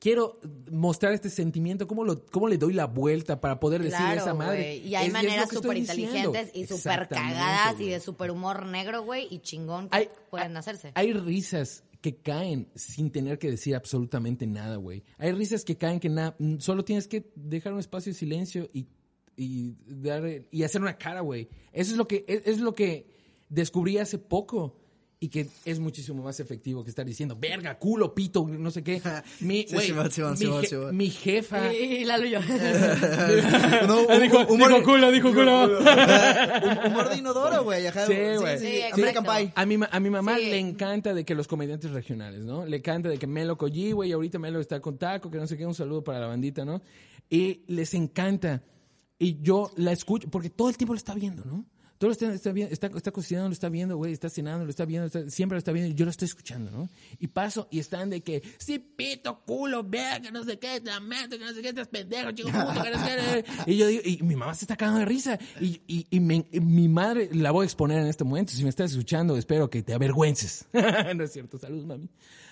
S1: quiero mostrar este sentimiento, ¿cómo, lo, cómo le doy la vuelta para poder decir
S2: claro,
S1: esa madre?
S2: güey. Y hay
S1: Es- es lo
S2: maneras
S1: que estoy
S2: súper inteligentes y
S1: diciendo.
S2: súper
S1: Exactamente,
S2: cagadas y
S1: güey.
S2: de súper humor negro, güey, y chingón que
S1: Hay-
S2: pueden
S1: hay-
S2: hacerse.
S1: Hay risas que caen sin tener que decir absolutamente nada, güey. Hay risas que caen que nada, mm, solo tienes que dejar un espacio de silencio y, y dar y hacer una cara, güey. Eso es lo que e, es, es lo que descubrí hace poco y que es muchísimo más efectivo que estar diciendo verga, culo, pito, no sé qué. Mi,
S3: Sí,
S1: güey,
S3: Simón, Simón,
S1: mi,
S3: Simón,
S1: je-
S3: Simón.
S1: mi jefa
S2: Y Lalo y yo.
S3: No, hu-
S1: dijo,
S3: hu- humor
S1: dijo
S3: de-
S1: culo, dijo culo.
S3: Hum- humor de inodoro, güey. ajá.
S1: Sí, güey.
S2: Sí,
S3: American
S2: exacto.
S3: Pie.
S1: A mi, ma- a mi mamá
S2: Sí.
S1: le encanta de que los comediantes regionales, ¿no? Le encanta de que Melo Collí, güey, y ahorita Melo está con Taco, que no sé qué, un saludo para la bandita, ¿no? Y les encanta. Y yo la escucho, porque todo el tiempo lo está viendo, ¿no? Todo lo está, está, viendo, está, está cocinando, lo está viendo, güey, está cenando, lo está viendo, está- siempre lo está viendo, y yo lo estoy escuchando, ¿no? Y paso y están de que, sí, pito, culo, verga, no sé qué, te lamento, que no sé qué, estás pendejo, chico, puto, que no sé qué. Y yo digo, y mi mamá se está cagando de risa. Y, y, y me- y mi madre la voy a exponer en este momento. Si me estás escuchando, espero que te avergüences. no es cierto, saludos, mami.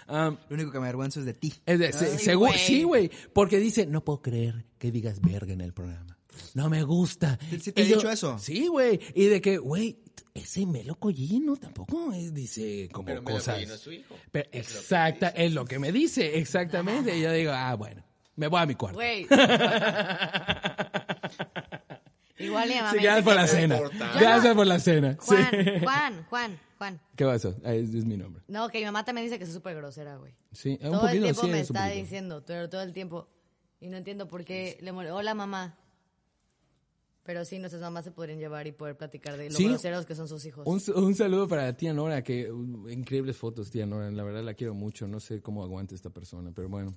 S1: Am,
S3: Lo único que me avergüenzo es de ti.
S1: es de- se- segu-
S2: güey.
S1: sí, güey. Porque dice, no puedo creer que digas verga en el programa. No me gusta.
S3: Sí, sí te
S1: Y
S3: he
S1: yo-
S3: dicho eso.
S1: Sí, güey. Y de que, güey, t- es ese Melo Collino tampoco es, dice como
S4: Pero Melo
S1: cosas.
S4: Collino es su hijo.
S1: Pero exacta, es lo que me dice, exactamente. Y yo digo, ah, bueno, me voy a mi cuarto.
S2: Güey. Igual mi mamá
S1: Sí,
S2: me
S1: gracias
S2: dice
S1: por
S2: que
S1: la
S2: soy-
S1: cena.
S4: importante.
S1: Gracias por la cena. Sí.
S2: Juan, Juan, Juan, Juan.
S1: ¿Qué pasó? Ah, Es, es mi nombre.
S2: No, que mi mamá también dice que soy súper grosera, güey.
S1: Sí, un
S2: Todo el
S1: poquito,
S2: tiempo
S1: sí,
S2: me
S1: es un
S2: está
S1: poquito.
S2: diciendo, pero todo el tiempo. Y no entiendo por qué le mole. Hola, mamá. Pero sí, nuestras mamás se podrían llevar y poder platicar de lo
S1: Sí.
S2: groseros que son sus hijos.
S1: Un, un saludo para la tía Nora, que uh, increíbles fotos, tía Nora. La verdad la quiero mucho. No sé cómo aguanta esta persona, pero bueno.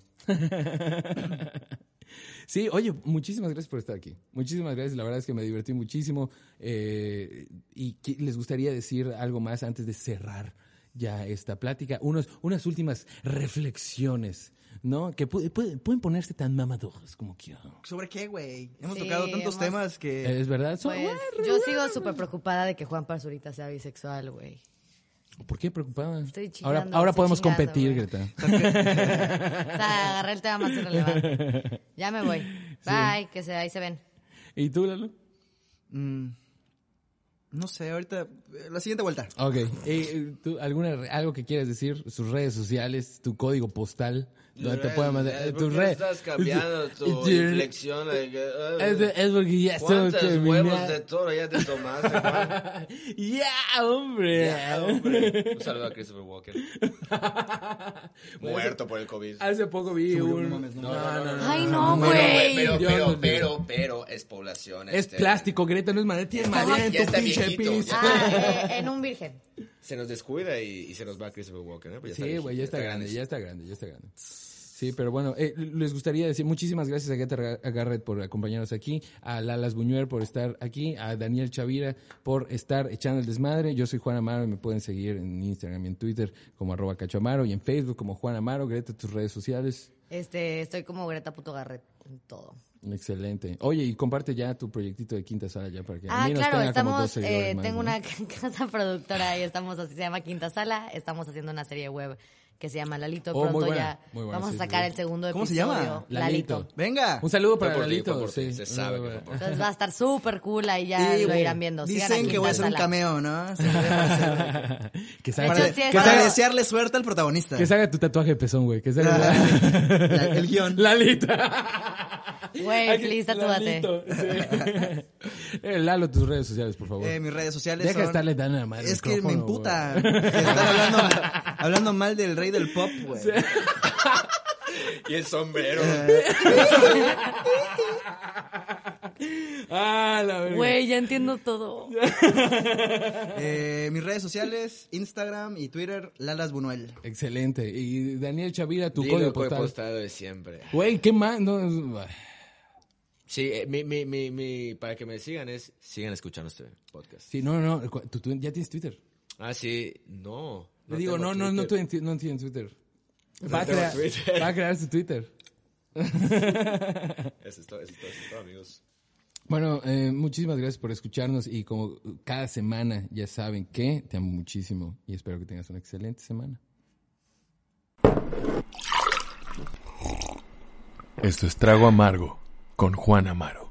S1: sí, oye, muchísimas gracias por estar aquí. Muchísimas gracias. La verdad es que me divertí muchísimo. Eh, ¿Y qué- les gustaría decir algo más antes de cerrar ya esta plática? Unos, unas últimas reflexiones, ¿no? Que pu- pu- pueden ponerse tan mamadoras como quieran.
S3: ¿Sobre qué, güey? Hemos
S2: Sí,
S3: tocado tantos
S2: hemos-
S3: temas que...
S1: ¿Es verdad? Son-
S2: Pues, yo sigo súper preocupada de que Juan Parzurita sea bisexual, güey.
S1: ¿Por qué preocupada?
S2: Estoy
S1: ahora
S2: chingando,
S1: ahora
S2: estoy
S1: podemos
S2: chingando,
S1: competir,
S2: güey.
S1: Greta.
S2: O sea, agarré el tema más irrelevante. Ya me voy. Bye, que se, ahí se ven.
S1: ¿Y tú, Lalo?
S3: Mm, no sé, ahorita... eh, La siguiente vuelta.
S1: Ok. Eh, ¿tú, alguna, re- ¿Algo que quieras decir? Sus redes sociales, tu código postal. Donde te
S4: redes
S1: pueden mandar.
S4: sociales,
S1: eh,
S4: ¿por
S1: Tus
S4: qué
S1: redes.
S4: Estás cambiando tu
S1: Tus-
S4: inflexión. de que, ah,
S1: Es, es porque ya estoy
S4: ¿Cuántos huevos de
S1: terminado.
S4: toro ya te tomaste, Juan?
S1: ¡Ya, hombre!
S4: Ya, hombre. Un saludo a Christopher Walker.
S1: Pues,
S4: Muerto por el COVID.
S1: Hace poco vi un...
S4: No, no, no, no.
S1: Ah,
S2: Ay, no,
S4: Pero,
S2: güey.
S4: Pero,
S1: Dios
S4: pero,
S1: nos
S4: pero, pero, es población.
S1: Es
S4: este,
S1: plástico, Greta, no es madera. Tiene
S4: Ya está-
S1: madera en
S4: ya
S1: tu
S4: está
S1: pinche
S4: viejito,
S1: piso.
S4: ya.
S2: Ah, eh, en un virgen.
S4: Se nos descuida y, y se nos va Christopher Walker, ¿eh? Pues ya
S1: Sí,
S4: está viejito,
S1: güey, ya está grande,
S4: grandecito.
S1: ya está grande, ya está grande. Sí, pero bueno, eh, les gustaría decir muchísimas gracias a Greta Gar- Garrett por acompañarnos aquí, a Lalas Buñuel por estar aquí, a Daniel Chavira por estar echando el desmadre. Yo soy Juan Amaro y me pueden seguir en Instagram y en Twitter como arroba cachamaro y en Facebook como Juan Amaro. Greta, tus redes sociales.
S2: Este, estoy como Greta Puto Garret en todo.
S1: Excelente. Oye, y comparte ya tu proyectito de quinta sala ya para que
S2: Ah,
S1: al menos
S2: claro,
S1: tenga como dos
S2: estamos,
S1: seguidores
S2: eh,
S1: más,
S2: tengo
S1: ¿no?
S2: una casa productora y estamos, así se llama Quinta Sala, estamos haciendo una serie web que se llama Lalito,
S1: Oh, muy
S2: pronto
S1: buena,
S2: ya
S1: muy buena,
S2: vamos
S1: sí,
S2: a sacar
S1: sí.
S2: el segundo
S3: ¿Cómo se
S2: episodio.
S3: llama?
S1: Lalito.
S3: Venga.
S1: Un saludo
S4: Fue
S1: para
S4: por ti, fue
S1: Lalito.
S4: por ti,
S1: Sí,
S4: Se sabe que fue por ti.
S2: Entonces va a estar súper cool, ahí ya
S3: Y
S2: lo irán viendo. Sigan
S3: Dicen que voy
S2: Quinta
S3: a hacer un
S2: Sala.
S3: cameo, ¿no? Sí,
S1: que
S2: De
S1: salga,
S2: hecho,
S3: para
S2: sí es-
S1: que
S3: para
S1: salga-
S3: desearle suerte al protagonista.
S1: que salga tu tatuaje de pezón, güey. Que salga
S3: La- el guión.
S1: Lalita.
S2: Güey,
S1: Hay que-
S2: please, tatúate.
S1: Lalito, sí. Eh, Lalo, tus redes sociales, por favor.
S3: Eh, mis redes sociales
S1: Deja de
S3: son-
S1: estarle dando la madre al
S3: Es que me
S1: micrófono,
S3: imputa. Están hablando, hablando mal del rey del pop, güey.
S4: Y el sombrero.
S1: ah, la verga.
S2: Güey, ya entiendo todo.
S3: Eh, mis redes sociales, Instagram y Twitter, Lalas Buñuel.
S1: Excelente. Y Daniel Chavira, tu
S4: Dilo,
S1: código
S4: código
S1: postal.
S4: postado de siempre.
S1: Güey, qué más. No, es-
S4: Sí, eh, mi, mi, mi, mi, para que me sigan es, sigan escuchando este podcast.
S1: sí, no, no. cu- Tú, tú ya tienes Twitter.
S4: Ah, sí, no.
S1: Le digo,
S4: tengo
S1: no, no, no,
S4: Twitter.
S1: tien- no tienes Twitter. Va a,
S4: tengo
S1: crear,
S4: Twitter.
S1: va a crear su Twitter.
S4: Eso es todo, eso es todo, eso es todo, amigos.
S1: Bueno, eh, muchísimas gracias por escucharnos y como cada semana ya saben que te amo muchísimo y espero que tengas una excelente semana.
S5: Esto es Trago Amargo con Juan Amaro.